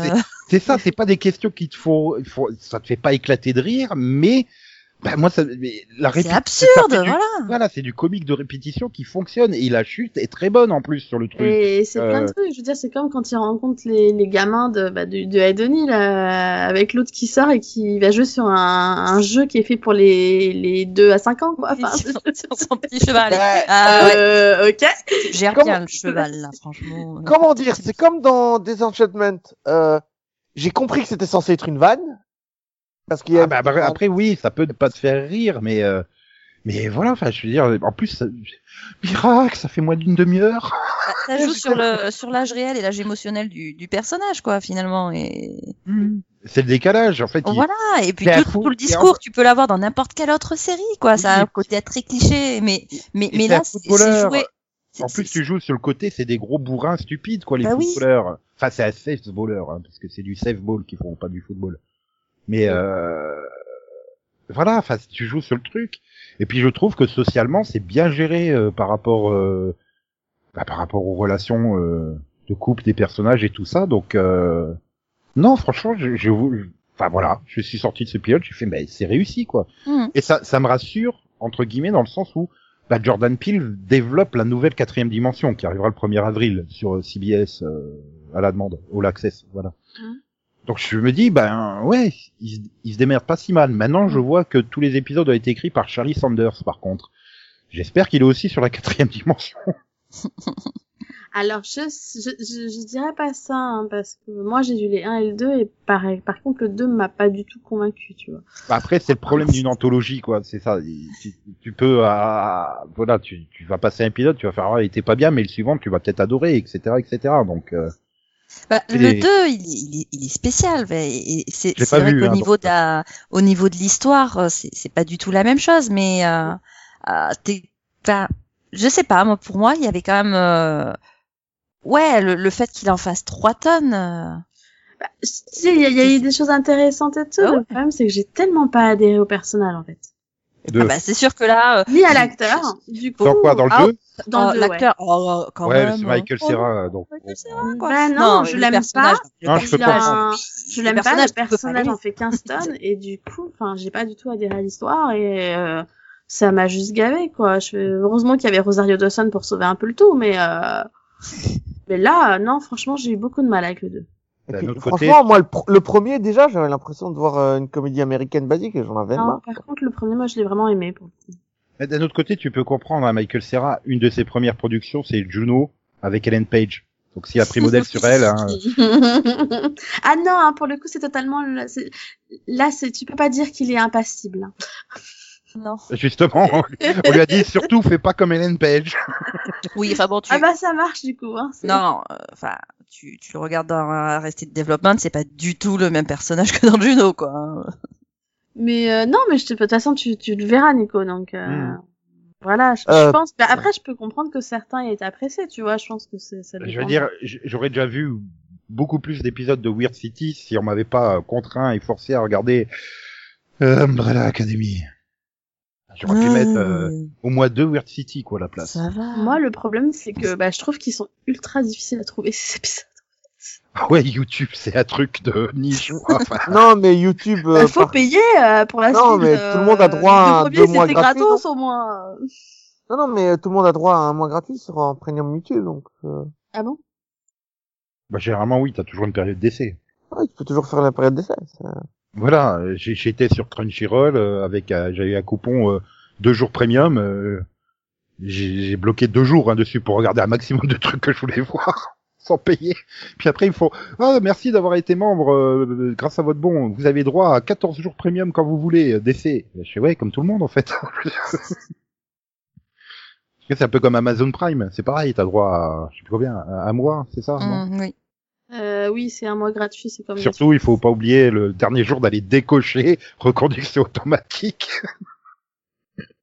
S1: c'est ça. C'est pas des questions qui te font, font- ça te fait pas éclater de rire, mais Bah, moi, ça, mais la
S2: C'est
S1: répétition.
S2: absurde, voilà.
S1: Voilà, c'est du comique de répétition qui fonctionne et la chute est très bonne en plus sur le truc.
S5: Et c'est plein de
S1: Euh.
S5: trucs. Je veux dire, c'est comme quand ils rencontrent les, les gamins de, bah, de, de Aidoni, là, avec l'autre qui sort et qui va jouer sur un, un jeu qui est fait pour les, les 2 à 5 ans, quoi. Enfin,
S2: Sur sur son petit cheval.
S3: Ouais.
S2: Ah, ouais.
S5: euh, ok.
S2: Gère
S3: Comment-
S2: bien le cheval, là, franchement.
S3: Comment dire C'est comme dans Desenchantment. Euh, j'ai compris que c'était censé être une vanne. Parce qu'il y a...
S1: Ah bah, bah, après, oui, ça peut ne pas te faire rire, mais euh, mais voilà, enfin, je veux dire, en plus, ça- miracle, ça fait moins d'une demi-heure.
S2: Ça joue sur le sur l'âge réel et l'âge émotionnel du, du personnage, quoi, finalement. Et oh,
S1: C'est le décalage, en fait. il-
S2: Mm. voilà. Et puis
S1: Mais à
S2: tout,
S1: fond,
S2: tout le
S1: et en-
S2: discours, tu peux l'avoir dans n'importe quelle autre série, quoi. Ça a un
S1: Oui.
S2: côté très cliché, mais mais
S1: Et
S2: mais
S1: c'est un
S2: là, c'est c'est
S1: footballeur.
S2: joué.
S1: En
S2: c'est-
S1: plus,
S2: c'est-
S1: tu joues sur le côté, c'est des gros bourrins stupides, quoi, les
S2: Bah oui.
S1: footballeurs. Enfin, c'est un safe baller, hein, parce que c'est du safe ball qu'ils font, pas du football. Mais euh... voilà, enfin, tu joues sur le truc. Et puis, je trouve que socialement, c'est bien géré euh, par rapport, euh, bah, par rapport aux relations euh, de couple des personnages et tout ça. Donc, euh... non, franchement, je, je, vous- je- enfin voilà, je suis sorti de ce pilote, j'ai fait, mais c'est réussi, quoi.
S2: Mhm.
S1: Et ça, ça me rassure, entre guillemets, dans le sens où bah, Jordan Peele développe la nouvelle quatrième dimension qui arrivera le 1er avril sur euh, CBS euh, à la demande, au Access, voilà.
S5: Mhm.
S1: Donc je me dis, ben ouais, il, se- il se démerde pas si mal. Maintenant, je vois que tous les épisodes ont été écrits par Charlie Sanders, par contre. J'espère qu'il est aussi sur la quatrième dimension.
S5: Alors, je, je, je, je dirais pas ça, hein, parce que moi, j'ai vu les 1 et le 2, et pareil. Par contre, le 2 m'a pas du tout convaincu, tu vois.
S1: Bah, Après, c'est le problème d'une anthologie, quoi. C'est ça. Il- Tu, tu peux, ah, voilà, tu, tu vas passer un épisode, tu vas faire, ah, il était pas bien, mais le suivant, tu vas peut-être adorer, etc., etc. Donc, euh,
S2: Bah,
S1: Et-
S2: le 2, il, est- il, est- il est spécial. mais- Et, et c'est
S1: Je l'ai
S2: c'est
S1: pas
S2: vrai
S1: vu,
S2: qu'au
S1: hein,
S2: niveau
S1: donc,
S2: de la, au niveau de l'histoire, euh, c'est c'est pas du tout la même chose. Mais euh, euh, t'es- enfin, je sais pas. Moi, pour moi, il y avait quand même, euh, ouais, le, le fait qu'il en fasse 3 tonnes. euh,
S5: Bah, je- tu sais, il y, a- il y a eu des choses intéressantes et tout.
S2: Ah ouais.
S5: Le problème, c'est que j'ai tellement pas adhéré au personnage, en fait.
S1: de...
S2: ah bah, c'est sûr que là, euh,
S5: Ni à l'acteur, du coup.
S1: Dans quoi Dans le
S2: Ah,
S1: jeu
S5: dans
S2: euh,
S5: le- ouais.
S2: l'acteur, oh, oh, quand
S1: ouais,
S2: même.
S1: c'est Michael
S2: oh,
S1: Cera.
S2: non,
S1: donc,
S2: Michael Cera, quoi.
S5: Bah non,
S2: mais
S5: je
S2: le
S5: l'aime pas.
S2: personnage, le
S1: Non, je peux
S5: Il
S2: personnage,
S1: pas.
S5: a- Je l'aime pas,
S2: personnage,
S5: le
S2: tu peux pas
S5: personnage
S2: l'aimer.
S5: en fait 15 tonnes, et du coup, enfin, j'ai pas du tout adhéré à l'histoire, et euh, ça m'a juste gavé, quoi. Je... Heureusement qu'il y avait Rosario Dawson pour sauver un peu le tout, mais euh, mais là, euh, non, franchement, j'ai eu beaucoup de mal avec le 2.
S3: Et
S1: D'un
S3: puis,
S1: autre côté-
S3: franchement, moi, le, pr- le premier, déjà, j'avais l'impression de voir euh, une comédie américaine basique et j'en avais
S5: Non,
S3: marre.
S5: par contre, le premier, moi, je l'ai vraiment aimé. Pour... le coup.
S1: Mais D'un autre côté, tu peux comprendre, hein, Michael Serra, une de ses premières productions, c'est Juno avec Ellen Page. Donc s'il a pris modèle sur elle, hein,
S5: ah non, hein, pour le coup, c'est totalement le- c'est- là, c'est tu peux pas dire qu'il est impassible. hein.
S2: non.
S1: justement, on lui a dit surtout fais pas comme Ellen Page.
S2: Oui, enfin bon, tu,
S5: Ah bah ça marche du coup. Hein, c'est-
S2: Non, euh, enfin, tu, tu le regardes dans euh, Arrested Development, c'est pas du tout le même personnage que dans Juno, quoi. hein.
S5: Mais euh, non, mais je te- de toute façon, tu, tu le verras, Nico. Donc euh,
S1: Hmm.
S5: voilà, je, je
S3: Euh,
S5: pense. bah, après, je peux comprendre que certains aient été appréciés, tu vois. Je pense que c'est ça.
S1: Je
S5: dépend.
S1: veux dire, j- j'aurais déjà vu beaucoup plus d'épisodes de Weird City si on m'avait pas euh, contraint et forcé à regarder euh, Umbrella Academy. J'aurais pu mettre euh, au moins deux Weird City quoi à la place.
S2: Ah. ça va.
S5: Moi, le problème, c'est que bah, je trouve qu'ils sont ultra difficiles à trouver ces épisodes.
S1: Ah ouais, YouTube, c'est un truc de niche. quoi. Enfin,
S3: Non, mais YouTube.
S5: Il
S3: euh,
S5: faut
S3: par-
S5: payer euh, pour la
S3: Non,
S5: suite.
S3: mais tout le monde a droit à
S5: le
S3: deux
S5: premier,
S3: mois
S5: c'était
S3: gratuits,
S5: gratos au moins. euh.
S3: Non, non, mais euh, tout le monde a droit à un mois gratuit sur un premium YouTube, donc euh,
S5: Ah bon
S1: bah, généralement oui, t'as toujours une période d'essai.
S3: ouais, tu peux toujours faire la période d'essai. ça.
S1: Voilà, euh, j'ai- j'étais sur Crunchyroll euh, avec euh, j'avais un coupon euh, deux jours premium. euh, j'ai j'ai bloqué deux jours hein, dessus pour regarder un maximum de trucs que je voulais voir sans payer. Puis après ils me font ah merci d'avoir été membre euh, grâce à votre bon, vous avez droit à 14 jours premium quand vous voulez euh, d'essai. Je fais ouais comme tout le monde en fait. Parce que c'est un peu comme Amazon Prime, c'est pareil, t'as droit à je sais plus combien, à un mois, c'est ça non
S2: Mm, oui.
S5: euh, Oui, c'est un mois gratuit, c'est comme.
S1: Surtout, il faut pas oublier le dernier jour d'aller décocher, reconduction automatique.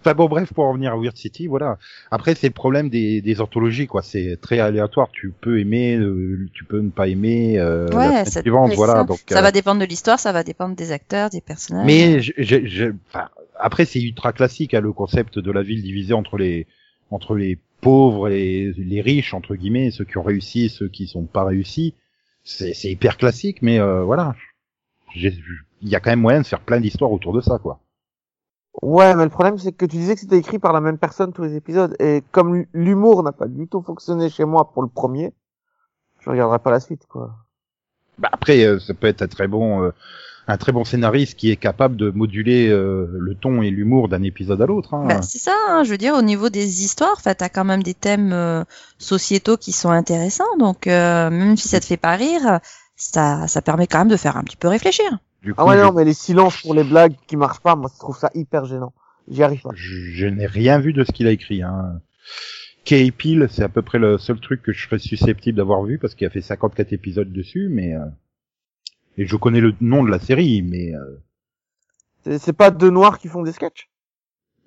S1: enfin bon, bref, pour en venir à Weird City, voilà. Après, c'est le problème des, des anthologies, quoi. C'est très aléatoire. Tu peux aimer, euh, tu peux ne pas aimer. Euh, la
S2: Ouais,
S1: semaine
S2: ça- hein.
S1: suivante,
S2: ouais,
S1: voilà. Donc,
S2: ça
S1: euh,
S2: va dépendre de l'histoire, ça va dépendre des acteurs, des personnages.
S1: mais je, je, je- enfin, après, c'est ultra classique hein, le concept de la ville divisée entre les entre les pauvres et les, les riches entre guillemets, ceux qui ont réussi et ceux qui sont pas réussis. C'est c'est hyper classique, mais euh, voilà, J'ai- il y a quand même moyen de faire plein d'histoires autour de ça, quoi.
S3: Ouais, mais le problème, c'est que tu disais que c'était écrit par la même personne tous les épisodes, et comme l- l'humour n'a pas du tout fonctionné chez moi pour le premier, je regarderai pas la suite, quoi.
S1: Bah après, euh, ça peut être un très bon, euh, un très bon scénariste qui est capable de moduler euh, le ton et l'humour d'un épisode à l'autre. Hein.
S2: Bah, c'est ça, hein, je veux dire, au niveau des histoires, enfin, t'as quand même des thèmes euh, sociétaux qui sont intéressants, donc euh, même si ça te fait pas rire, ça, ça permet quand même de faire un petit peu réfléchir.
S1: du coup,
S3: Ah ouais,
S1: je-
S3: non, mais les silences pour les blagues qui marchent pas, moi, je trouve ça hyper gênant. J'y arrive pas.
S1: je, je n'ai rien vu de ce qu'il a écrit. Hein. Kay Peel, c'est à peu près le seul truc que je serais susceptible d'avoir vu parce qu'il a fait 54 épisodes dessus, mais euh, et je connais le nom de la série, mais euh,
S3: C'est- C'est pas deux noirs qui font des sketchs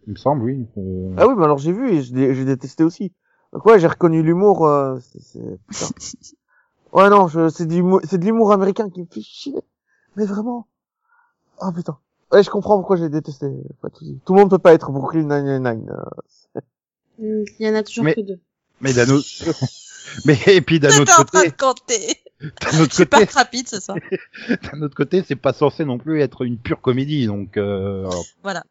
S1: il me semble oui. euh,
S3: Ah oui, mais alors j'ai vu et je dé- j'ai détesté aussi. Donc ouais, j'ai reconnu l'humour. euh, c'est- c'est- putain. ouais non, je- c'est du humour- c'est de l'humour américain qui me fait chier. Mais vraiment. Oh putain. Ouais, je comprends pourquoi j'ai détesté. Pas de souci. Tout le monde peut pas être Brooklyn Nine-Nine. euh.
S5: Mm, Il y en a toujours
S1: Mais-
S5: que deux.
S1: Mais d'un autre, mais et puis d'un
S2: T'es
S1: autre
S2: en train de
S1: côté,
S2: compter.
S1: d'un autre
S2: C'est pas
S1: côté,
S2: rapide ce soir.
S1: d'un autre côté, c'est pas censé non plus être une pure comédie, donc euh, alors,
S2: Voilà.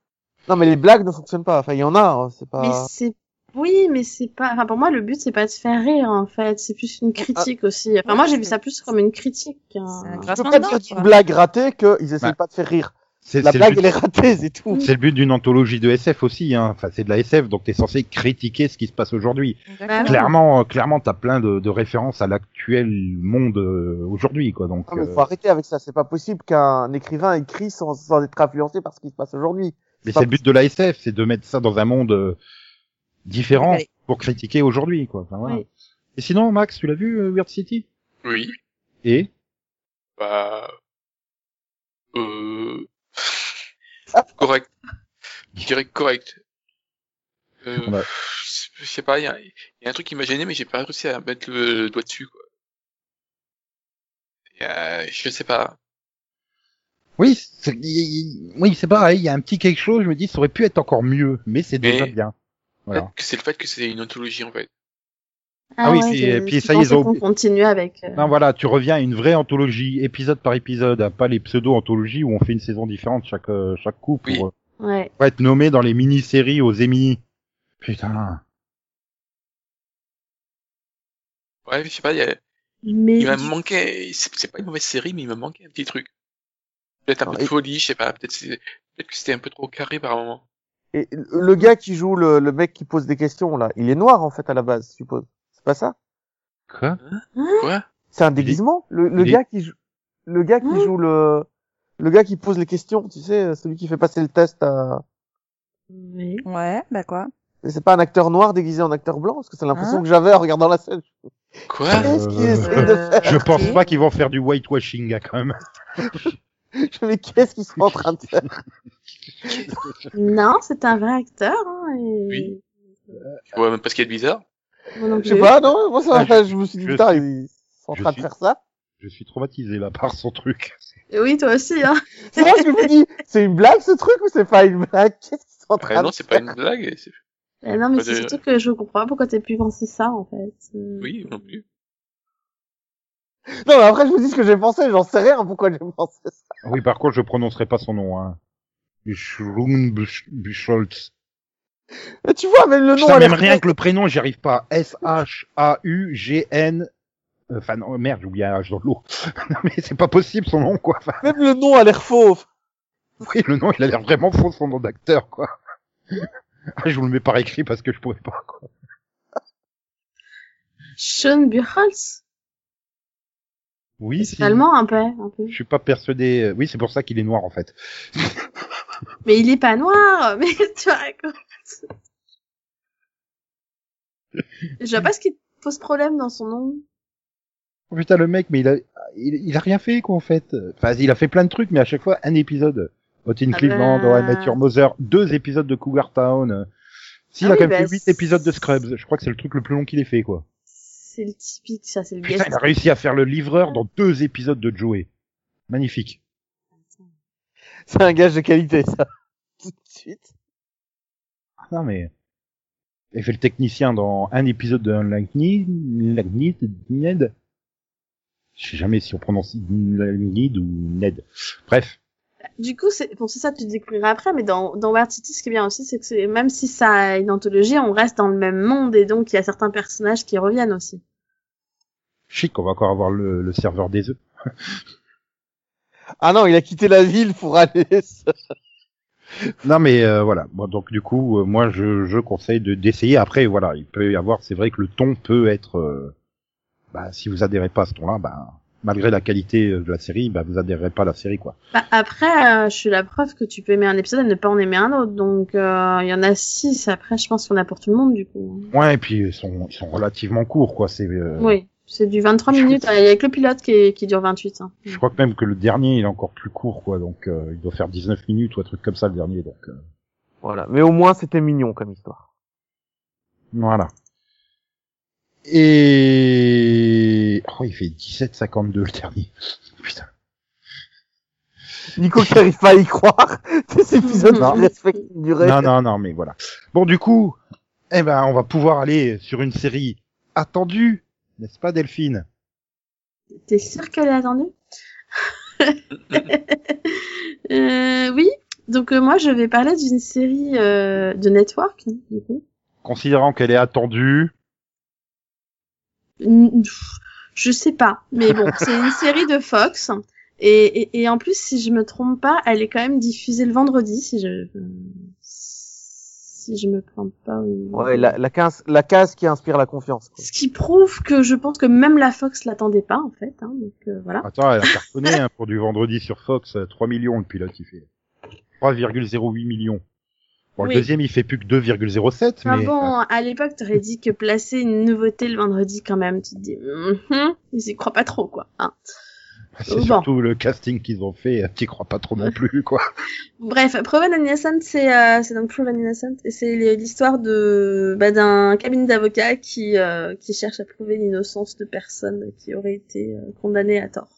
S3: Non, mais les blagues ne fonctionnent pas. Enfin, il y en a. hein, C'est pas.
S5: Mais c'est oui, mais c'est pas. Enfin, pour moi, le but c'est pas de faire rire en fait, c'est plus
S3: Ah.
S5: une critique aussi. Enfin, moi j'ai vu ça plus comme une critique.
S2: C'est
S5: qu'un...
S2: un
S3: Je peux
S2: grincement
S3: pas
S2: de
S3: dire
S2: dents,
S3: d'une
S2: quoi.
S3: blague ratée qu'ils essayent
S1: Bah.
S3: pas de faire rire.
S1: c'est
S3: La
S1: c'est le
S3: blague,
S1: but-
S3: elle est ratée, c'est tout.
S1: c'est le but d'une anthologie de SF aussi. Hein. Enfin, c'est de la SF, donc t'es censé critiquer ce qui se passe aujourd'hui.
S5: Ah oui.
S1: clairement, euh, clairement, t'as plein de, de références à l'actuel monde euh, aujourd'hui, quoi. Donc,
S3: Non, Ah, mais
S1: euh,
S3: faut arrêter avec ça. C'est pas possible qu'un écrivain écrit sans, sans être influencé par ce qui se passe aujourd'hui.
S1: mais
S3: pas
S1: c'est le but de la SF, c'est de mettre ça dans un monde euh, différent
S2: Allez.
S1: pour critiquer aujourd'hui, quoi. Enfin, voilà.
S5: Oui.
S1: Et sinon, Max, tu l'as vu euh, Weird City
S4: Oui,
S1: Et
S4: bah. Euh. correct. Je dirais correct. Euh,
S1: Bah.
S4: Je sais pas, il y, a- y a un truc qui m'a gêné, mais j'ai pas réussi à mettre le doigt dessus, quoi. Y a- je sais pas.
S1: oui, c'est, il- il- oui, c'est pareil. Il y a un petit quelque chose. Je me dis, ça aurait pu être encore mieux, mais c'est déjà
S4: Mais-
S1: bien. Voilà.
S4: Peut-être que c'est le fait que c'est une anthologie, en fait.
S1: Ah oui,
S5: ouais,
S1: puis-
S5: je-
S1: puis
S5: je
S1: ça y est, ils
S5: pensais
S1: ont-
S5: qu'on continuait avec. euh,
S1: Non, voilà, tu reviens à une vraie anthologie, épisode par épisode, hein, pas les pseudo-anthologies où on fait une saison différente chaque euh, chaque coup pour,
S4: Oui.
S1: euh,
S5: Ouais.
S1: pour être nommé dans les mini-séries aux Emmy. Putain.
S4: Ouais, je sais pas, y a-
S5: Mais
S4: il m'a
S5: du-
S4: manqué. C'est c'est pas une mauvaise série, mais il m'a manqué un petit truc. Peut-être un
S3: Non,
S4: peu de
S3: et-
S4: folie, je sais pas. Peut-être c'est- peut-être que c'était un peu trop carré par moment.
S3: Et le- le gars qui joue le, le mec qui pose des questions, là, il est noir, en fait, à la base, je suppose. C'est pas ça?
S1: Quoi
S4: Quoi
S3: C'est un déguisement? Le, le
S1: il est-
S3: gars qui joue, le gars qui
S5: Hein
S3: joue le, le gars qui pose les questions, tu sais, celui qui fait passer le test à...
S5: Oui.
S2: Ouais, bah quoi.
S3: Mais C'est pas un acteur noir déguisé en acteur blanc? Parce que c'est l'impression
S2: Hein
S3: que j'avais en regardant la scène.
S4: Quoi
S3: Qu'est-ce qu'il
S1: Euh,
S3: essaie de faire?
S1: Je pense
S2: Ok.
S1: pas qu'ils vont faire du whitewashing hein, quand même.
S3: Mais qu'est-ce qu'ils sont en train de faire?
S5: Non, c'est un vrai acteur. Hein, et...
S4: Oui. Je vois même pas ce qu'il y a de bizarre.
S5: Moi non
S3: Je sais
S5: plus.
S3: pas, non, moi, ça,
S1: Ah, je-
S3: je me suis dit,
S1: je
S3: putain,
S1: suis-
S3: ils sont en
S1: je
S3: train
S1: suis-
S3: de faire ça.
S1: Je suis traumatisé là par son truc.
S5: Et Oui, toi aussi. Hein.
S3: C'est moi qui me dis, c'est une blague ce truc ou c'est pas une blague Qu'est-ce qu'ils sont en train
S4: Ah non,
S3: de
S4: c'est
S3: faire
S4: pas une blague. c'est-
S5: Euh, non, mais
S4: Pas
S5: c'est
S4: de-
S5: surtout que je comprends pas pourquoi t'as pu penser ça en fait. Euh,
S4: Oui, non plus.
S3: Non, mais après, je vous dis ce que j'ai pensé, j'en sais rien pourquoi j'ai pensé ça.
S1: Ah Oui, par contre, je prononcerai pas son nom. Hein. Schlumbuscholtz.
S3: Mais tu vois, même le nom,
S1: Putain,
S3: elle est
S1: même rien
S3: refaite.
S1: que le prénom, j'y arrive pas. S-H-A-U-G-N. euh, Enfin, non, merde, j'ai oublié un H dans l'eau. non, mais c'est pas possible son nom, quoi. Enfin,
S3: même le nom a l'air faux.
S1: oui, le nom, il a l'air vraiment faux, son nom d'acteur, quoi. Ah, je vous le mets par écrit parce que je pourrais pas, quoi.
S5: Sean Buchholz.
S1: Oui,
S5: C'est
S1: si.
S5: allemand un peu, un peu.
S1: Je suis pas persuadé. euh, Oui, c'est pour ça qu'il est noir, en fait.
S5: Mais il est pas noir, mais tu racontes. Je vois pas ce qui te pose problème dans son nom.
S1: Oh, Putain, le mec, mais il a, il, il a rien fait, quoi, en fait. Enfin, il a fait plein de trucs, mais à chaque fois, un épisode. Hot in
S5: Ah
S1: Cleveland,
S5: bah.
S1: How I Met Your Mother, deux épisodes de Cougar Town. S'il
S5: Ah
S1: a
S5: oui,
S1: quand même
S5: bah,
S1: fait huit
S5: c'est-
S1: épisodes de Scrubs, je crois que c'est le truc le plus long qu'il ait fait, quoi.
S5: C'est le typique, ça, c'est le
S1: Putain,
S5: gars.
S1: il a réussi à faire le livreur dans deux épisodes de Joey. Magnifique.
S3: C'est un gage de qualité, ça. Tout de suite.
S1: Ah, Non, mais... Il a fait le technicien dans un épisode de Lagnid, Lagnid, Ned. Je sais jamais si on prononce Lagnid ou Ned. Bref.
S5: du coup, c'est bon, c'est ça, tu le découvriras après, mais dans, dans Ward City, ce qui est bien aussi, c'est que c'est- même si ça a une anthologie, on reste dans le même monde et donc il y a certains personnages qui reviennent aussi.
S1: Chic, on va encore avoir le, le serveur des œufs.
S3: Ah non, il a quitté la ville pour aller. se-
S1: Non, mais euh, voilà. Bon, donc du coup, euh, moi, je, je conseille de d'essayer. Après, voilà, il peut y avoir. C'est vrai que le ton peut être. euh, bah, si vous adhérez pas à ce ton-là, bah, malgré la qualité euh, de la série, bah, vous adhérez pas à la série, quoi.
S5: Bah, après, euh, je suis la preuve que tu peux aimer un épisode et ne pas en aimer un autre, donc euh, il y en a six, après je pense qu'il y en a pour tout le monde du coup.
S1: Ouais, et puis ils sont, ils sont relativement courts, quoi. C'est. euh,
S5: Oui, c'est du 23
S1: je-
S5: minutes, il y a que le pilote qui, est- qui dure 28. Hein.
S1: Je crois que même que le dernier, il est encore plus court, quoi. Donc, euh, il doit faire 19 minutes ou un truc comme ça, le dernier. Donc, euh,
S3: Voilà. Mais au moins, c'était mignon comme histoire.
S1: voilà. Et... Oh, il fait 17,52 le dernier. Putain.
S3: Nico qui arrive pas à y croire. Des épisodes
S5: Non.
S3: qui respectent une durée.
S1: Non, non, non, mais voilà. Bon, du coup, eh ben, on va pouvoir aller sur une série attendue, n'est-ce pas, Delphine
S5: T'es sûr qu'elle est attendue Euh, Oui, donc euh, moi je vais parler d'une série euh, de Network, hein, du coup.
S1: Considérant qu'elle est attendue,
S5: N- pff, Je sais pas, mais bon, c'est une série de Fox. Et, et, et en plus, si je me trompe pas, elle est quand même diffusée le vendredi, si je euh, si je me trompe pas. oui.
S3: Ouais, la, la, quinze- la case qui inspire la confiance. quoi.
S5: Ce qui prouve que je pense que même la Fox l'attendait pas en fait. Hein, donc euh, voilà.
S1: attends, elle a cartonné hein, pour du vendredi sur Fox, euh, 3 millions le pilote, il fait 3,08 millions. Bon,
S5: Oui.
S1: le deuxième, il fait plus que 2,07,
S5: Enfin
S1: mais... euh,
S5: bon, à l'époque, t'aurais dit que placer une nouveauté le vendredi quand même, tu te dis, hum, ils y croient pas trop quoi. hein.
S1: C'est
S5: Bon.
S1: surtout le casting qu'ils ont fait, euh, t'y crois pas trop non plus, quoi.
S5: Bref, Proven Innocent, c'est euh, c'est donc Proven Innocent, et c'est les- l'histoire de bah, d'un cabinet d'avocats qui euh, qui cherche à prouver l'innocence de personnes qui auraient été euh, condamnées à tort.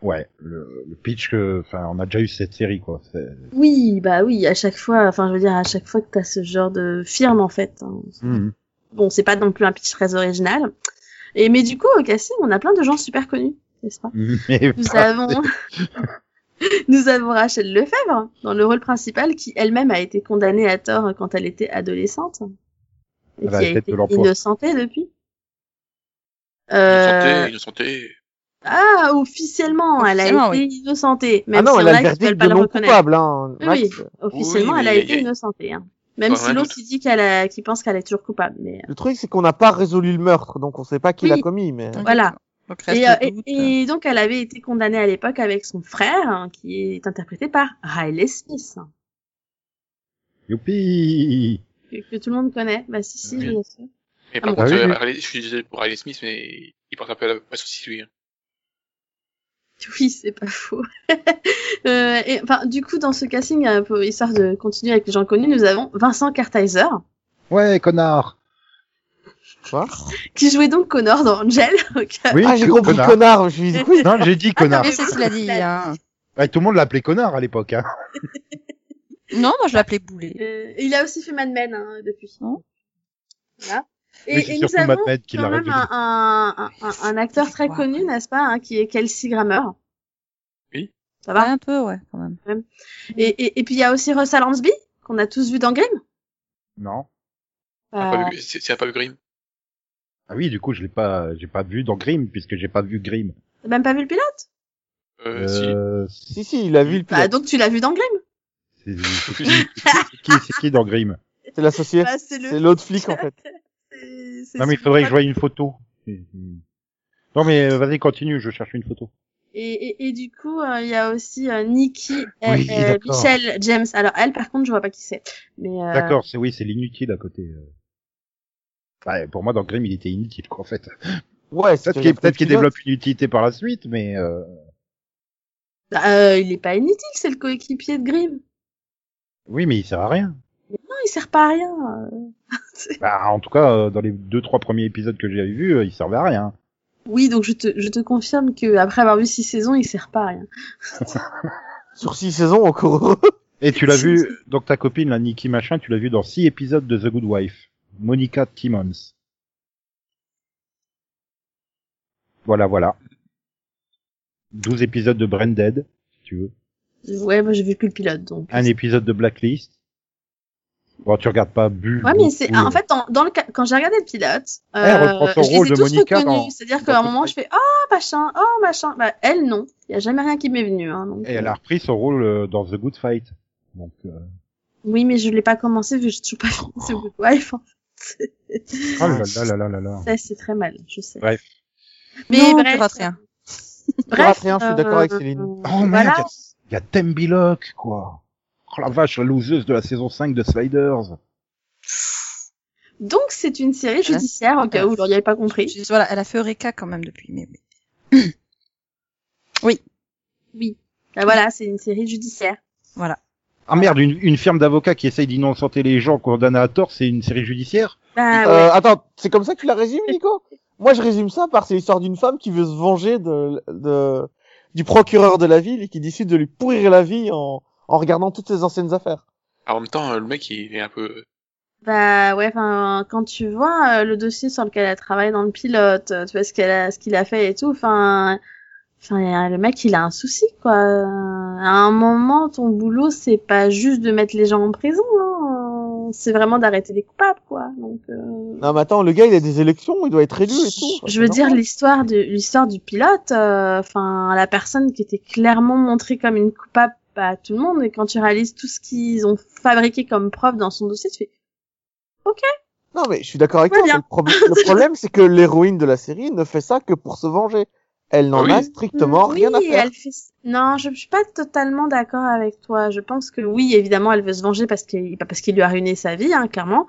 S1: Ouais, le, le pitch que, enfin, on a déjà eu cette série, quoi. C'est-
S5: Oui, bah oui, à chaque fois, enfin je veux dire à chaque fois que t'as ce genre de firme en fait. hein.
S1: Mhm.
S5: Bon, c'est pas non plus un pitch très original, et mais du coup au casting, on a plein de gens super connus, n'est-ce pas
S1: Mais
S5: Nous
S3: Ah,
S1: pas-
S5: avons Nous avons Rachel Lefebvre dans le rôle principal qui elle-même a été condamnée à tort quand elle était adolescente et
S1: Elle a
S5: qui
S1: la
S5: a
S1: tête
S5: été
S1: de l'emploi.
S5: innocentée depuis.
S4: Innocenté,
S5: Euh...
S4: innocenté.
S5: Ah, officiellement, elle a été
S2: Officiellement,
S5: innocentée, même
S3: ah non,
S5: si
S3: elle
S5: on
S3: a
S5: a
S3: le
S5: qui veulent
S3: verdict
S5: pas
S3: de
S5: le
S3: non
S5: reconnaître.
S3: coupable, hein,
S5: Oui,
S3: Max.
S5: oui. Officiellement,
S4: mais
S5: elle a
S4: y a-
S5: été
S4: y a-
S5: innocentée. Hein. Même
S4: Pas
S5: si
S4: vraiment
S5: l'autre il dit qu'elle a... qu'il pense qu'elle est toujours coupable, mais
S3: Le truc, c'est qu'on n'a pas résolu le meurtre, donc on sait pas qui
S5: Oui.
S3: l'a commis, mais.
S2: Donc,
S5: Voilà.
S2: Donc, reste
S5: Et,
S2: le
S5: euh, et-
S2: doute.
S5: et donc, elle avait été condamnée à l'époque avec son frère, hein, qui est interprété par Riley Smith, hein,
S1: Youpi
S5: que, que tout le monde connaît. Bah si, si,
S4: Oui.
S5: bien sûr.
S4: Mais par
S5: Ah,
S4: contre,
S1: oui,
S4: euh,
S1: oui.
S4: Riley- je suis désolé pour Riley Smith, mais il porte un peu à la passe aussi, lui. hein.
S5: Oui, c'est pas faux. Euh, et, enfin, du coup, dans ce casting, euh, pour- histoire de continuer avec les gens connus, nous avons Vincent Kartheiser,
S1: Ouais, connard
S3: Quoi
S5: qui jouait donc Connor dans Angel. euh, au cas-
S1: Oui,
S3: ah, j'ai compris
S1: connard.
S3: connard, je lui ai dit oui.
S1: Non, j'ai dit
S5: Ah,
S1: connard.
S2: Mais c'est ce qu'il a dit. Hein.
S1: Ouais, tout le monde l'appelait connard à l'époque, hein.
S2: Non, moi je l'appelais Boulet.
S5: Euh, il a aussi fait Mad Men hein, depuis.
S2: Oh.
S5: Voilà.
S1: Mais
S5: Et,
S1: c'est
S5: et nous
S1: surtout Mad
S5: avons
S1: Men qui l'a
S5: quand même
S1: révélé.
S5: un, un, un, un acteur très
S2: Wow.
S5: connu, n'est-ce pas, hein, qui est Kelsey Grammer.
S4: Oui.
S5: Ça va
S2: Ouais, un peu, ouais, quand même.
S5: et, et, et puis il y a aussi Russell Hansby, qu'on a tous vu dans Grimm.
S1: Non.
S4: Un
S5: Euh,
S4: peu- C'est c'est un peu Grimm.
S1: Ah oui, du coup, je l'ai pas, j'ai pas vu dans Grimm, puisque j'ai pas vu Grimm.
S5: T'as même pas vu le pilote
S4: Euh, si.
S1: si.
S3: Si, si, il a vu le
S5: Bah,
S3: pilote.
S5: donc tu l'as vu dans Grimm.
S1: C'est c'est qui, c'est qui, c'est qui dans Grimm
S3: C'est l'associé.
S5: Bah, c'est
S3: C'est
S5: le.
S3: l'autre flic, en fait.
S5: c'est- c'est
S1: Non, mais il
S5: son
S1: faudrait que je
S5: pote.
S1: voie une photo. Non, mais euh, vas-y, continue, je cherche une photo.
S5: Et, et, et du coup, euh, il y a aussi euh, Nikki et
S1: Oui,
S5: euh,
S1: d'accord.
S5: Michelle James. Alors elle, par contre, je vois pas qui c'est. Mais euh,
S1: D'accord, c'est oui, c'est l'inutile à côté. euh. Ouais, pour moi, dans Grimm, il était inutile, quoi, en fait.
S3: Ouais, c'est
S1: Peut-être qu'il peut
S3: qu'il
S1: développe une utilité par la suite, mais euh,
S5: euh, il est pas inutile, c'est le coéquipier de Grimm.
S1: oui, mais il sert à rien.
S5: Non, il sert pas à rien. euh.
S1: Bah, en tout cas, euh, dans les deux trois premiers épisodes que j'avais vus, euh, il servait à rien.
S5: Oui, donc je te, je te confirme que après avoir vu six saisons, il sert pas à rien.
S3: Sur six saisons, encore heureux.
S1: Et tu l'as vu, donc ta copine, la Nikki machin, tu l'as vu dans six épisodes de The Good Wife, Monica Timmons. Voilà, voilà. 12 épisodes de Branded, si tu veux.
S5: Ouais, moi j'ai vu que le pilote, donc.
S1: Un épisode de Blacklist. Bon, tu regardes pas Bulle.
S5: Ouais, mais c'est ah,
S1: beaucoup,
S5: en fait dans, dans le ca- quand j'ai regardé le pilote, euh,
S1: Elle reprend son
S5: je les ai
S1: rôle de
S5: tous
S1: Monica
S5: reconnus.
S1: dans-
S5: C'est-à-dire
S1: dans
S5: qu'à un
S1: True
S5: moment je fais oh machin, oh machin. Bah elle non, il y a jamais rien qui m'est venu. Hein, donc,
S1: Et elle
S5: euh,
S1: a repris son rôle euh, dans The Good Fight. Donc, euh,
S5: Oui, mais je l'ai pas commencé vu que j'ai toujours pas commencé Good Wife. en fait.
S1: oh là là là là là là.
S5: Ça c'est très mal, je sais.
S1: Bref.
S5: Mais
S2: non, hein. tu
S5: bref,
S2: rates rien.
S5: bref,
S3: rates rien, je suis d'accord avec Céline.
S5: euh,
S1: Oh merde,
S5: voilà.
S1: il y a Tembi Locke, quoi. Oh la vache, la loseuse de la saison 5 de Sliders.
S5: Donc c'est une série
S2: Voilà.
S5: judiciaire au cas où vous l'auriez pas compris.
S2: Juste, voilà, elle a fait Eureka quand même depuis. Mais... mais-
S5: Oui. Bah voilà, c'est une série judiciaire.
S2: Voilà.
S1: Ah merde, une, une firme d'avocats qui essaye d'innocenter les gens condamnés à tort, c'est une série judiciaire
S5: Bah ouais.
S3: Euh, attends, c'est comme ça que tu la résumes, Nico Moi, je résume ça par c'est l'histoire d'une femme qui veut se venger de, de, du procureur de la ville et qui décide de lui pourrir la vie en, en regardant toutes ses anciennes affaires.
S4: En même temps, euh, le mec, il est un peu...
S5: Bah ouais, enfin quand tu vois euh, le dossier sur lequel elle travaille dans le pilote, euh, tu vois ce qu'elle a, ce qu'il a fait et tout, enfin, enfin euh, le mec il a un souci quoi. Euh, À un moment, ton boulot c'est pas juste de mettre les gens en prison, hein, euh, c'est vraiment d'arrêter les coupables quoi. Donc euh,
S3: Non, mais attends, le gars, il a des élections, il doit être élu et tout.
S5: je veux dire l'histoire de l'histoire du pilote, euh, enfin la personne qui était clairement montrée comme une coupable à tout le monde et quand tu réalises tout ce qu'ils ont fabriqué comme preuve dans son dossier, tu fais
S3: Non, mais je suis d'accord avec
S5: Très
S3: toi. mais
S5: bien.
S3: Le, problème- le problème, c'est que l'héroïne de la série ne fait ça que pour se venger. Elle n'en
S4: Oui.
S3: a strictement
S5: Mm,
S3: rien à
S5: oui,
S3: faire.
S5: elle fait- Non, je, je suis pas totalement d'accord avec toi. Je pense que oui, évidemment, elle veut se venger parce qu'il bah, parce qu'il lui a ruiné sa vie, hein, clairement.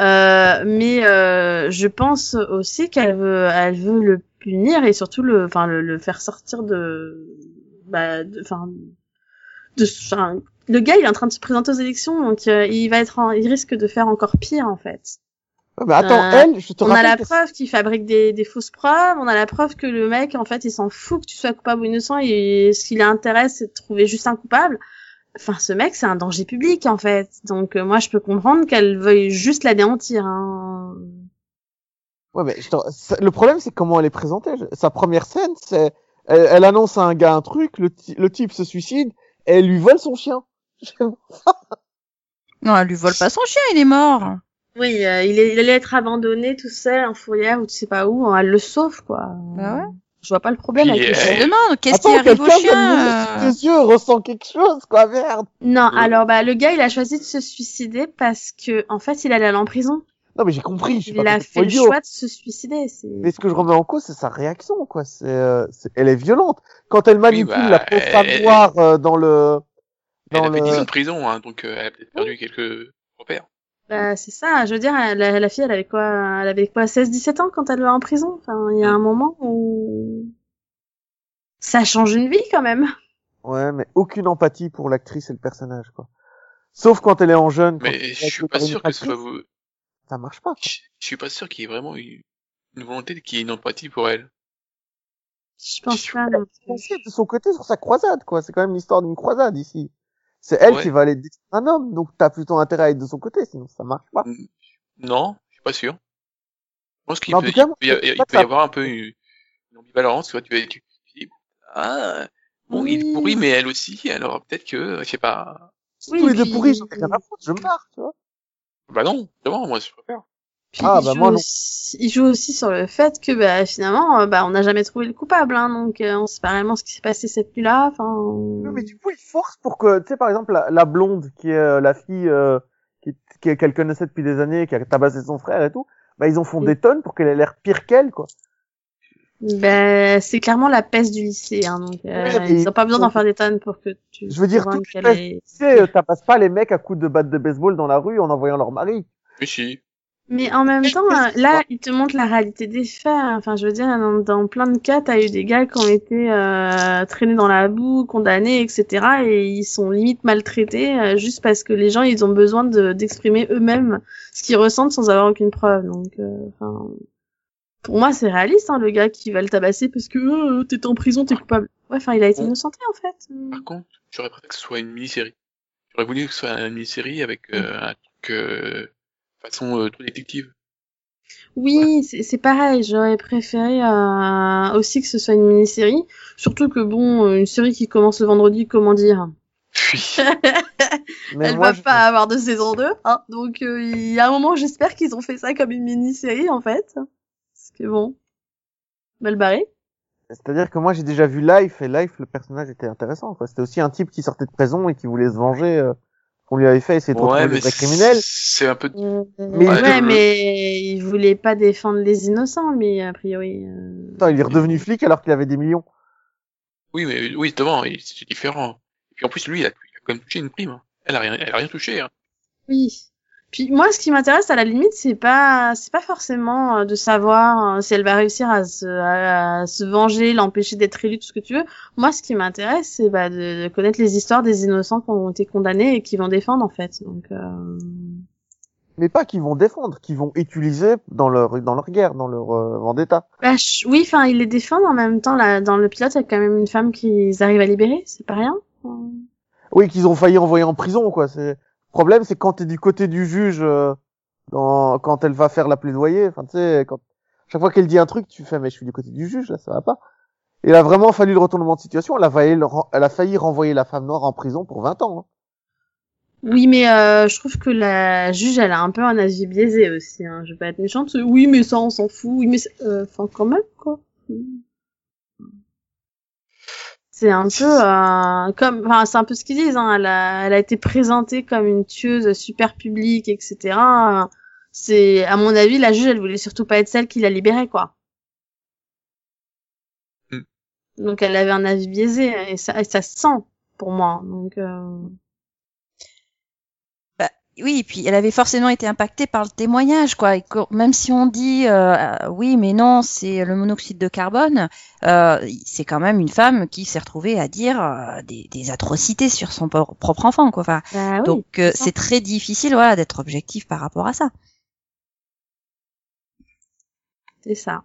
S5: Euh, mais euh, je pense aussi qu'elle veut, elle veut le punir et surtout le, enfin, le, le faire sortir de, bah, de- enfin, de, enfin, le gars, il est en train de se présenter aux élections, donc euh, il va être, en- il risque de faire encore pire en fait.
S3: Ouais, mais attends,
S5: Euh,
S3: elle, je te
S5: On a
S3: rappelle
S5: la
S3: que-
S5: preuve qu'il fabrique des, des fausses preuves, on a la preuve que le mec, en fait, il s'en fout que tu sois coupable ou innocent, et ce qui l'intéresse, c'est de trouver juste un coupable. Enfin, ce mec, c'est un danger public, en fait. Donc, euh, moi, je peux comprendre qu'elle veuille juste l'anéantir. Hein.
S3: Ouais, mais je t'en- ça- le problème, c'est comment elle est présentée. Je- Sa première scène, c'est elle, elle annonce à un gars un truc, le, ti- le type se suicide, et elle lui vole son chien.
S2: Non, elle lui vole pas son chien, il est mort.
S5: Oui, euh, il, est- il allait être abandonné tout seul, en fourrière, ou tu sais pas où, hein, elle le sauve, quoi.
S2: Bah ouais.
S5: Je vois pas le problème
S4: Puis,
S5: avec
S4: euh,
S5: le
S2: Je
S1: Eh.
S5: chien.
S2: me demande, qu'est-ce qui
S3: Attends,
S2: arrive au
S3: quelqu'un
S2: chien
S3: comme nous,
S2: euh,
S3: sous tes yeux ressent quelque chose, quoi, merde.
S5: Non,
S4: Ouais.
S5: alors, bah, le gars, il a choisi de se suicider parce que, en fait, il allait aller en prison.
S3: Non, mais j'ai compris. Je suis
S5: Il
S3: pas
S5: a fait le
S3: complètement idiot.
S5: choix de se suicider. c'est-
S3: Mais ce que je remets en cause, c'est sa réaction, quoi. C'est, euh, c'est- elle est violente. Quand elle manipule
S4: bah,
S3: la pauvre femme
S4: elle-
S3: noire euh, dans le,
S4: Elle
S3: dans
S4: a fait 10
S3: le,
S4: ans de prison, hein, donc euh, elle a peut-être perdu quelques repères.
S5: Bah, c'est ça, je veux dire, la, la fille, elle avait quoi, elle avait quoi, 16-17 ans quand elle va en prison? Enfin, il y a un moment où... Ça change une vie, quand même.
S3: ouais, mais aucune empathie pour l'actrice et le personnage, quoi. Sauf quand elle est en jeune. quand
S4: Mais
S3: elle
S4: je
S3: est
S4: suis pas
S3: actrice,
S4: sûr que ce soit vous...
S3: ça marche pas.
S4: Je je suis pas sûr qu'il y ait vraiment une, une volonté, qu'il y ait une empathie pour elle.
S5: Je pense pas, non.
S3: foncier de son côté sur sa croisade, quoi. C'est quand même l'histoire d'une croisade ici. C'est elle
S4: Ouais.
S3: qui va aller détruire un homme, donc t'as plutôt intérêt à être de son côté, sinon ça marche pas.
S4: Non, je suis pas sûr. Je pense qu'il
S3: Mais en
S4: peut,
S3: tout cas,
S4: il peut y, a-
S3: moi, je
S4: il
S3: pense
S4: peut y
S3: pas
S4: avoir un peu une, une ambivalence, tu vois, tu, vas- tu, tu dis, ah, bon, il est pourri, mais elle aussi, alors peut-être que, je sais pas,
S3: Si
S5: Oui,
S3: tous les
S5: et
S3: deux
S5: puis-
S3: pourris, j'en ai rien à foutre, je me barre, tu vois.
S4: bah non, vraiment, moi, je préfère.
S5: Puis
S3: Ah,
S5: il,
S3: bah,
S5: joue
S3: moi, non.
S5: aussi, il joue aussi sur le fait que, bah, finalement, euh, bah, on n'a jamais trouvé le coupable, hein, donc euh, on sait pas vraiment ce qui s'est passé cette nuit-là, enfin...
S3: Non, Mais du coup, il force pour que, tu sais, par exemple, la, la blonde qui est euh, la fille euh, qui, qui- qu'elle connaissait depuis des années, qui a tabassé son frère et tout, bah ils en font
S5: Oui.
S3: des tonnes pour qu'elle ait l'air pire qu'elle, quoi.
S5: Bah, c'est clairement la peste du lycée, hein, donc euh,
S3: Ouais,
S5: ils
S3: et-
S5: ont pas besoin d'en faire des tonnes pour que tu...
S3: Je veux dire,
S5: pour
S3: toutes
S5: qu'elle
S3: les peste-
S5: ait-
S3: Tu sais, euh, t'abasse pas les mecs à coups de batte de baseball dans la rue en envoyant leur mari.
S4: Mais si,
S5: Mais en même
S3: Quelle
S5: temps,
S3: peste
S5: euh, là, il te montre la réalité des faits. Enfin, je veux dire, dans, dans plein de cas, t'as eu des gars qui ont été euh, traînés dans la boue, condamnés, etc. Et ils sont limite maltraités euh, juste parce que les gens, ils ont besoin de- d'exprimer eux-mêmes ce qu'ils ressentent sans avoir aucune preuve. Donc, euh, enfin, pour moi, c'est réaliste, hein, le gars qui va le tabasser parce que euh, t'es en prison, t'es coupable. Ouais, enfin, il a été
S4: Bon.
S5: innocenté en fait.
S4: par contre, j'aurais préféré que ce soit une mini-série. J'aurais voulu que ce soit une mini-série avec euh, un truc, euh, façon euh, tout détective.
S5: Oui, c'est c'est pareil. J'aurais préféré euh, aussi que ce soit une mini-série. Surtout que bon, euh, une série qui commence le vendredi, comment dire
S4: fuit.
S3: Mais
S5: Elle
S3: moi,
S5: va
S3: je-
S5: pas avoir de saison 2. Hein. Donc euh, il y a un moment, j'espère qu'ils ont fait ça comme une mini-série en fait. Parce que bon, mal barré.
S3: C'est-à-dire que moi, j'ai déjà vu Life, et Life, le personnage était intéressant. quoi. C'était aussi un type qui sortait de prison et qui voulait se venger euh, qu'on lui avait fait, essayer de retrouver des vrais criminels.
S4: c'est un peu.
S3: Mais
S5: ouais,
S4: Ouais, je-
S5: mais il voulait pas défendre les innocents, mais a priori. euh,
S3: Attends, il est redevenu flic alors qu'il avait des millions.
S4: Oui, mais oui, justement, il- c'est différent. Et puis en plus, lui, il a, il a quand même touché une prime. hein. Elle a rien, elle a rien touché. Hein.
S5: Oui. Puis moi, ce qui m'intéresse à la limite, c'est pas, c'est pas forcément euh, de savoir euh, si elle va réussir à se, à, à se venger, l'empêcher d'être élue, tout ce que tu veux. Moi, ce qui m'intéresse, c'est bah, de, de connaître les histoires des innocents qui ont été condamnés et qui vont défendre en fait. Donc, euh,
S3: Mais pas qu'ils vont défendre, qu'ils vont utiliser dans leur, dans leur guerre, dans leur euh, vendetta.
S5: bah, je- oui, enfin, ils les défendent en même temps. Là, dans le pilote, il y a quand même une femme qu'ils arrivent à libérer. C'est pas rien. Euh,
S3: Oui, qu'ils ont failli envoyer en prison, quoi. C'est... Le problème, c'est quand t'es du côté du juge, euh, dans... quand elle va faire la plaidoyer, enfin, tu sais, quand... chaque fois qu'elle dit un truc, tu fais, mais je suis du côté du juge, là, ça va pas. Et il a vraiment fallu le retournement de situation. Elle a failli, le ren- elle a failli renvoyer la femme noire en prison pour 20 ans. hein.
S5: Oui, mais euh, je trouve que la juge, elle a un peu un avis biaisé aussi. Hein. Je vais pas être méchante. Oui, mais ça, on s'en fout. Oui, mais ça- euh, enfin, quand même, quoi. C'est un peu euh, comme, enfin, c'est un peu ce qu'ils disent. Hein. Elle, a, elle a été présentée comme une tueuse super publique, etc. C'est, à mon avis, la juge, elle voulait surtout pas être celle qui la libérait, quoi.
S4: Hmm.
S5: Donc, elle avait un avis biaisé et ça, et ça se sent pour moi. Donc. euh,
S2: Oui, et puis elle avait forcément été impactée par le témoignage, quoi. Et que- même si on dit euh, euh, oui, mais non, c'est le monoxyde de carbone, euh, c'est quand même une femme qui s'est retrouvée à dire euh, des, des atrocités sur son por- propre enfant, quoi. Enfin,
S5: Bah oui.
S2: donc euh,
S5: c'est ça.
S2: c'est très difficile, voilà, d'être objectif par rapport à ça.
S5: C'est ça.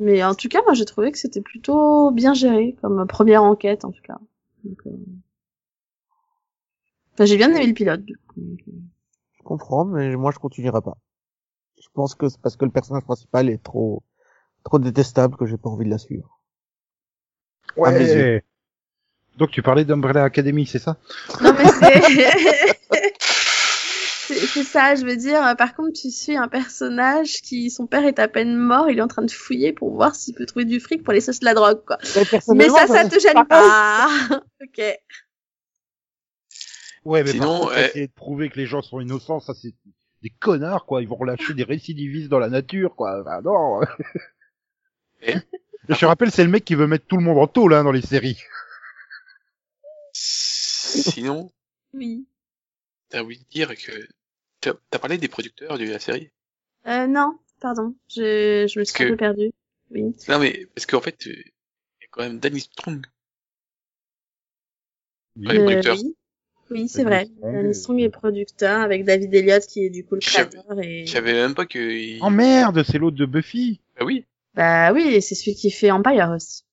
S5: Mais en tout cas, moi, j'ai trouvé que c'était plutôt bien géré, comme première enquête, en tout cas. Donc, euh, enfin, j'ai bien aimé le pilote. du coup. Donc, euh,
S3: Je comprends, mais moi, je continuerai pas. Je pense que c'est parce que le personnage principal est trop, trop détestable que j'ai pas envie de la suivre.
S1: Ouais.
S3: À mes yeux.
S1: Ah, euh, Donc tu parlais d'Umbrella Academy, c'est ça
S5: Non, mais c'est... c'est... c'est ça, je veux dire. euh, Par contre, tu suis un personnage qui, son père est à peine mort, il est en train de fouiller pour voir s'il peut trouver du fric pour les sauces de la drogue, quoi. Mais ça, ça te gêne pas. ok.
S1: Ouais,
S4: mais par Sinon, contre, euh,
S1: essayer de prouver que les gens sont innocents, ça c'est des connards quoi. Ils vont relâcher des récidivistes dans la nature quoi. Bah non.
S4: Eh
S1: Je te rappelle, c'est le mec qui veut mettre tout le monde en tôle hein, dans les séries.
S4: Sinon,
S5: Oui.
S4: t'as oublié de dire que t'as t'as parlé des producteurs de la série.
S5: Euh, non, pardon. Je, je me suis
S4: Que-
S5: un peu perdue. Oui.
S4: Non mais parce qu'en fait, euh, il y a quand même Danny Strong. Ouais,
S5: Euh,
S4: producteur.
S5: oui, oui c'est
S1: David
S5: vrai.
S1: Strong, euh,
S5: Alan Strong est producteur avec David Elliott qui est du coup le
S4: J'avais-
S5: créateur. Et...
S4: Je savais même pas que. il-
S1: Oh merde, c'est l'autre de Buffy.
S4: Bah oui.
S5: Bah oui, et c'est celui qui fait Empire aussi.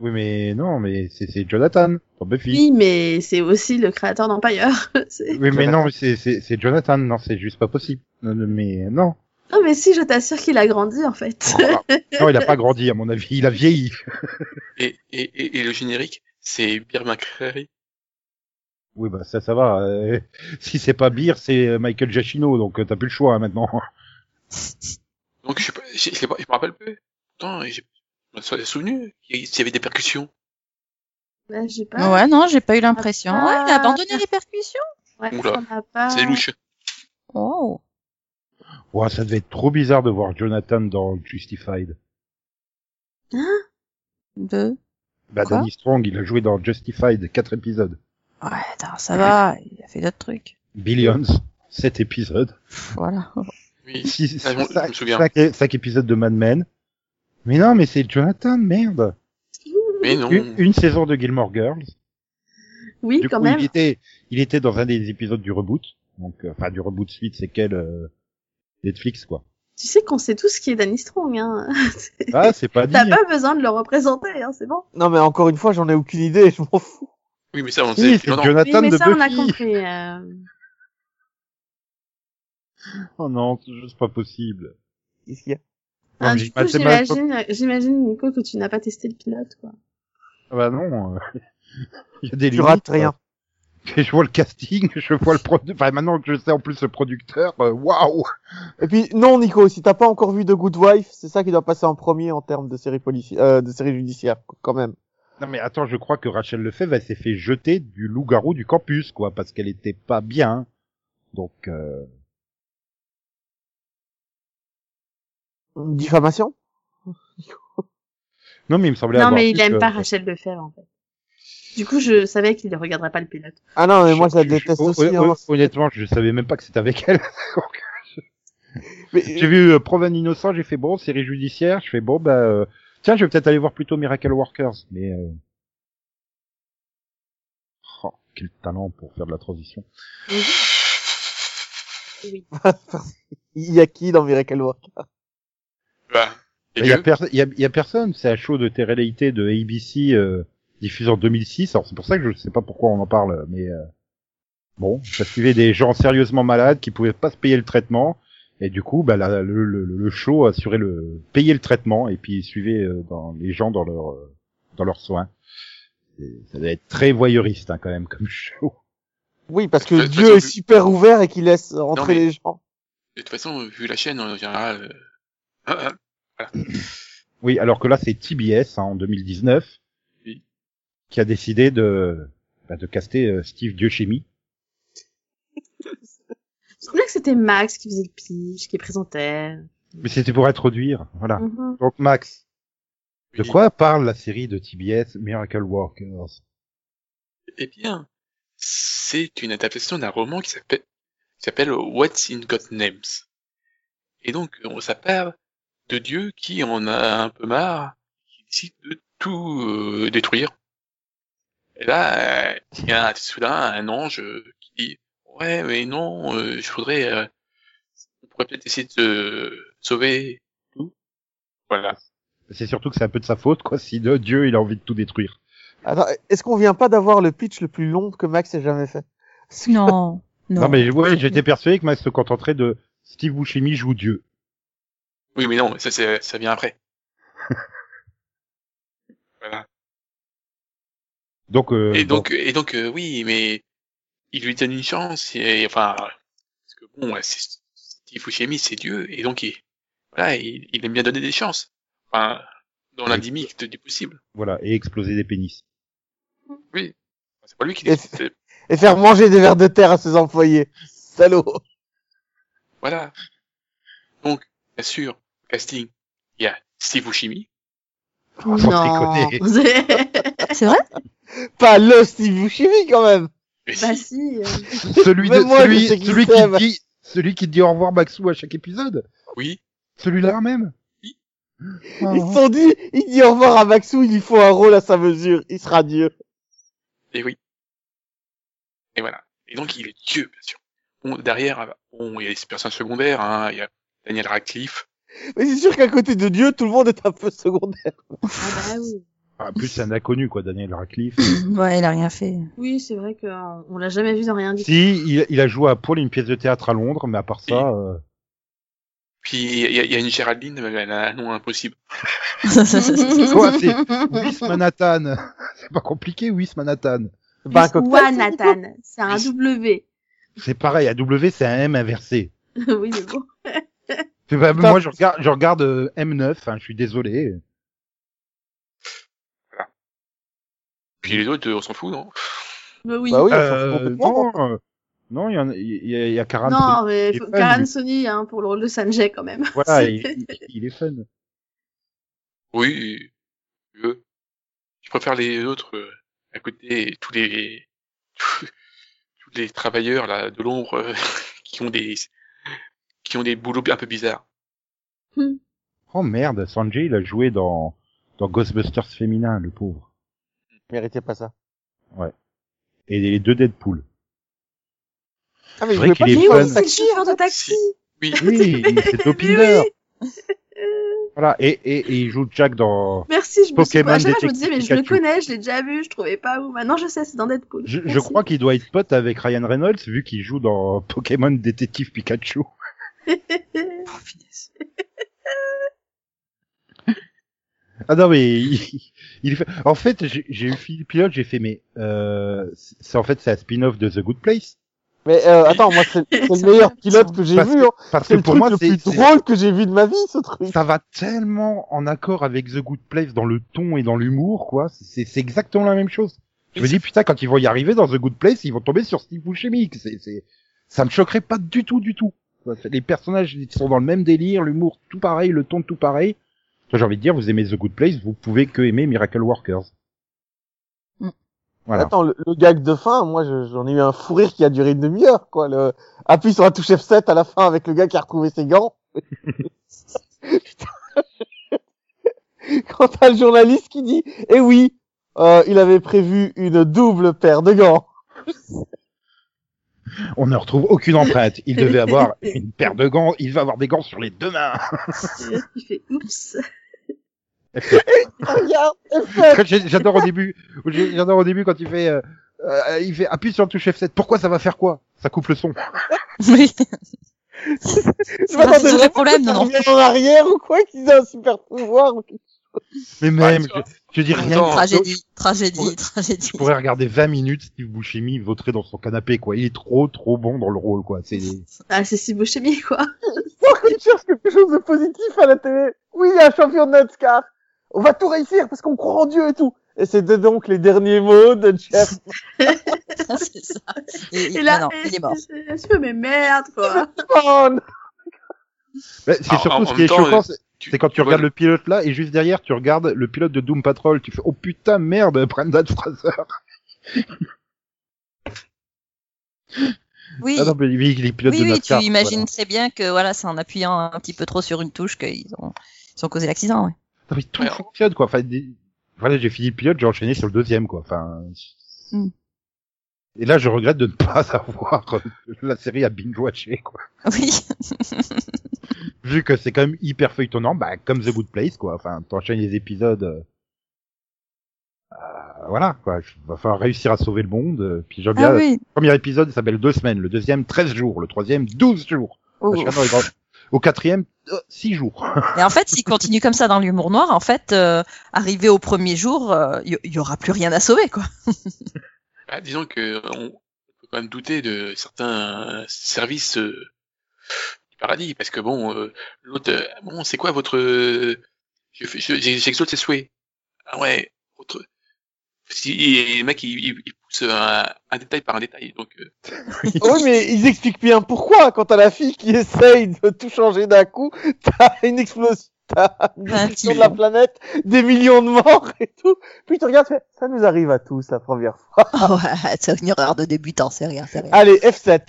S1: Oui mais non, mais c'est c'est Jonathan dans Buffy.
S5: Oui, mais c'est aussi le créateur d'Empire. C'est-
S1: Oui mais non, c'est c'est c'est Jonathan. Non, c'est juste pas possible. Non, non, mais non.
S5: non, mais si, je t'assure qu'il a grandi en fait.
S1: Voilà. Non, il a pas grandi à mon avis. Il a vieilli.
S4: Et, et, et, et le générique, c'est Birman Crary.
S1: Oui, bah ça, ça va. euh, si c'est pas Beer, c'est euh, Michael Giacchino, donc euh, t'as plus le choix hein, maintenant.
S4: Donc je sais pas, je, je sais pas- je me rappelle plus. Pourtant, j'ai- je me suis souvenu qu'il y avait des percussions.
S5: Là, j'ai pas.
S2: Ouais, non, j'ai pas eu l'impression.
S5: Ah,
S2: Ouais, il a abandonné
S5: merci.
S2: les percussions.
S5: Ouais,
S4: Oula.
S5: on a
S1: Ah.
S5: pas.
S4: C'est louche.
S2: Oh.
S1: Ouais, ça devait être trop bizarre de voir Jonathan dans Justified.
S2: Deux.
S1: Bah,
S2: Quoi
S1: Danny Strong, il a joué dans Justified, quatre épisodes.
S2: Ouais, attends, ça va. Il a fait d'autres trucs.
S1: Billions, sept épisodes.
S2: Pff, Voilà.
S4: Oui.
S1: Six,
S4: Ah, je me- je
S1: cinq-
S4: me souviens.
S1: cinq é- cinq épisodes de Mad Men. Mais non, mais c'est Jonathan, merde.
S4: Mais non.
S1: Une, une saison de Gilmore Girls.
S5: Oui,
S1: Du
S5: quand
S1: coup,
S5: même.
S1: il était, il était dans un des épisodes du reboot. Donc, euh, enfin, du reboot suite, c'est quel euh, Netflix, quoi.
S5: Tu sais qu'on sait tous qui est Danny Strong. Hein.
S1: Ah, c'est pas dit.
S5: T'as
S1: hein.
S5: pas besoin de le représenter, hein, c'est bon.
S3: Non, mais encore une fois, j'en ai aucune idée, je m'en fous.
S4: Oui, mais ça, on
S1: Si,
S4: sait.
S1: c'est
S4: depuis longtemps.
S1: Jonathan
S5: oui, mais
S1: de
S5: ça, on a
S1: Buffy.
S5: compris. euh.
S1: Oh non, c'est juste pas possible.
S3: Qu'est-ce qu'il y a
S1: Non,
S5: Ah,
S1: mais
S5: du
S1: j'ai pas-
S5: coup,
S1: c'est ma-
S5: j'imagine, j'imagine Nico que tu n'as pas testé le pilote, quoi.
S1: Ah Bah non. euh, Il y a des
S3: Tu
S1: limites,
S3: rates
S1: quoi.
S3: rien.
S1: Et je vois le casting, je vois le produ- Enfin, maintenant que je sais en plus le producteur, euh, waouh
S3: Et puis, non, Nico, si t'as pas encore vu The Good Wife, c'est ça qui doit passer en premier en termes de série polici- euh, de série judiciaire, qu- quand même.
S1: Non mais attends, je crois que Rachel Lefebvre, elle s'est fait jeter du loup-garou du campus, quoi, parce qu'elle était pas bien. Donc, euh,
S3: Une Diffamation?
S1: non mais il me semblait
S5: Non,
S1: avoir
S5: mais
S1: vu
S5: il aime
S1: que-
S5: pas Rachel Lefebvre, en fait. Du coup, je savais qu'il ne regarderait pas le pilote.
S3: Ah non, mais moi, je la
S1: Je-
S3: déteste
S1: je-
S3: aussi.
S1: hon-
S3: hein.
S1: hon- Honnêtement, je savais même pas que c'était avec elle. Donc,
S3: Mais-
S1: j'ai vu euh, Proven Innocent, j'ai fait bon, série judiciaire, je fais bon, bah... euh, Tiens, je vais peut-être aller voir plutôt Miracle Workers, mais... euh, Oh, quel talent pour faire de la transition.
S5: Oui.
S3: Il y a qui dans Miracle Work
S4: Bah, et
S1: Il y, a
S4: Dieu
S1: per- il y a- il y a personne, c'est à chaud de télé-réalité de ABC euh, diffusée en 2006. Alors c'est pour ça que je sais pas pourquoi on en parle, mais euh, bon, ça suivait des gens sérieusement malades qui pouvaient pas se payer le traitement, et du coup, bah, la- le, le- le show assurait le payer le traitement et puis suivait euh, dans, les gens dans leur euh, dans leurs soins. Et ça devait être très voyeuriste hein, quand même comme show.
S3: Oui, parce
S4: De
S3: que
S4: toute
S3: Dieu
S4: façon,
S3: est
S4: vu-
S3: super ouvert et qu'il laisse rentrer
S4: mais-
S3: les gens.
S4: de toute façon, vu la chaîne, en général... euh, ah, ah,
S1: Oui, alors que là c'est TBS hein, en 2019
S4: Oui.
S1: qui a décidé de bah, de caster euh, Steve Dieuchemie.
S5: Je me souviens que c'était Max qui faisait le pitch, qui présentait.
S1: Mais c'était pour introduire, voilà.
S3: Mm.
S5: Mhm.
S1: Donc Max, de
S4: oui.
S1: quoi parle la série de TBS Miracle Workers
S4: Eh bien, c'est une adaptation d'un roman qui s'appelle qui s'appelle What's in God's Names. Et donc, on s'appelle de Dieu qui en a un peu marre, qui décide de tout euh, détruire. Et là, euh, il y a soudain un ange euh, qui dit Ouais, mais non, euh, je voudrais. euh, on pourrait peut-être essayer de euh, sauver tout. Voilà.
S1: C'est surtout que c'est un peu de sa faute, quoi, si de Dieu il a envie de tout détruire.
S3: Attends, est-ce qu'on vient pas d'avoir le pitch le plus long que Max ait jamais fait
S2: Non, non.
S1: Non, mais ouais, j'étais persuadé que Max se contenterait de Steve Buscemi joue Dieu.
S4: Oui, mais non, ça, c'est- ça vient après. voilà.
S1: Donc, euh,
S4: Et
S1: bon,
S4: donc, et donc euh, oui, mais il lui donne une chance. Et, enfin, parce que bon, ouais, c'est Steve Buscemi, c'est Dieu, et donc il, voilà, il, il aime bien donner des chances. Enfin, dans la
S1: Oui.
S4: limite du possible.
S1: voilà, et exploser des pénis.
S4: Oui, c'est pas lui qui
S3: Et-
S4: décide. c'est-
S3: Et faire manger des vers de terre à ses employés. Salaud
S4: Voilà. Donc, bien sûr, au casting, il y a Steve Buscemi.
S1: Oh, sans
S5: non.
S1: déconner.
S2: C'est vrai
S3: Pas le Steve Buscemi, quand même
S4: Mais
S5: bah
S4: si,
S5: si. euh.
S1: celui de,
S3: Même moi, je
S1: celui,
S3: sais qui
S1: celui
S3: t'aime.
S1: qui dit, celui qui dit au revoir Maxou à chaque épisode.
S4: oui,
S1: Celui-là même.
S4: Oui.
S3: Ils
S1: Oh.
S3: se sont dit, il dit au revoir à Maxou, il lui faut un rôle à sa mesure, il sera Dieu.
S4: et oui. Et voilà. Et donc, il est Dieu, bien sûr. Bon, derrière, ah bah, bon, il y a des personnages secondaires, hein, il y a Daniel Radcliffe.
S3: Mais c'est sûr qu'à côté de Dieu, tout le monde est un peu secondaire.
S5: Ah bah oui.
S1: Ah, en plus, c'est un inconnu, quoi, Daniel Radcliffe.
S2: Ouais, il a rien fait.
S5: Oui, c'est vrai qu'on on l'a jamais vu dans rien du tout.
S1: si, il, il a joué à Paul une pièce de théâtre à Londres, mais à part ça, euh,
S4: Puis, il y, a- il y a une Géraldine, elle a un nom impossible.
S1: quoi, c'est, Whis Manhattan. C'est pas compliqué, Whis Manhattan.
S3: Bah, un cocktail,
S5: One
S3: c'est
S5: Nathan, c'est un
S4: Oui.
S5: W.
S1: C'est pareil, AW, c'est un M inversé.
S5: oui, mais bon.
S1: C'est pas-
S3: Putain.
S1: moi, je regarde, je regarde euh, M9, hein, je suis désolé.
S4: Puis les autres, euh, on s'en fout, non
S5: Bah oui.
S3: Bah oui,
S1: Euh,
S3: on s'en fout complètement.
S1: non, euh, non, il y en a- il y a, il y a Karan
S5: non,
S1: Sony.
S5: mais
S1: il est
S5: faut-
S1: pas
S5: Karan
S1: lui.
S5: Sony hein, pour le rôle de Sanjay quand même.
S1: Voilà,
S5: C'est-
S1: il, il- il est fun.
S4: Oui, euh, je préfère les autres euh, à côté, tous les tous les travailleurs là de l'ombre euh, qui ont des qui ont des boulots un peu bizarres.
S1: Oh merde, Sanjay, il a joué dans, dans Ghostbusters féminin, le pauvre.
S3: Méritez pas ça.
S1: Et les deux Deadpool.
S3: Ah, mais
S1: C'est vrai
S3: voulait
S1: qu'il
S3: pas
S1: est
S3: qu'il
S1: fun.
S3: fasse
S5: c'est le chauffeur de taxi.
S4: Oui,
S1: Oui, c'est
S5: Mais
S1: Topinder. Voilà, et, et, et il joue Jack dans...
S5: Merci, je me suis...
S1: Pokémon
S5: à chaque fois, je me disais, mais
S1: détective
S5: je le
S1: Pikachu.
S5: connais, je l'ai déjà vu, je trouvais pas où. Maintenant, je sais, c'est dans Deadpool.
S1: Je, je
S5: Merci.
S1: crois qu'il doit être pote avec Ryan Reynolds, vu qu'il joue dans Pokémon Détective Pikachu.
S2: Oh, finesse.
S1: Ah non, mais il, Il fait... En fait, j'ai j'ai eu Philippe Pilote, j'ai fait mais euh, c'est en fait c'est un spin-off de The Good Place
S3: Mais euh, attends, moi c'est c'est
S2: Ça
S3: le meilleur
S2: fait
S3: pilote
S2: peur.
S3: que j'ai
S1: Parce
S3: vu. Hein.
S1: parce
S3: C'est
S1: que
S3: le
S1: pour
S3: truc
S1: moi
S3: le
S1: c'est
S3: plus drôle que j'ai vu de ma vie, ce truc.
S1: ça va tellement en accord avec The Good Place dans le ton et dans l'humour quoi. C'est c'est exactement la même chose. Je me dis putain quand ils vont y arriver dans The Good Place, ils vont tomber sur Steve Buscemi. C'est c'est ça me choquerait pas du tout du tout. Les personnages ils sont dans le même délire, l'humour tout pareil, le ton tout pareil. J'ai envie de dire vous aimez The Good Place, vous pouvez que aimer Miracle Workers.
S2: Mm.
S1: Voilà.
S3: Attends, le, le gag de fin, moi je- j'en ai eu un fou rire qui a duré une demi-heure, quoi. Le... Appuie sur la touche F7 à la fin avec le gars qui a retrouvé ses gants. Putain. Quand t'as le journaliste qui dit, eh oui, euh, il avait prévu une double paire de gants.
S1: On ne retrouve aucune empreinte. Il devait avoir une paire de gants. Il va avoir des gants sur les deux mains.
S5: Il fait oups.
S3: Oh, Regarde, F7
S2: Euh,
S1: J'ai- J'adore au début. j'ai- J'adore au début quand il fait, euh, euh, il fait appuie sur le touche F7. Pourquoi ça va faire quoi Ça coupe le son.
S2: Oui.
S3: Je
S2: va
S3: m'attendais
S2: résoudre
S3: vraiment
S2: le problème,
S3: que ça
S2: non, non.
S3: revienne en arrière ou quoi, qu'ils aient un super pouvoir. ou quelque
S1: Mais même, je, je dis rien.
S4: Attends.
S2: Tragédie,
S1: pourrais-
S2: tragédie, tragédie.
S1: Je pourrais regarder 20 minutes Steve Buscemi vautrer dans son canapé quoi. Il est trop trop bon dans le rôle quoi. C'est
S5: Ah, c'est si beau chez lui, quoi.
S3: Pour qu'il cherche quelque chose de positif à la télé. Oui, il y a un champion de NASCAR. On va tout réussir parce qu'on croit en Dieu et tout. Et c'était donc les derniers mots de Jeff.
S2: C'est ça. Et, il- non, non,
S5: eh,
S2: il est mort.
S5: c'est- c'est- c'est- mais merde, quoi.
S3: Brown.
S1: Mais c'est
S4: Alors, en-
S1: surtout
S4: en
S1: ce qui est
S4: même temps,
S1: choquant, c'est-
S4: tu-
S1: c'est quand tu
S4: vois
S1: regardes
S4: le-
S1: le pilote là et juste derrière tu regardes le pilote de Doom Patrol. Tu fais oh putain merde Brendan Fraser.
S2: Oui.
S1: Ah non mais lui, il est pilote
S2: Oui,
S1: de
S2: oui, tu
S1: NASCAR.
S2: imagines
S1: voilà.
S2: très bien que voilà, c'est en appuyant un petit peu trop sur une touche qu'ils ont, ils ont causé l'accident. ouais.
S1: Non, mais tout
S4: Ouais.
S1: fonctionne, quoi. Enfin, des- voilà, j'ai fini le pilote, j'ai enchaîné sur le deuxième, quoi. Enfin.
S2: Hmm.
S1: Et là, je regrette de ne pas avoir euh, la série à binge-watcher, quoi.
S2: Oui.
S1: Vu que c'est quand même hyper feuilletonnant, bah, comme The Good Place, quoi. Enfin, t'enchaînes les épisodes. euh, euh, voilà, quoi. Il va falloir réussir à sauver le monde. euh, Puis j'aime bien.
S2: Ah oui.
S1: Le premier épisode il s'appelle deux semaines, le deuxième 13 jours, le troisième 12 jours.
S2: Oh.
S1: Chacun dans les grandes- Au quatrième, euh, six jours.
S2: Et en fait, s'ils continuent comme ça dans l'humour noir, en fait, euh, arrivé au premier jour, il y, y aura plus rien à sauver, quoi.
S4: Bah, disons que euh, on peut quand même douter de certains services euh, du paradis, parce que bon, euh, l'autre, euh, bon, c'est quoi votre, euh, je fais- je- j'ai- j'exauce les souhaits. Ah ouais, autre. Si, le mec, il, il- il pousse un, un détail par un détail, donc euh,
S3: Oui, mais ils expliquent bien pourquoi. Quand t'as la fille qui essaye de tout changer d'un coup, t'as une explosion, t'as une
S2: Un
S3: destruction de
S2: typhon.
S3: la planète, des millions de morts et tout. Puis tu regardes, tu fais, ça nous arrive à tous la première fois.
S2: Oh, ouais, c'est une erreur de débutant, c'est rien, c'est rien.
S3: Allez, F7.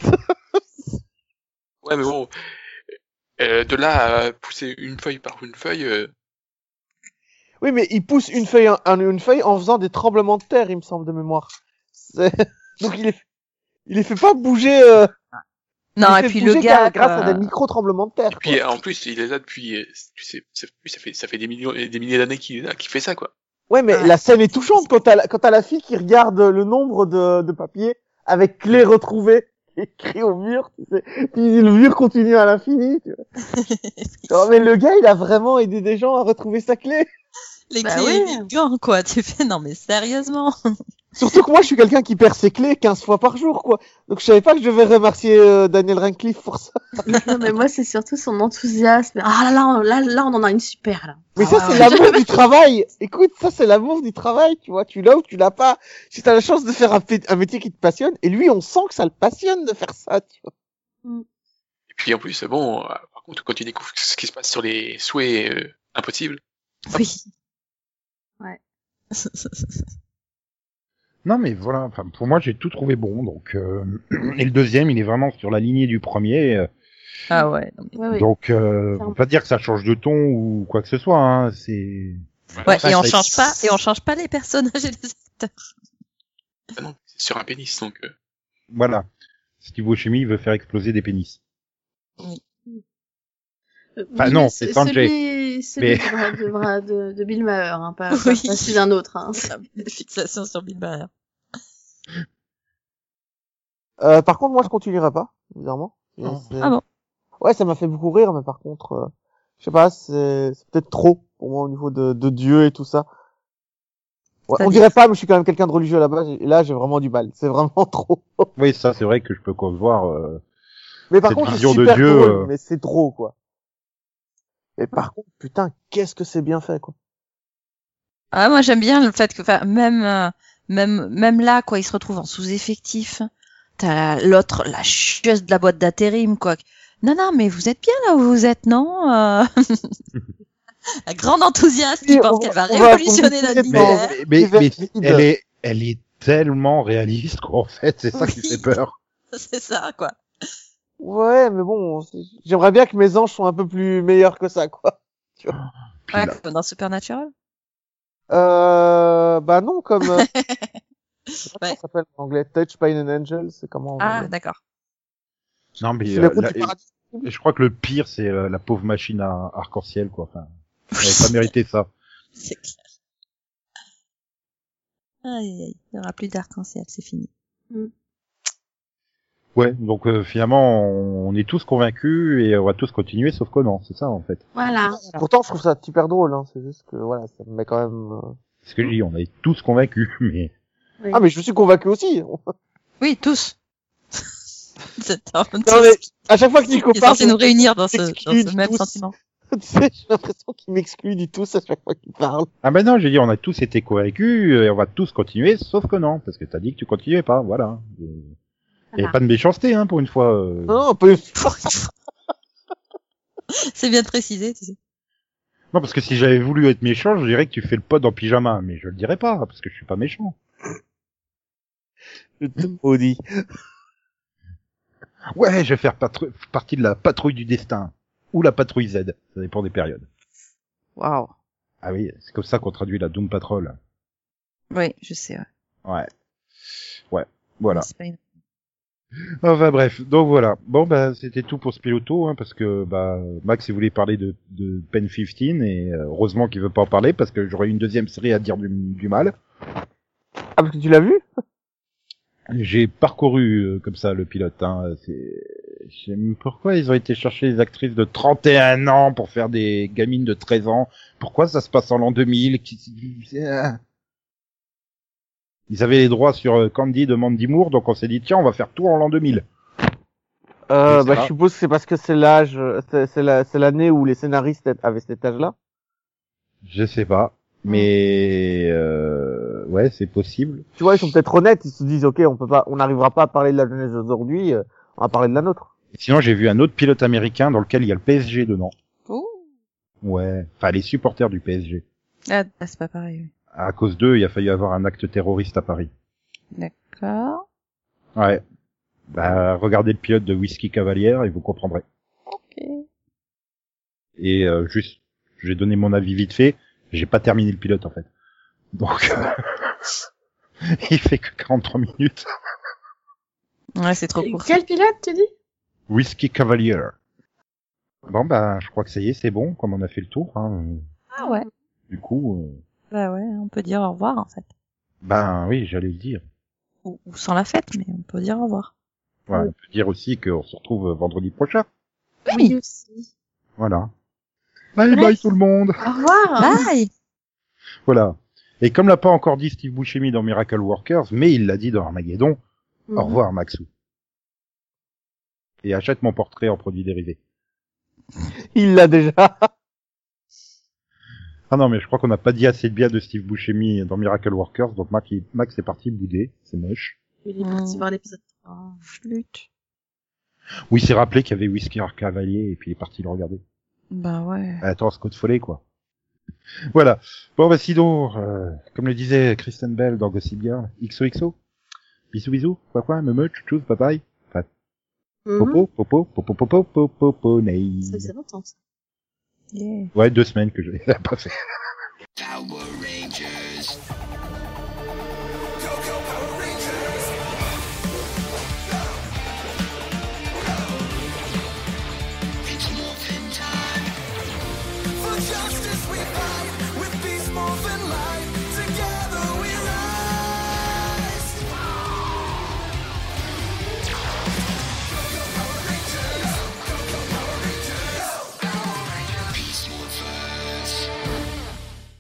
S4: ouais, mais bon, euh, de là à pousser une feuille par une feuille, euh,
S3: Oui, mais ils poussent une feuille, en- un- une feuille en faisant des tremblements de terre, il me semble, de mémoire. C'est- Donc il les, il les fait pas bouger. euh, il
S2: Non,
S3: les
S2: et
S3: fait
S2: puis
S3: Ah, bouger
S2: le gars, euh,
S3: gra- grâce
S2: quoi.
S3: à des micro tremblements de terre.
S4: puis
S3: quoi.
S4: euh, en plus, il est là depuis, euh, tu sais, ça fait- ça fait, ça fait des millions, et des milliers d'années qu'il est là, qu'il fait ça, quoi.
S3: Ouais, mais
S2: Ouais.
S3: la scène est touchante quand t'as la, quand t'as la fille qui regarde le nombre de, de papiers avec clé retrouvée écrit au mur, tu sais. Puis le mur continue à l'infini. tu vois. Genre, mais le gars, il a vraiment aidé des gens à retrouver sa clé.
S2: Les
S5: Bah
S2: clés,
S5: ouais.
S2: les gants, quoi. Tu fais, non, mais sérieusement.
S3: Surtout que moi, je suis quelqu'un qui perd ses clés 15 fois par jour, quoi. Donc je savais pas que je devais remercier euh, Daniel Radcliffe pour ça.
S5: non, mais moi, c'est surtout son enthousiasme. Ah là là, on- là, là, on en a une super, là.
S3: Mais
S2: Ah
S3: ça,
S2: ouais,
S3: c'est
S2: ouais.
S3: l'amour du travail. Écoute, ça, c'est l'amour du travail, tu vois. Tu l'as ou tu l'as pas. Si t'as la chance de faire un, fait- un métier qui te passionne, et lui, on sent que ça le passionne de faire ça, tu vois.
S4: Et puis en plus, bon, euh, par contre, quand tu découvres ce qui se passe sur les souhaits euh, impossibles,
S2: Oui.
S5: Ouais.
S1: Non mais voilà, enfin pour moi j'ai tout trouvé bon donc euh, et le deuxième il est vraiment sur la lignée du premier euh,
S2: ah ouais. non, mais-
S5: Ouais, ouais.
S1: donc euh, on
S5: Clairement.
S1: peut pas dire que ça change de ton ou quoi que ce soit hein, c'est
S2: Ouais,
S1: ça,
S2: et on
S1: ça-
S2: change pas, et on change pas les personnages et les acteurs.
S4: ah non, c'est sur un pénis, donc euh,
S1: voilà. Steve Buscemi veut faire exploser des pénis.
S5: Euh,
S1: Enfin,
S5: oui,
S1: non,
S5: mais
S1: c'est
S5: ce-
S1: Sanjay.
S5: Celui, celui
S1: Mais-
S5: de, Bra- de, Bra- de, de Bill Maher, hein, pas, pas-
S2: Oui.
S5: pas celui d'un autre. Hein.
S2: Fixation sur Bill Maher.
S3: Euh, par contre, moi, je continuerai pas, bizarrement. Mais
S1: Ah.
S3: c'est-
S2: Ah bon.
S3: Ouais, ça m'a fait beaucoup rire, mais par contre, euh, je sais pas, c'est c'est peut-être trop pour moi au niveau de, de Dieu et tout ça. Ouais, on
S2: C'est-à-dire-
S3: dirait pas, mais je suis quand même quelqu'un de religieux à la base. Et là, j'ai vraiment du mal. C'est vraiment trop.
S1: Oui, ça, c'est vrai que je peux concevoir. euh,
S3: Mais par
S1: Cette
S3: contre, c'est
S1: vision de
S3: super
S1: Dieu,
S3: drôle,
S1: euh.
S3: mais c'est trop, quoi. Mais par contre, putain, qu'est-ce que c'est bien fait, quoi.
S2: Ah, moi j'aime bien le fait que, enfin, même, euh, même, même là, quoi, ils se retrouvent en sous-effectif. T'as la- l'autre, la chieuse de la boîte d'intérim, quoi. Non, non, mais vous êtes bien là où vous êtes, non Euh, La grande enthousiaste qui
S3: Oui,
S2: pense
S3: on-
S2: qu'elle va
S3: on va- on va
S2: révolutionner
S3: discuter
S2: notre
S3: de-
S1: Mais,
S2: univers.
S1: mais, mais,
S3: Divers-
S1: mais elle est, elle est tellement réaliste qu'en fait, c'est ça qui
S2: Oui.
S1: fait peur.
S2: C'est ça, quoi.
S3: Ouais, mais bon, c'est- j'aimerais bien que mes anges soient un peu plus meilleurs que ça, quoi.
S1: Puis
S2: Ouais,
S1: là,
S2: comme dans Supernatural.
S3: Euh, bah non, comme, euh,
S2: Ouais.
S3: ça s'appelle en anglais Touch by an Angel, c'est comment en
S2: Ah,
S3: anglais
S2: d'accord.
S1: Non, mais
S3: C'est
S1: euh,
S3: le route
S1: là,
S3: du paradis.
S1: et- et je crois que le pire, c'est euh, la pauvre machine à arc-en-ciel, quoi. Enfin, elle avait pas mérité ça.
S2: C'est clair. Aïe, aïe, aïe. Il n'y aura plus d'arc-en-ciel, c'est fini.
S1: Ouais, donc euh, finalement, on, on est tous convaincus et on va tous continuer, sauf que non, c'est ça en fait.
S5: Voilà.
S3: Pourtant, je trouve ça super drôle, hein. C'est juste que, voilà, ça me met quand même, euh,
S1: Parce que je dis, on est tous convaincus, mais
S3: Ah, mais je suis convaincu aussi.
S2: Oui, tous. C'est un peu
S3: Non, mais- À chaque fois que Nico
S2: Ils sont
S3: parle,
S2: censés nous réunir dans ce,
S3: excuse
S2: dans ce même
S3: tous.
S2: sentiment.
S3: tu sais, j'ai l'impression qu'il m'exclut du tout à chaque fois qu'il parle.
S1: ah ben non, j'ai dit, on a tous été convaincus et on va tous continuer, sauf que non, parce que t'as dit que tu continuais pas, voilà. Et-
S2: Ah.
S1: Il n'y a
S5: Voilà.
S1: pas de méchanceté, hein, pour une fois. euh.
S2: Oh,
S3: Non, on peut...
S2: c'est bien de préciser, tu sais.
S1: Non, parce que si j'avais voulu être méchant, je dirais que tu fais le pote en pyjama, mais je le dirais pas, parce que je suis pas méchant.
S3: Je te maudis.
S1: Ouais, je vais faire patru- partie de la patrouille du destin. Ou la patrouille Z, ça dépend des périodes.
S2: Waouh.
S1: Ah oui, c'est comme ça qu'on traduit la Doom Patrol.
S2: Oui, je sais. ouais.
S1: Ouais. Ouais, voilà.
S2: C'est pas une-
S1: Enfin bref, donc voilà. Bon bah c'était tout pour ce piloto, hein, parce que bah Max il voulait parler de, de Pen 15 et euh, heureusement qu'il veut pas en parler parce que j'aurais une deuxième série à dire du, du mal.
S3: Ah, parce que tu l'as vu?
S1: J'ai parcouru euh, comme ça le pilote. Hein, c'est- je sais même pourquoi ils ont été chercher les actrices de 31 ans pour faire des gamines de 13 ans. Pourquoi ça se passe en l'an 2000 Qui- Ah. Ils avaient les droits sur euh, Candy de Mandy Moore, donc on s'est dit tiens on va faire tout en l'an 2000. Je
S3: Euh,
S1: sais
S3: bah,
S1: pas.
S3: je suppose que c'est parce que c'est l'âge, euh, c'est c'est la- c'est l'année où les scénaristes a- avaient cet âge-là.
S1: Je sais pas, mais euh, ouais, c'est possible.
S3: Tu vois, ils sont peut-être honnêtes, ils se disent, ok, on peut pas, on n'arrivera pas à parler de la jeunesse d'aujourd'hui, euh, on va parler de la nôtre.
S1: Sinon, j'ai vu un autre pilote américain dans lequel il y a le PSG dedans.
S2: Ouh.
S1: Ouais, enfin les supporters du PSG.
S2: Ah, ah, c'est pas pareil. oui.
S1: À cause d'eux, il a failli avoir un acte terroriste à Paris.
S2: D'accord.
S1: Ouais. Bah, regardez le pilote de Whisky Cavalière et vous comprendrez.
S2: Ok.
S1: Et euh, juste, j'ai donné mon avis vite fait. J'ai pas terminé le pilote en fait. Donc, euh, il fait que 43 minutes.
S2: Ouais, c'est trop court.
S5: Quel pilote, tu dis
S1: Whisky Cavalier. Bon bah, je crois que ça y est, c'est bon, comme on a fait le tour. Hein.
S2: Ah ouais.
S1: Du coup, euh,
S2: Bah ouais, on peut dire au revoir en fait.
S1: ben oui, j'allais le dire.
S2: Ou, ou sans la fête, mais on peut dire au revoir.
S1: Ouais, On peut dire aussi qu'on se retrouve vendredi prochain.
S5: Oui, aussi.
S1: Voilà. Bye
S5: Ouais.
S1: bye tout le monde.
S5: Au revoir.
S2: Bye.
S1: Voilà. Et comme l'a pas encore dit Steve Buscemi dans Miracle Workers, mais il l'a dit dans Armageddon,
S5: Mhm.
S1: au revoir Maxou. Et achète mon portrait en produits dérivés.
S3: Il l'a déjà.
S1: Ah non, mais je crois qu'on n'a pas dit assez de bien de Steve Buscemi dans Miracle Workers, donc Max, il- Max est parti bouder, c'est moche.
S5: Il est parti voir l'épisode 3.
S2: Flûte.
S1: Oui, il s'est rappelé qu'il y avait Whiskey Cavalier et puis il est parti le regarder. Euh,
S2: Bah ouais.
S1: Attends, Scott Follet, quoi. Voilà. Bon, bah, sinon, euh, comme le disait Kristen Bell dans Gossip Girl, XOXO. Bisous, bisous. Quoi, quoi, me me, tchou, tchou, bye bye. Popo, popo, popo, popo, popo, popo, nay.
S5: Ça faisait longtemps. ça.
S2: Yeah.
S1: Ouais, deux semaines que je l'ai pas fait.
S6: For justice we fight.